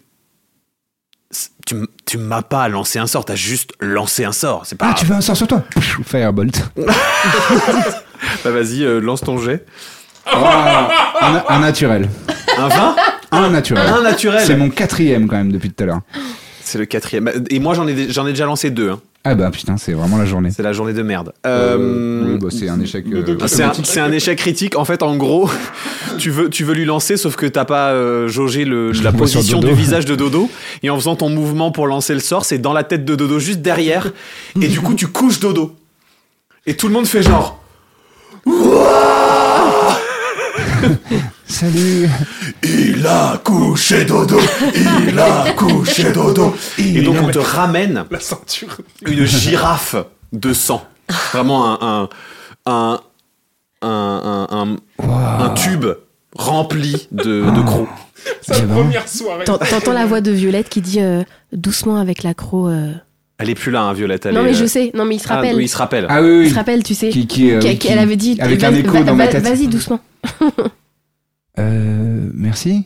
B: C'est- Tu, m- tu m'as pas lancé un sort, t'as juste lancé un sort. C'est pas.
H: Ah, tu veux un sort sur toi Pfff, Firebolt.
B: Bah, vas-y, euh, lance ton jet.
H: Un, na- un naturel.
B: Un 20
H: Un naturel.
B: Un naturel
H: C'est mon quatrième quand même depuis tout à l'heure.
B: C'est le quatrième. Et moi, j'en ai, j'en ai déjà lancé deux. hein.
H: Ah bah putain, c'est vraiment la journée.
B: C'est la journée de merde.
H: Euh,
B: Euh,
H: oui, bah, c'est un échec. euh,
B: ah, c'est un, c'est un échec critique. En fait, en gros, tu veux, tu veux lui lancer, sauf que t'as pas euh, jaugé le,
H: Je
B: la
H: le vois sur
B: position
H: Dodo.
B: du visage de Dodo. Et en faisant ton mouvement pour lancer le sort, c'est dans la tête de Dodo, juste derrière. Et du coup, tu couches Dodo. Et tout le monde fait genre.
H: Salut.
B: Il a couché Dodo. Il a couché Dodo. Et donc, on te ramène
F: La ceinture.
B: une girafe de sang. Vraiment un un un un, un, un- un tube rempli de, de crocs.
F: Sa
H: Eh ben.
F: première soirée.
C: T'en- T'entends la voix de Violette qui dit euh, doucement avec l'accro. euh,
B: Elle est plus là, hein, Violette. Elle
C: Non,
B: est,
C: mais je
B: euh,
C: sais. Non, mais il se
B: ah,
C: rappelle.
B: oui, il se rappelle.
H: Ah oui,
C: Il
H: oui.
C: se rappelle, tu sais.
H: Qui, qui, euh,
C: Qu'elle
H: qui-
C: qu'elle avait dit.
H: avec
C: vas-
H: un écho
C: va-
H: dans ma
C: va-
H: tête.
C: Vas-y doucement.
H: Euh, merci.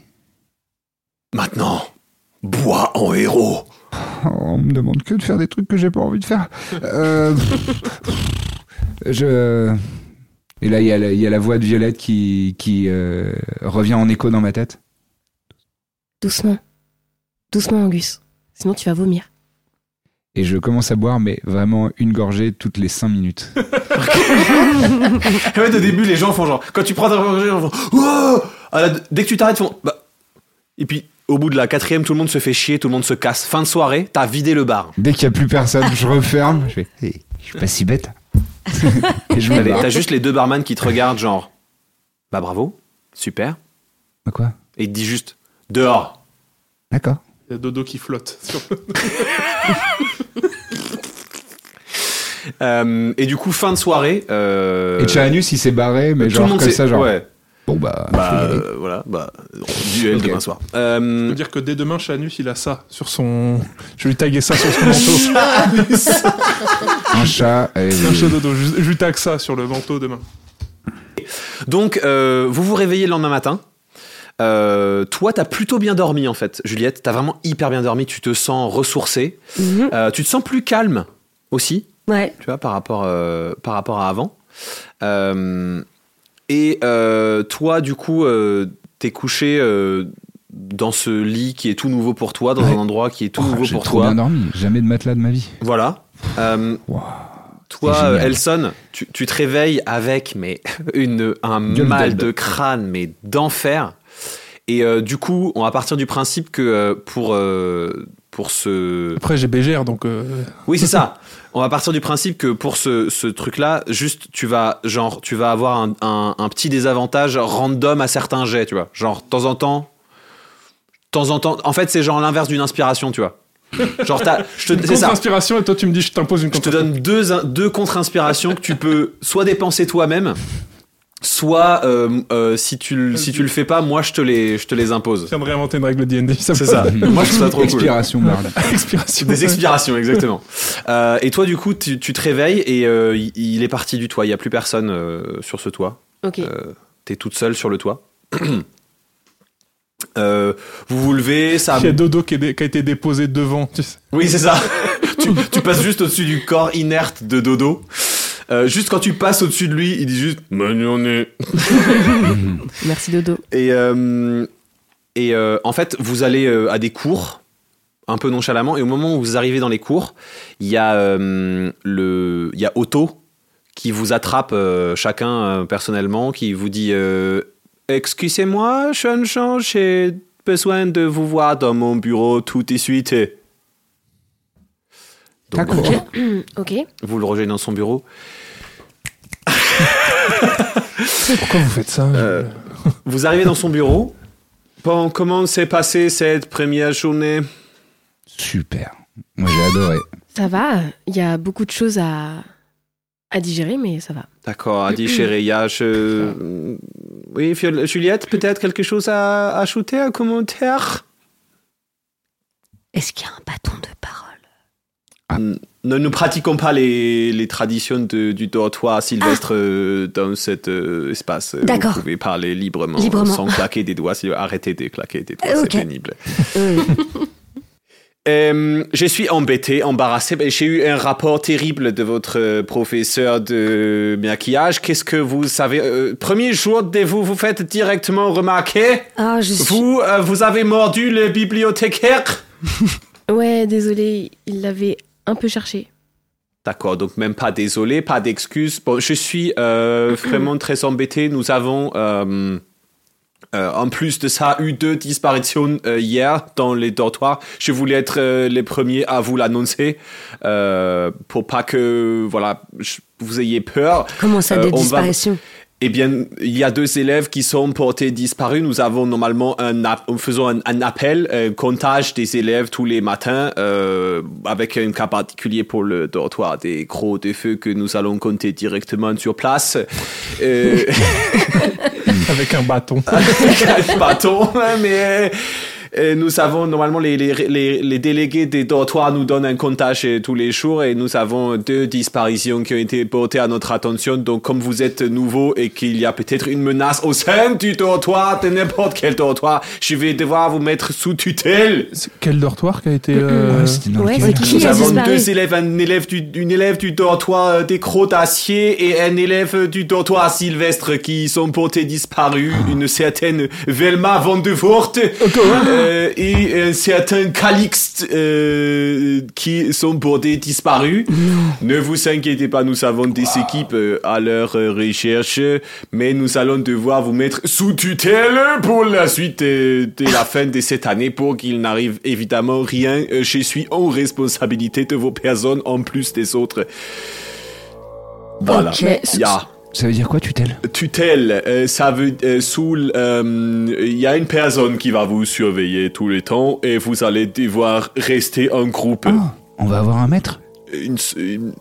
B: Maintenant, bois en héros.
H: Oh, on me demande que de faire des trucs que j'ai pas envie de faire. Euh, je. Et là, il y, a la- il y a la voix de Violette qui, qui euh, revient en écho dans ma tête.
C: Doucement. Doucement, Angus. Sinon, tu vas vomir.
H: Et je commence à boire, mais vraiment une gorgée toutes les 5 minutes.
B: Ouais, au début, les gens font genre. Quand tu prends ta première gorgée, ils font. Wow À la- dès que tu t'arrêtes, ils font. Bah. Et puis, au bout de la quatrième, tout le monde se fait chier, tout le monde se casse. Fin de soirée, t'as vidé le bar.
H: Dès qu'il n'y a plus personne, je referme. Je fais, Hey, je suis pas si bête. Et je me
B: T'as les-
H: barre.
B: T'as juste les deux barman qui te regardent, genre. Bah bravo, super.
H: Ah, Quoi
B: Et ils te disent juste. Dehors.
H: D'accord.
F: Il y a Dodo qui flotte. sur le-
B: Euh, et du coup, fin de soirée. euh,
H: Et Chahanus, il s'est barré, mais
B: tout le
H: genre
B: monde
H: comme
B: s'est-
H: ça, genre.
B: Ouais,
H: Bon bah.
B: bah
H: je vais y aller.
B: euh, voilà, bah. Duel
H: Ok.
B: demain soir.
F: Je
B: Euh,
F: veux dire que dès demain, Chanus, il a ça sur son. Je vais lui taguer ça sur son manteau.
H: Un chat. et-
F: C'est un chat Dodo. Je, je lui tague ça sur le manteau demain.
B: Donc, euh, vous vous réveillez le lendemain matin. Euh, toi, t'as plutôt bien dormi en fait, Juliette. T'as vraiment hyper bien dormi. Tu te sens ressourcée.
I: Mhm.
B: Euh, tu te sens plus calme aussi,
I: Ouais.
B: tu vois, par rapport, euh, par rapport à avant. Euh, et euh, toi, du coup, euh, t'es couché euh, dans ce lit qui est tout nouveau pour toi, dans
H: Ouais.
B: un endroit qui est tout
H: Oh,
B: nouveau
H: J'ai
B: pour
H: trop
B: toi.
H: bien dormi. Jamais de matelas de ma vie.
B: Voilà. Euh,
H: Wow,
B: toi,
H: c'est génial.
B: euh, Elson, tu, tu te réveilles avec mais une, un
H: Gueule
B: mal
H: d'aide.
B: de crâne, mais d'enfer. Et euh, du coup, on va partir du principe que euh, pour, euh, pour ce...
F: Après, j'ai BGR, donc. euh,
B: Oui, c'est ça. On va partir du principe que pour ce, ce truc-là, juste, tu vas, genre, tu vas avoir un, un- un petit désavantage random à certains jets, tu vois. Genre, de temps en temps... de temps en temps... En fait, c'est genre l'inverse d'une inspiration, tu vois. Genre, t'as- je te- c'est ça.
F: Contre-inspiration, et toi, tu me dis, je t'impose une
B: Je te
F: contre
B: donne deux, in- deux contre-inspirations que tu peux soit dépenser toi-même, soit euh, euh, si tu le- si tu le fais pas, moi je te les je te les impose.
F: Je me réinventer une règle D&D. ça me-
B: C'est ça. moi je trouve ça trop cool.
H: Expiration, Barda.
F: Expiration.
B: Des expirations, exactement. Euh, et toi, du coup, tu, tu te réveilles et euh, il, il est parti du toit. Il n'y a plus personne euh, sur ce toit.
C: Ok.
B: Euh, T'es toute seule sur le toit. Euh, vous vous levez, ça.
F: Il y a Dodo qui, est dé- qui a été déposé devant. tu sais.
B: Oui, c'est ça. tu, tu passes juste au-dessus du corps inerte de Dodo. Euh, juste quand tu passes au-dessus de lui, il dit juste Bonne journée.
C: Merci Dodo.
B: Et, euh, et euh, en fait, vous allez euh, à des cours, un peu nonchalamment, et au moment où vous arrivez dans les cours, il y, a, euh, le- il y a Otto qui vous attrape euh, chacun euh, personnellement, qui vous dit euh, Excusez-moi, Sean j'ai besoin de vous voir dans mon bureau tout de suite. Donc,
H: D'accord.
C: Ok.
B: vous le rejoignez dans son bureau.
F: Pourquoi vous faites ça
B: Euh, vous arrivez dans son bureau. Bon, comment s'est passée cette première journée
H: Super. Moi j'ai adoré.
C: Ça va. Il y a beaucoup de choses à à digérer, mais ça va.
B: D'accord, a dit Chéria, je... Oui, Fiol- Juliette, peut-être quelque chose à ajouter, à commentaire
I: Est-ce qu'il y a un bâton de parole
B: Ne nous pratiquons pas les, les traditions de- du dortoir sylvestre euh, dans cet euh, espace. Euh,
I: Ah. D'accord.
B: Vous pouvez parler librement,
I: Librement.
B: sans claquer des doigts. si- Arrêtez de claquer des doigts,
I: Euh,
B: c'est
I: ok.
B: pénible. Euh, je suis embêté, embarrassé. mais J'ai eu un rapport terrible de votre euh, professeur de maquillage. Qu'est-ce que vous savez euh, Premier jour de vous, vous faites directement remarquer
I: Ah, je suis.
B: Vous, euh, vous avez mordu le bibliothécaire
C: Ouais, désolé. Il l'avait un peu cherché.
B: D'accord, donc même pas désolé, pas d'excuses. Bon, je suis euh, vraiment très embêté. Nous avons, euh, euh, en plus de ça, eu deux disparitions euh, hier dans les dortoirs. Je voulais être euh, les premiers à vous l'annoncer euh, pour pas que voilà, je- vous ayez peur.
I: Comment ça,
B: Euh,
I: des
B: on va-
I: disparitions
B: Eh bien, il y a deux élèves qui sont portés disparus. Nous avons normalement un, app- nous faisons un, un appel, un comptage des élèves tous les matins, euh, avec un cas particulier pour le dortoir des crocs de feu que nous allons compter directement sur place. Euh,
F: Avec un bâton.
B: avec un bâton, hein, mais Et nous savons, normalement, les, les, les, les délégués des dortoirs nous donnent un comptage euh, tous les jours et nous avons deux disparitions qui ont été portées à notre attention. Donc, comme vous êtes nouveau et qu'il y a peut-être une menace au sein du dortoir, de n'importe quel dortoir, je vais devoir vous mettre sous tutelle.
F: C'est quel dortoir qui a été. euh,
H: Ouais, c'était dans
I: Ouais,
H: lequel
I: c'est qui
B: Nous
I: a
B: avons
I: disparu
B: deux élèves, un élève du, une élève du dortoir euh, des Crotacés et un élève du dortoir Sylvestre qui sont portés disparus. Une certaine Velma Van de Voort euh, et un certain Calixte euh, qui sont portés disparus. Ne vous inquiétez pas, nous avons des équipes euh, à leur euh, recherche, mais nous allons devoir vous mettre sous tutelle pour la suite euh, de la fin de cette année pour qu'il n'arrive évidemment rien. Euh, Je suis en responsabilité de vos personnes en plus des autres. Voilà.
I: Ok.
C: Mais
B: Il y a
H: Ça veut dire quoi, tutelle
B: tutelle, euh, ça veut euh, sous l- euh, il y a une personne qui va vous surveiller tout le temps et vous allez devoir rester en groupe.
H: Ah, On va avoir un maître
B: Une s- une-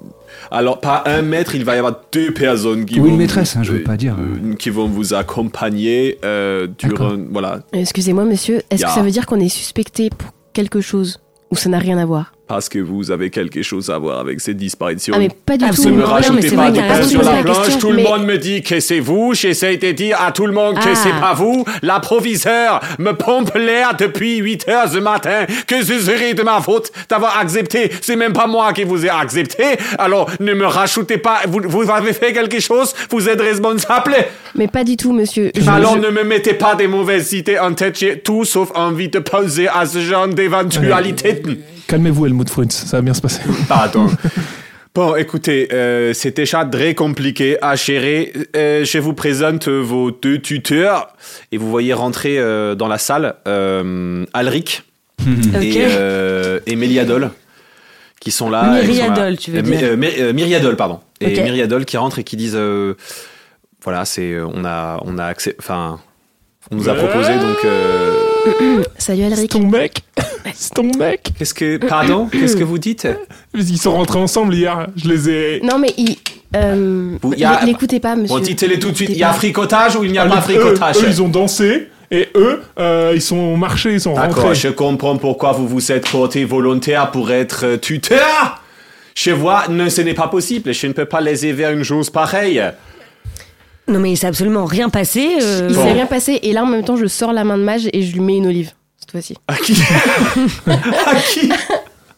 B: Alors, pas un maître, il va y avoir deux personnes qui
H: Ou
B: vont.
H: une maîtresse, hein, je veux
B: euh,
H: pas dire.
B: euh, Qui vont vous accompagner euh, durant. Voilà.
C: Excusez-moi, monsieur, est-ce que
B: Ya.
C: ça veut dire qu'on est suspecté pour quelque chose ou ça n'a rien à voir
B: Parce que vous avez quelque chose à voir avec cette disparition.
C: Ah, mais pas du tout.
B: Ne
I: Non,
B: me
I: non, mais
B: rajoutez
I: c'est
B: pas
I: vrai
B: de
I: qu'il y a
B: pain
I: raison de
B: sur
I: poser
B: la
I: la
B: planche.
C: question,
B: Tout le
C: mais-
B: monde me dit que c'est vous. J'essaye de dire à tout le monde que
I: Ah.
B: c'est pas vous. La proviseur me pompe l'air depuis 8 heures ce matin. Que ce serait de ma faute d'avoir accepté. C'est même pas moi qui vous ai accepté. Alors ne me rajoutez pas. Vous, vous avez fait quelque chose. Vous êtes responsable.
C: Mais pas du tout, monsieur. Je-
B: Alors
C: je-
B: ne me mettez pas des mauvaises idées en tête. J'ai tout sauf envie de penser à ce genre d'éventualité.
F: Calmez-vous, Helmut Fritz, ça va bien se passer.
B: Pardon. Bon, écoutez, euh, c'est déjà très compliqué à gérer. Euh, je vous présente vos deux tuteurs. Et vous voyez rentrer euh, dans la salle euh, Alric
I: Ok.
B: et, euh, et Méliadol, qui sont là. et qui sont là.
I: Myriadol, tu veux
B: Euh,
I: dire.
B: Mi- euh, Mi- euh, Myriadol, pardon. Et
I: Ok.
B: Myriadol qui rentre et qui disent euh, voilà, c'est euh, on a on a accès, enfin on nous a proposé donc euh,
C: Salut, Alric.
F: ton mec C'est ton mec
B: qu'est-ce que pardon, qu'est-ce que vous dites
F: Ils sont rentrés ensemble hier, je les ai.
C: Non, mais il. euh,
B: Vous- y a-
C: l'é- L'écoutez pas, monsieur.
B: On dit télé tout de suite, il y a
C: L'écoutez
B: fricotage ou il n'y
I: Ah,
B: a pas
F: Avec eux,
B: fricotage
F: eux, ils ont dansé, et eux, euh, ils sont marchés, ils sont
B: D'accord,
F: rentrés.
B: je comprends pourquoi vous vous êtes porté volontaire pour être euh, tuteur. Je vois, non, ce n'est pas possible. Je ne peux pas laisser vers une chose pareille.
I: Non, mais il s'est absolument rien passé.
C: pas.
I: euh,
C: Il
B: Bon.
C: s'est rien passé et là en même temps je sors la main de mage et je lui mets une olive cette fois-ci.
B: À qui À qui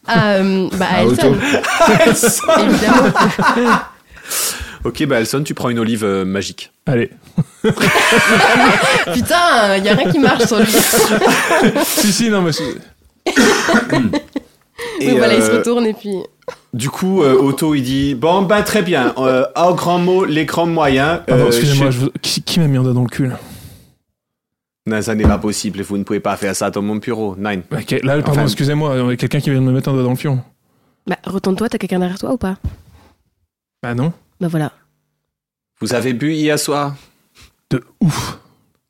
C: Ah, euh, bah
H: Ah,
C: à Elton,
B: Elson
C: évidemment.
B: Ok, bah Elson, tu prends une olive euh, magique.
F: Allez,
C: Putain, il y a rien qui marche sur lui.
F: si, si, non, mais
B: Euh,
F: c'est-
B: Et
C: Donc voilà, il se
B: euh,
C: retourne et puis.
B: du coup, euh, Otto, il dit Bon, bah très bien. Euh, en grand mot, les grands moyens.
F: Pardon,
B: euh,
F: excusez-moi,
B: je-
F: je vous- qui, qui m'a mis un doigt dans le cul là
B: Non, ça n'est pas possible. Vous ne pouvez pas faire ça dans mon bureau. Nein.
F: Ok, Là, pardon,
B: Enfin-
F: excusez-moi, il y a quelqu'un qui vient de me mettre un doigt dans le fion.
C: Bah retourne-toi, t'as quelqu'un derrière toi ou pas
F: Bah non,
C: Bah voilà.
B: Vous avez bu hier soir
F: de ouf.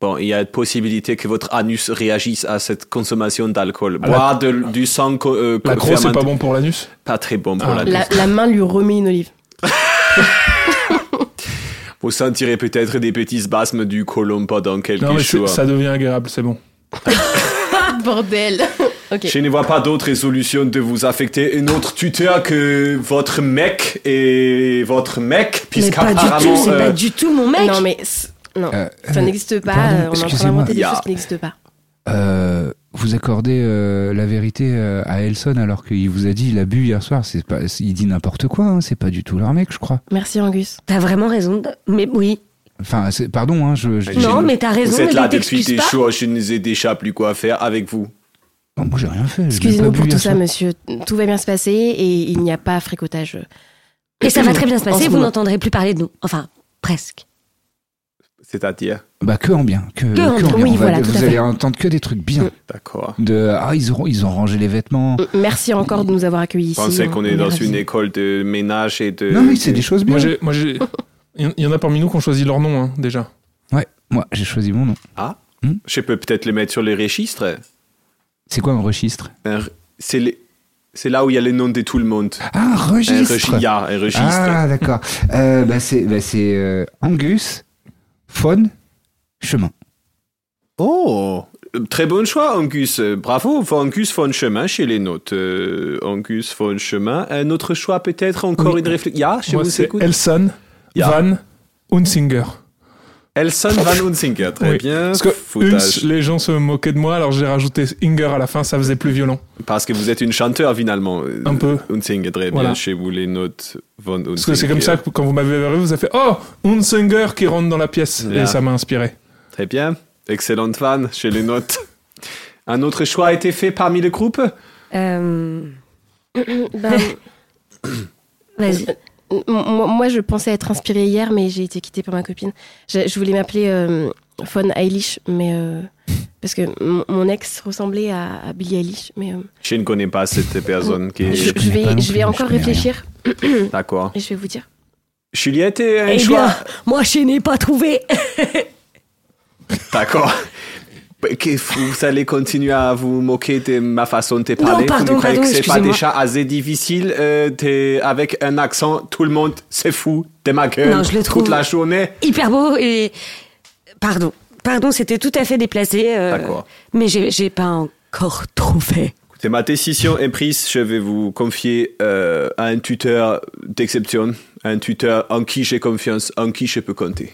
B: Bon, il y a possibilité que votre anus réagisse à cette consommation d'alcool.
F: Ah, la-
B: Boire de- du sang co- euh,
F: La
B: co-
F: grosse, Bah, c'est
B: fermenté-
F: pas bon pour l'anus
B: pas très bon pour
F: Ah.
B: l'anus.
C: La, la main lui remet une olive.
B: Vous sentirez peut-être des petits spasmes du côlon pendant quelques
F: Non, mais c'est-
B: jours.
F: ça devient agréable, c'est bon.
C: Ah bordel. ok.
B: Je ne vois pas d'autre solution de vous affecter une autre tuteur que votre mec et votre mec,
I: Mais pas du tout,
B: puisqu'apparemment
I: c'est
B: euh,
I: pas du tout mon mec.
C: Non mais c- non,
H: Euh,
C: ça
H: euh,
C: n'existe pas.
H: pardon,
C: euh, on est en train
H: excusez-moi.
C: d'inventer des
B: Ya.
C: choses qui n'existent pas.
H: Euh, vous accordez euh, la vérité euh, à Elson alors qu'il vous a dit il a bu hier soir. C'est pas, il dit n'importe quoi. hein, c'est pas du tout leur mec, je crois.
C: Merci Angus.
I: T'as vraiment raison. de- Mais oui.
H: Enfin, c'est- pardon, hein, je. je-
B: Mais
I: Non,
B: j'ai-
I: mais t'as raison.
B: vous êtes
I: mais
B: là
I: ne
B: depuis
I: t'excuses
B: des
I: pas.
B: jours, je ne sais déjà plus quoi faire avec vous.
H: Non, moi j'ai rien fait. je l'ai pas
C: Excusez-nous
H: bu
C: pour tout
H: hier
C: ça,
H: soir.
C: monsieur. Tout va bien se passer et il n'y a pas fricotage.
I: Et ça va très bien se
C: En ce
I: passer. Vous
C: moment.
I: n'entendrez plus parler de nous. Enfin, presque.
B: C'est-à-dire,
H: Bah que en bien. Que,
I: Que en bien,
H: On
C: oui,
H: va-
C: voilà, tout
H: vous
C: à fait. Mm.
H: allez entendre que des trucs bien.
B: d'accord.
H: De ah ils ont ils ont rangé les vêtements.
C: Euh, Merci encore de nous avoir accueillis ici. hein.
B: Vous pensez
C: On-
B: qu'on
C: on
B: est dans
C: ravis.
B: une école de ménage et de...
H: non mais c'est des choses bien.
F: Moi, j'ai. moi, j'ai- Il y en- il y en a parmi nous qui ont choisi leur nom, hein, déjà.
H: Ouais, moi j'ai choisi mon nom.
B: Je peux peut-être les mettre sur les registres.
H: C'est quoi un registre
B: Un re- C'est les- c'est là où il y a les noms de tout le monde.
H: Ah
B: Un
H: registre.
B: regi- il y a un registre.
H: Ah d'accord. Euh, bah c'est bah, c'est euh, Angus, faune, chemin.
B: Oh Très bon choix, Angus. Euh, Bravo. Enfin, Angus fait un chemin chez les nôtres. Euh, Angus fait un chemin. Un autre choix, peut-être encore
F: Oui.
B: une réflexion. Ya, chez
F: Moi,
B: vous,
F: c'est
B: c'est quoi
F: Elson,
B: Ya.
F: Van, Unsinger.
B: Elson Van Hunsinger. Très
F: Oui.
B: bien.
F: Parce que
B: Foutage.
F: Huns, les gens se moquaient de moi, alors j'ai rajouté Inger à la fin, ça faisait plus violent.
B: Parce que vous êtes une chanteur, finalement.
F: Un peu.
B: Hunsinger, très bien.
F: Voilà.
B: Chez vous, les notes Van Hunsinger.
F: Parce que c'est comme ça que quand vous m'avez vu, vous avez fait Oh, Unsinger qui rentre dans la pièce.
B: Ya.
F: Et ça m'a inspiré.
B: Très bien. Excellente fan chez les notes. Un autre choix a été fait parmi le groupe
I: Euh,
C: Bah,
I: Vas-y.
C: m- moi, moi, je pensais être inspirée hier, mais j'ai été quittée par ma copine. Je, je voulais m'appeler euh, Von Eilish, mais. euh, parce que mon- mon ex ressemblait à, à Billie Eilish, mais. euh,
B: Je ne connais pas cette personne qui
C: je,
B: est.
C: je
H: connais pas non
C: vais, je
H: plus,
C: vais
H: je
C: encore
H: connais
C: réfléchir
B: D'accord.
C: et je vais vous dire.
B: Juliette et un
I: Eh
B: choix.
I: bien, moi, je n'ai pas trouvé.
B: D'accord. Mais que- Vous allez continuer à vous moquer de ma façon de parler.
I: pardon,
B: vous ne croyez
I: pardon,
B: que c'est pas
I: excusez-moi.
B: déjà assez difficile euh, de- avec un accent Tout le monde se fout de ma gueule
I: Non, je le
B: toute
I: trouve.
B: la journée.
I: Hyper beau et. Pardon. Pardon, c'était tout à fait déplacé. euh,
B: D'accord.
I: Mais j'ai j'ai pas encore trouvé.
B: Écoutez, ma décision est prise. Je vais vous confier euh, à un tuteur d'exception, un tuteur en qui j'ai confiance, en qui je peux compter.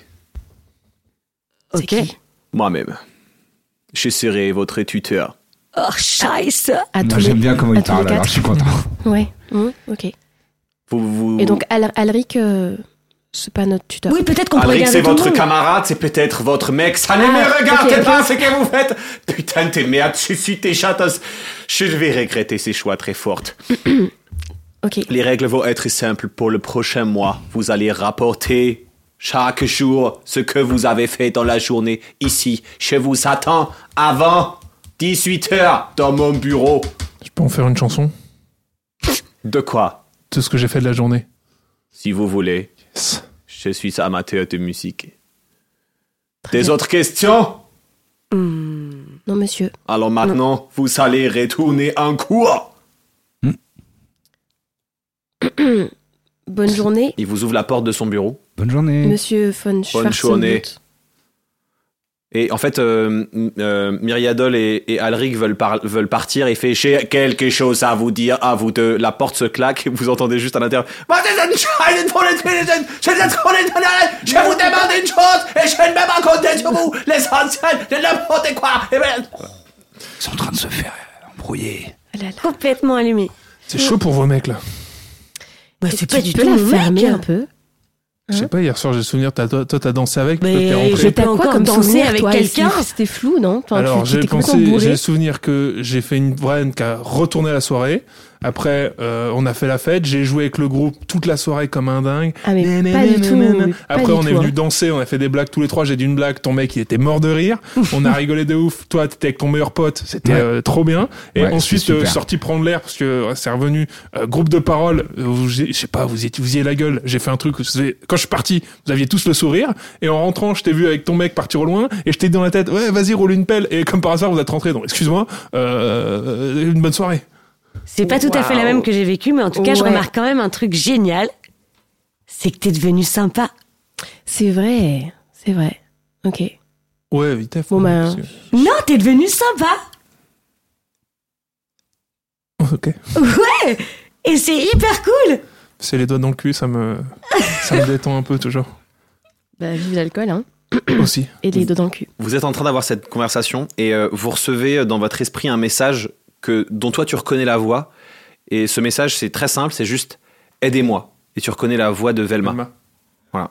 C: C'est
I: Ok.
C: qui
B: Moi-même. Je serai votre tuteur.
I: Oh, scheiße.
C: À
H: Non,
C: tous
H: J'aime
C: les-
H: bien comment
C: à
H: il
C: tous les
H: parle, alors
C: quatre.
H: je suis content.
C: Ouais. Mhm, ok.
B: Vous, vous...
C: Et donc, Al- Alric, euh, c'est pas notre tuteur.
I: Oui, peut-être qu'on pourrait
B: Alric,
I: garder
B: c'est
I: tout le
B: votre
I: monde.
B: camarade, c'est peut-être votre mec. Ça ne
C: Ah,
B: me regarde
C: ok, ok.
B: pas, ce que vous faites. Putain de merde, je suis déjà dans... Je vais regretter ces choix très forts.
C: Ok.
B: Les règles vont être simples pour le prochain mois. Vous allez rapporter chaque jour ce que vous avez fait dans la journée ici. Je vous attends avant 18h dans mon bureau.
F: Je peux en faire une chanson
B: De quoi
F: de ce que j'ai fait de la journée.
B: Si vous voulez,
F: Yes.
B: je suis amateur de musique.
C: Très
B: Des
C: bien.
B: autres questions
C: Non, monsieur.
B: Alors maintenant, vous allez retourner en cours.
C: Bonne journée,
B: Il vous ouvre la porte de son bureau.
H: Bonne journée.
C: monsieur von
B: Bonne journée.
C: Schwarzenblut.
B: Et en fait, euh, m- euh, Myriadol et, et Alric veulent, par- veulent partir et fait j'ai quelque chose à vous dire à vous deux. La porte se claque et vous entendez juste à l'intérieur. Je vous demande une chose et je ne vais pas compter sur vous. L'essentiel de n'importe quoi. Et ben-
H: Ils sont en train de se faire euh, embrouiller.
C: Ah là là.
I: Complètement allumé.
F: C'est chaud pour vos mecs là.
I: Bah,
C: Tu
I: c'est pas du
C: peux
I: tout
C: la
I: mon mec.
C: fermer un peu.
F: Je
C: Hein
F: sais pas, hier soir, j'ai souvenir, t'as- toi, toi, t'as dansé avec, toi, t'es
I: Mais
F: rentré.
I: j'étais
C: T'as quoi
I: encore
C: comme
I: danser
C: souvenir,
I: avec
C: toi,
I: quelqu'un.
C: Elsie C'était flou, non Enfin,
F: Alors,
C: tu- tu
F: j'ai
C: t'es complètement
F: pensé,
C: bourré.
F: j'ai le souvenir que j'ai fait une brenne qui a retourné la soirée. Après, euh, on a fait la fête, j'ai joué avec le groupe toute la soirée comme un dingue.
C: Ah, mais
F: Nanana.
C: pas du tout. mais pas
F: Après,
C: du
F: on est
C: tout,
F: venu
C: hein.
F: danser, on a fait des blagues tous les trois. J'ai dit une blague, ton mec, il était mort de rire. on a rigolé de ouf. Toi, t'étais avec ton meilleur pote, c'était
H: Ouais.
F: euh, trop bien. Et
H: Ouais,
F: ensuite,
H: c'était super.
F: euh, sorti prendre l'air parce que euh, c'est revenu. euh, groupe de parole, euh, vous- je sais pas, vous étiez, vous y avez la gueule. J'ai fait un truc. vous savez, Quand je suis parti, vous aviez tous le sourire. Et en rentrant, je t'ai vu avec ton mec partir au loin. Et je t'ai dit dans la tête, ouais, vas-y, roule une pelle. Et comme par hasard, vous êtes rentré. Donc, excuse-moi, euh, une bonne soirée.
I: C'est pas tout à fait la même que j'ai vécu, mais en tout cas, je
C: Ouais.
I: remarque quand même un truc génial. C'est que t'es devenu sympa.
C: C'est vrai, c'est vrai. Ok.
F: Ouais, vite.
C: Bon,
F: faut-
C: bah,
F: parce que-
I: Non, t'es devenu sympa.
F: Ok.
I: Ouais. Et c'est hyper cool.
F: C'est les doigts dans le cul, ça me, ça me détend un peu toujours.
C: Bah, vive l'alcool, hein.
F: Aussi.
C: Et les dos dans le cul.
B: Vous êtes en train d'avoir cette conversation et euh, vous recevez euh, dans votre esprit un message que, dont toi tu reconnais la voix. Et ce message, c'est très simple, c'est juste aidez-moi. Et tu reconnais la voix de
H: Bah,
B: Velma.
F: Velma.
B: Voilà.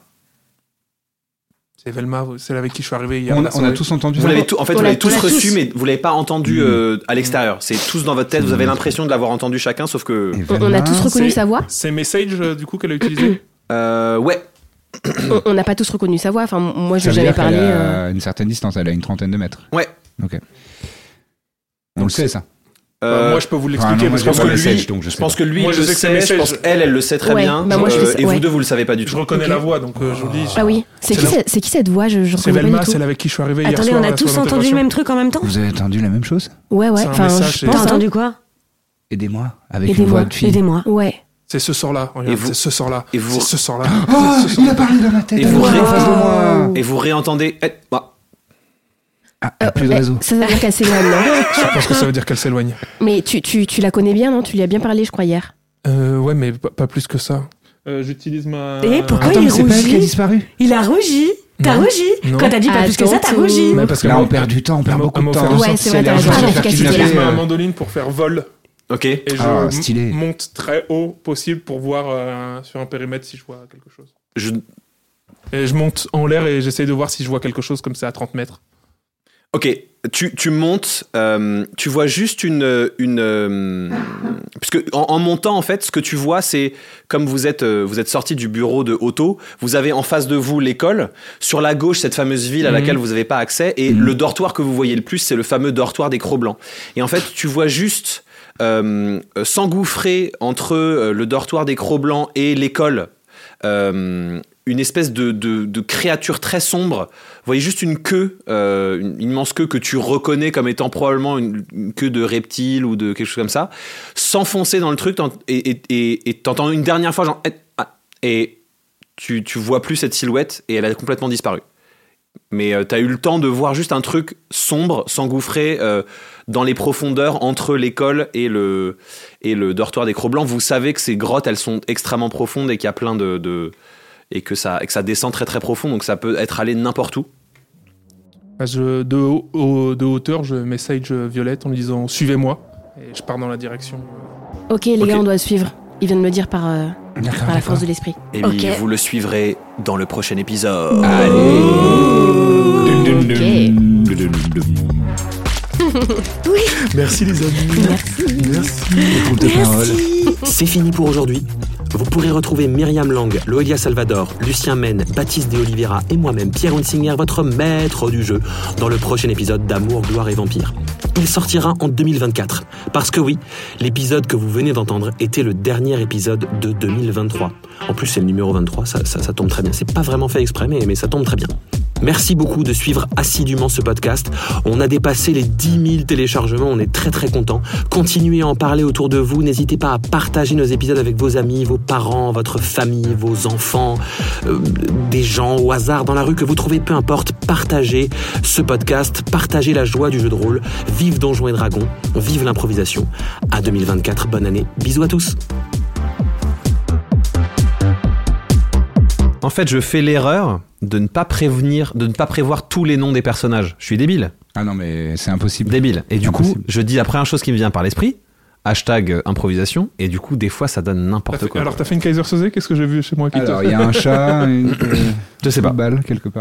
F: C'est Velma, celle avec qui je suis arrivé hier.
H: On
F: à la
H: a, on a
F: soirée.
H: tous entendu
B: Vous
H: ça
B: l'avez tout, en fait,
C: On
B: vous
C: l'a-
B: l'avez
C: on
B: tous
C: l'a
B: reçu,
C: tous.
B: mais vous l'avez pas entendu
H: Mmh.
B: euh, à l'extérieur. C'est tous dans votre tête. Vous avez
H: Mmh.
B: l'impression de l'avoir entendu chacun, sauf que
H: Et
C: On, on a
H: Velma,
C: tous reconnu
F: c'est-
C: sa voix.
F: C'est Message, euh, du coup, qu'elle a utilisé
B: euh, ouais.
C: On- On n'a pas tous reconnu sa voix. Enfin, m- moi, je
H: Ça
C: n'ai
H: veut
C: jamais parlé.
H: dire qu'elle
C: euh,
H: a une certaine distance, elle a une trentaine de mètres.
B: Ouais.
H: Ok. On le sait, ça.
B: Euh,
F: Bah, Moi, je peux vous
H: Enfin,
F: l'expliquer,
H: ah non, moi,
F: parce que je
H: j'ai pas
F: pense que
H: le
F: lui,
H: message, donc
B: je
H: je sais
B: pense
H: pas.
B: que lui
F: Moi,
B: il
F: je
B: le
F: sais que
B: sait,
F: le
B: je pense
F: message-
B: qu'elle, elle le sait très
C: Ouais,
B: bien.
C: bah, moi, je
B: Euh,
C: fais ça,
B: et vous
C: ouais.
B: deux, vous le savez pas du
F: je
B: tout.
F: reconnais la voix, donc euh, je vous dis.
C: Ah oui. C'est
F: C'est
C: qui,
F: la-
C: cette- c'est qui cette voix Je, je
F: C'est
C: reconnais
F: Velma,
C: pas du tout.
F: celle avec qui je suis arrivé hier
I: Attendez,
F: soir.
I: on
F: à
I: a
F: la
I: tous
F: soirée
I: entendu le
F: d'intégration.
I: même truc en même temps.
H: Vous avez entendu la même chose
C: Ouais, ouais.
F: C'est un
C: Enfin,
F: message,
C: je
F: c'est-
I: T'as
C: pense. hein.
I: entendu quoi
H: Aidez-moi. Avec une
C: Aidez-moi.
H: voix de fille.
I: Aidez-moi.
C: Ouais.
F: C'est ce sort-là, regarde,
B: vous-
F: c'est ce sort-là.
B: et vous-
F: C'est ce sort-là.
H: Oh,
F: c'est ce
H: il
F: sort-là.
H: a parlé dans ma tête.
B: Et vous eh, bah, ré-
H: alors, en face de moi.
B: Et vous réentendez. aide- ah.
H: Ah, y a plus de
C: Eh,
H: réseau.
C: Ça veut dire qu'elle s'éloigne, non
F: Je pense que ça veut dire qu'elle s'éloigne.
C: Mais tu, tu, tu la connais bien, non Tu lui as bien parlé, je crois, hier.
F: Euh, ouais, mais pas, pas plus que ça. Euh, J'utilise ma.
I: Et pourquoi
H: Attends,
I: il
H: mais c'est pas elle qui a
I: rougit
H: disparu.
I: Il a rougi. T'as
F: Non.
I: rougi.
F: Non.
I: Quand t'as dit pas plus que ça, t'as
C: Attends.
I: rougi.
F: Mais parce que
H: Là,
F: moi-
H: on perd du temps, on
F: elle
H: perd
F: m'a-
H: beaucoup
F: elle
H: de
F: m'a
H: temps.
F: offert
C: Ouais, c'est vrai, t'as raison.
H: Elle
C: Efficacité.
H: s'est fait
F: J'utilise ma
H: kidnapper.
F: mandoline pour faire vol
B: Ok.
F: et je
H: Ah,
F: m-
H: stylé.
F: monte très haut possible pour voir euh, sur un périmètre si je vois quelque chose.
B: Je-
F: Et je monte en l'air et j'essaye de voir si je vois quelque chose comme ça à 30 mètres.
B: Ok, tu, tu montes, euh, tu vois juste une... une euh, puisque en, en montant, en fait, ce que tu vois, c'est comme vous êtes, euh, vous êtes sorti du bureau de Otto, vous avez en face de vous l'école, sur la gauche, cette fameuse ville à
F: Mhm.
B: laquelle vous n'avez pas accès, et le dortoir que vous voyez le plus, c'est le fameux dortoir des Crocs-Blancs. Et en fait, tu vois juste euh, euh, s'engouffrer entre euh, le dortoir des Crocs-Blancs et l'école. euh, une espèce de- de- de créature très sombre vous voyez juste une queue, euh, une immense queue que tu reconnais comme étant probablement une, une queue de reptile ou de quelque chose comme ça, s'enfoncer dans le truc t'en- et et- et- et t'entends une dernière fois genre Eh, ah, et tu, tu vois plus cette silhouette et elle a complètement disparu. Mais tu t'as eu le temps de voir juste un truc sombre s'engouffrer euh, dans les profondeurs entre l'école et le, et le dortoir des Crocs Blancs. Vous savez que ces grottes, elles sont extrêmement profondes et qu'il y a plein de... de- et que ça, et que ça descend très très profond, donc ça peut être allé n'importe où.
F: Bah, je- de, haut- au- de hauteur, je message Violette en lui disant Suivez-moi. Et je pars dans la direction.
C: Ok, les
B: Ok.
C: gars, on doit suivre. Il vient de me dire par, euh, par la force de l'esprit.
B: Et
I: Ok.
B: vous le suivrez dans le prochain épisode.
C: Ok.
E: Merci les amis. Merci.
A: C'est fini pour aujourd'hui. Vous pourrez retrouver Myriam Lang, Loelia Salvador, Lucien Mène, Baptiste de Oliveira et moi-même, Pierre Hunsinger, votre maître du jeu, dans le prochain épisode d'Amour, Gloire et Vampire. Il sortira en 2024. Parce que oui, l'épisode que vous venez d'entendre était le dernier épisode de 2023. En plus, c'est le numéro 23, ça, ça- ça tombe très bien. C'est pas vraiment fait exprès, mais- mais ça tombe très bien. Merci beaucoup de suivre assidûment ce podcast. On a dépassé les 10 000 téléchargements, on est très très content. Continuez à en parler autour de vous, n'hésitez pas à partager nos épisodes avec vos amis, vos parents, votre famille, vos enfants, euh, des gens au hasard dans la rue que vous trouvez, peu importe. Partagez ce podcast, partagez la joie du jeu de rôle. Vive Donjons et Dragons, vive l'improvisation. À 2024, bonne année, bisous à tous.
B: En fait, je fais l'erreur de ne pas prévenir, de ne pas prévoir tous les noms des personnages. Je suis débile,
H: Ah non, mais c'est impossible.
B: débile. Et du coup,
H: Impossible.
B: je dis la première chose qui me vient par l'esprit. Hashtag euh, improvisation. Et du coup, des fois, ça donne
F: T'as
B: n'importe
F: fait-
B: quoi.
F: alors, t'as fait une Kaiser Soze Qu'est-ce que j'ai vu chez moi qui te-
H: Alors, il y a un chat, une, euh,
B: je sais pas.
H: balle quelque part.